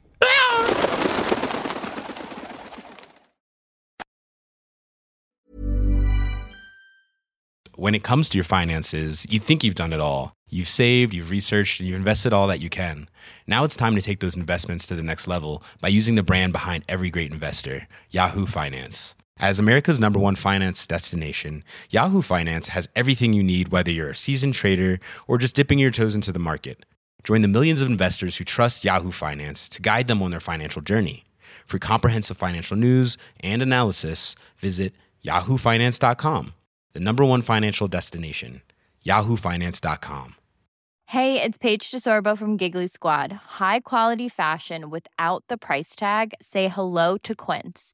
[SPEAKER 5] When it comes to your finances, you think you've done it all. You've saved, you've researched, and you've invested all that you can. Now it's time to take those investments to the next level by using the brand behind every great investor, Yahoo Finance. As America's number one finance destination, Yahoo Finance has everything you need, whether you're a seasoned trader or just dipping your toes into the market. Join the millions of investors who trust Yahoo Finance to guide them on their financial journey. For comprehensive financial news and analysis, visit yahoofinance.com, the number one financial destination, yahoofinance.com.
[SPEAKER 6] Hey, it's Paige DeSorbo from Giggly Squad. High quality fashion without the price tag. Say hello to Quince.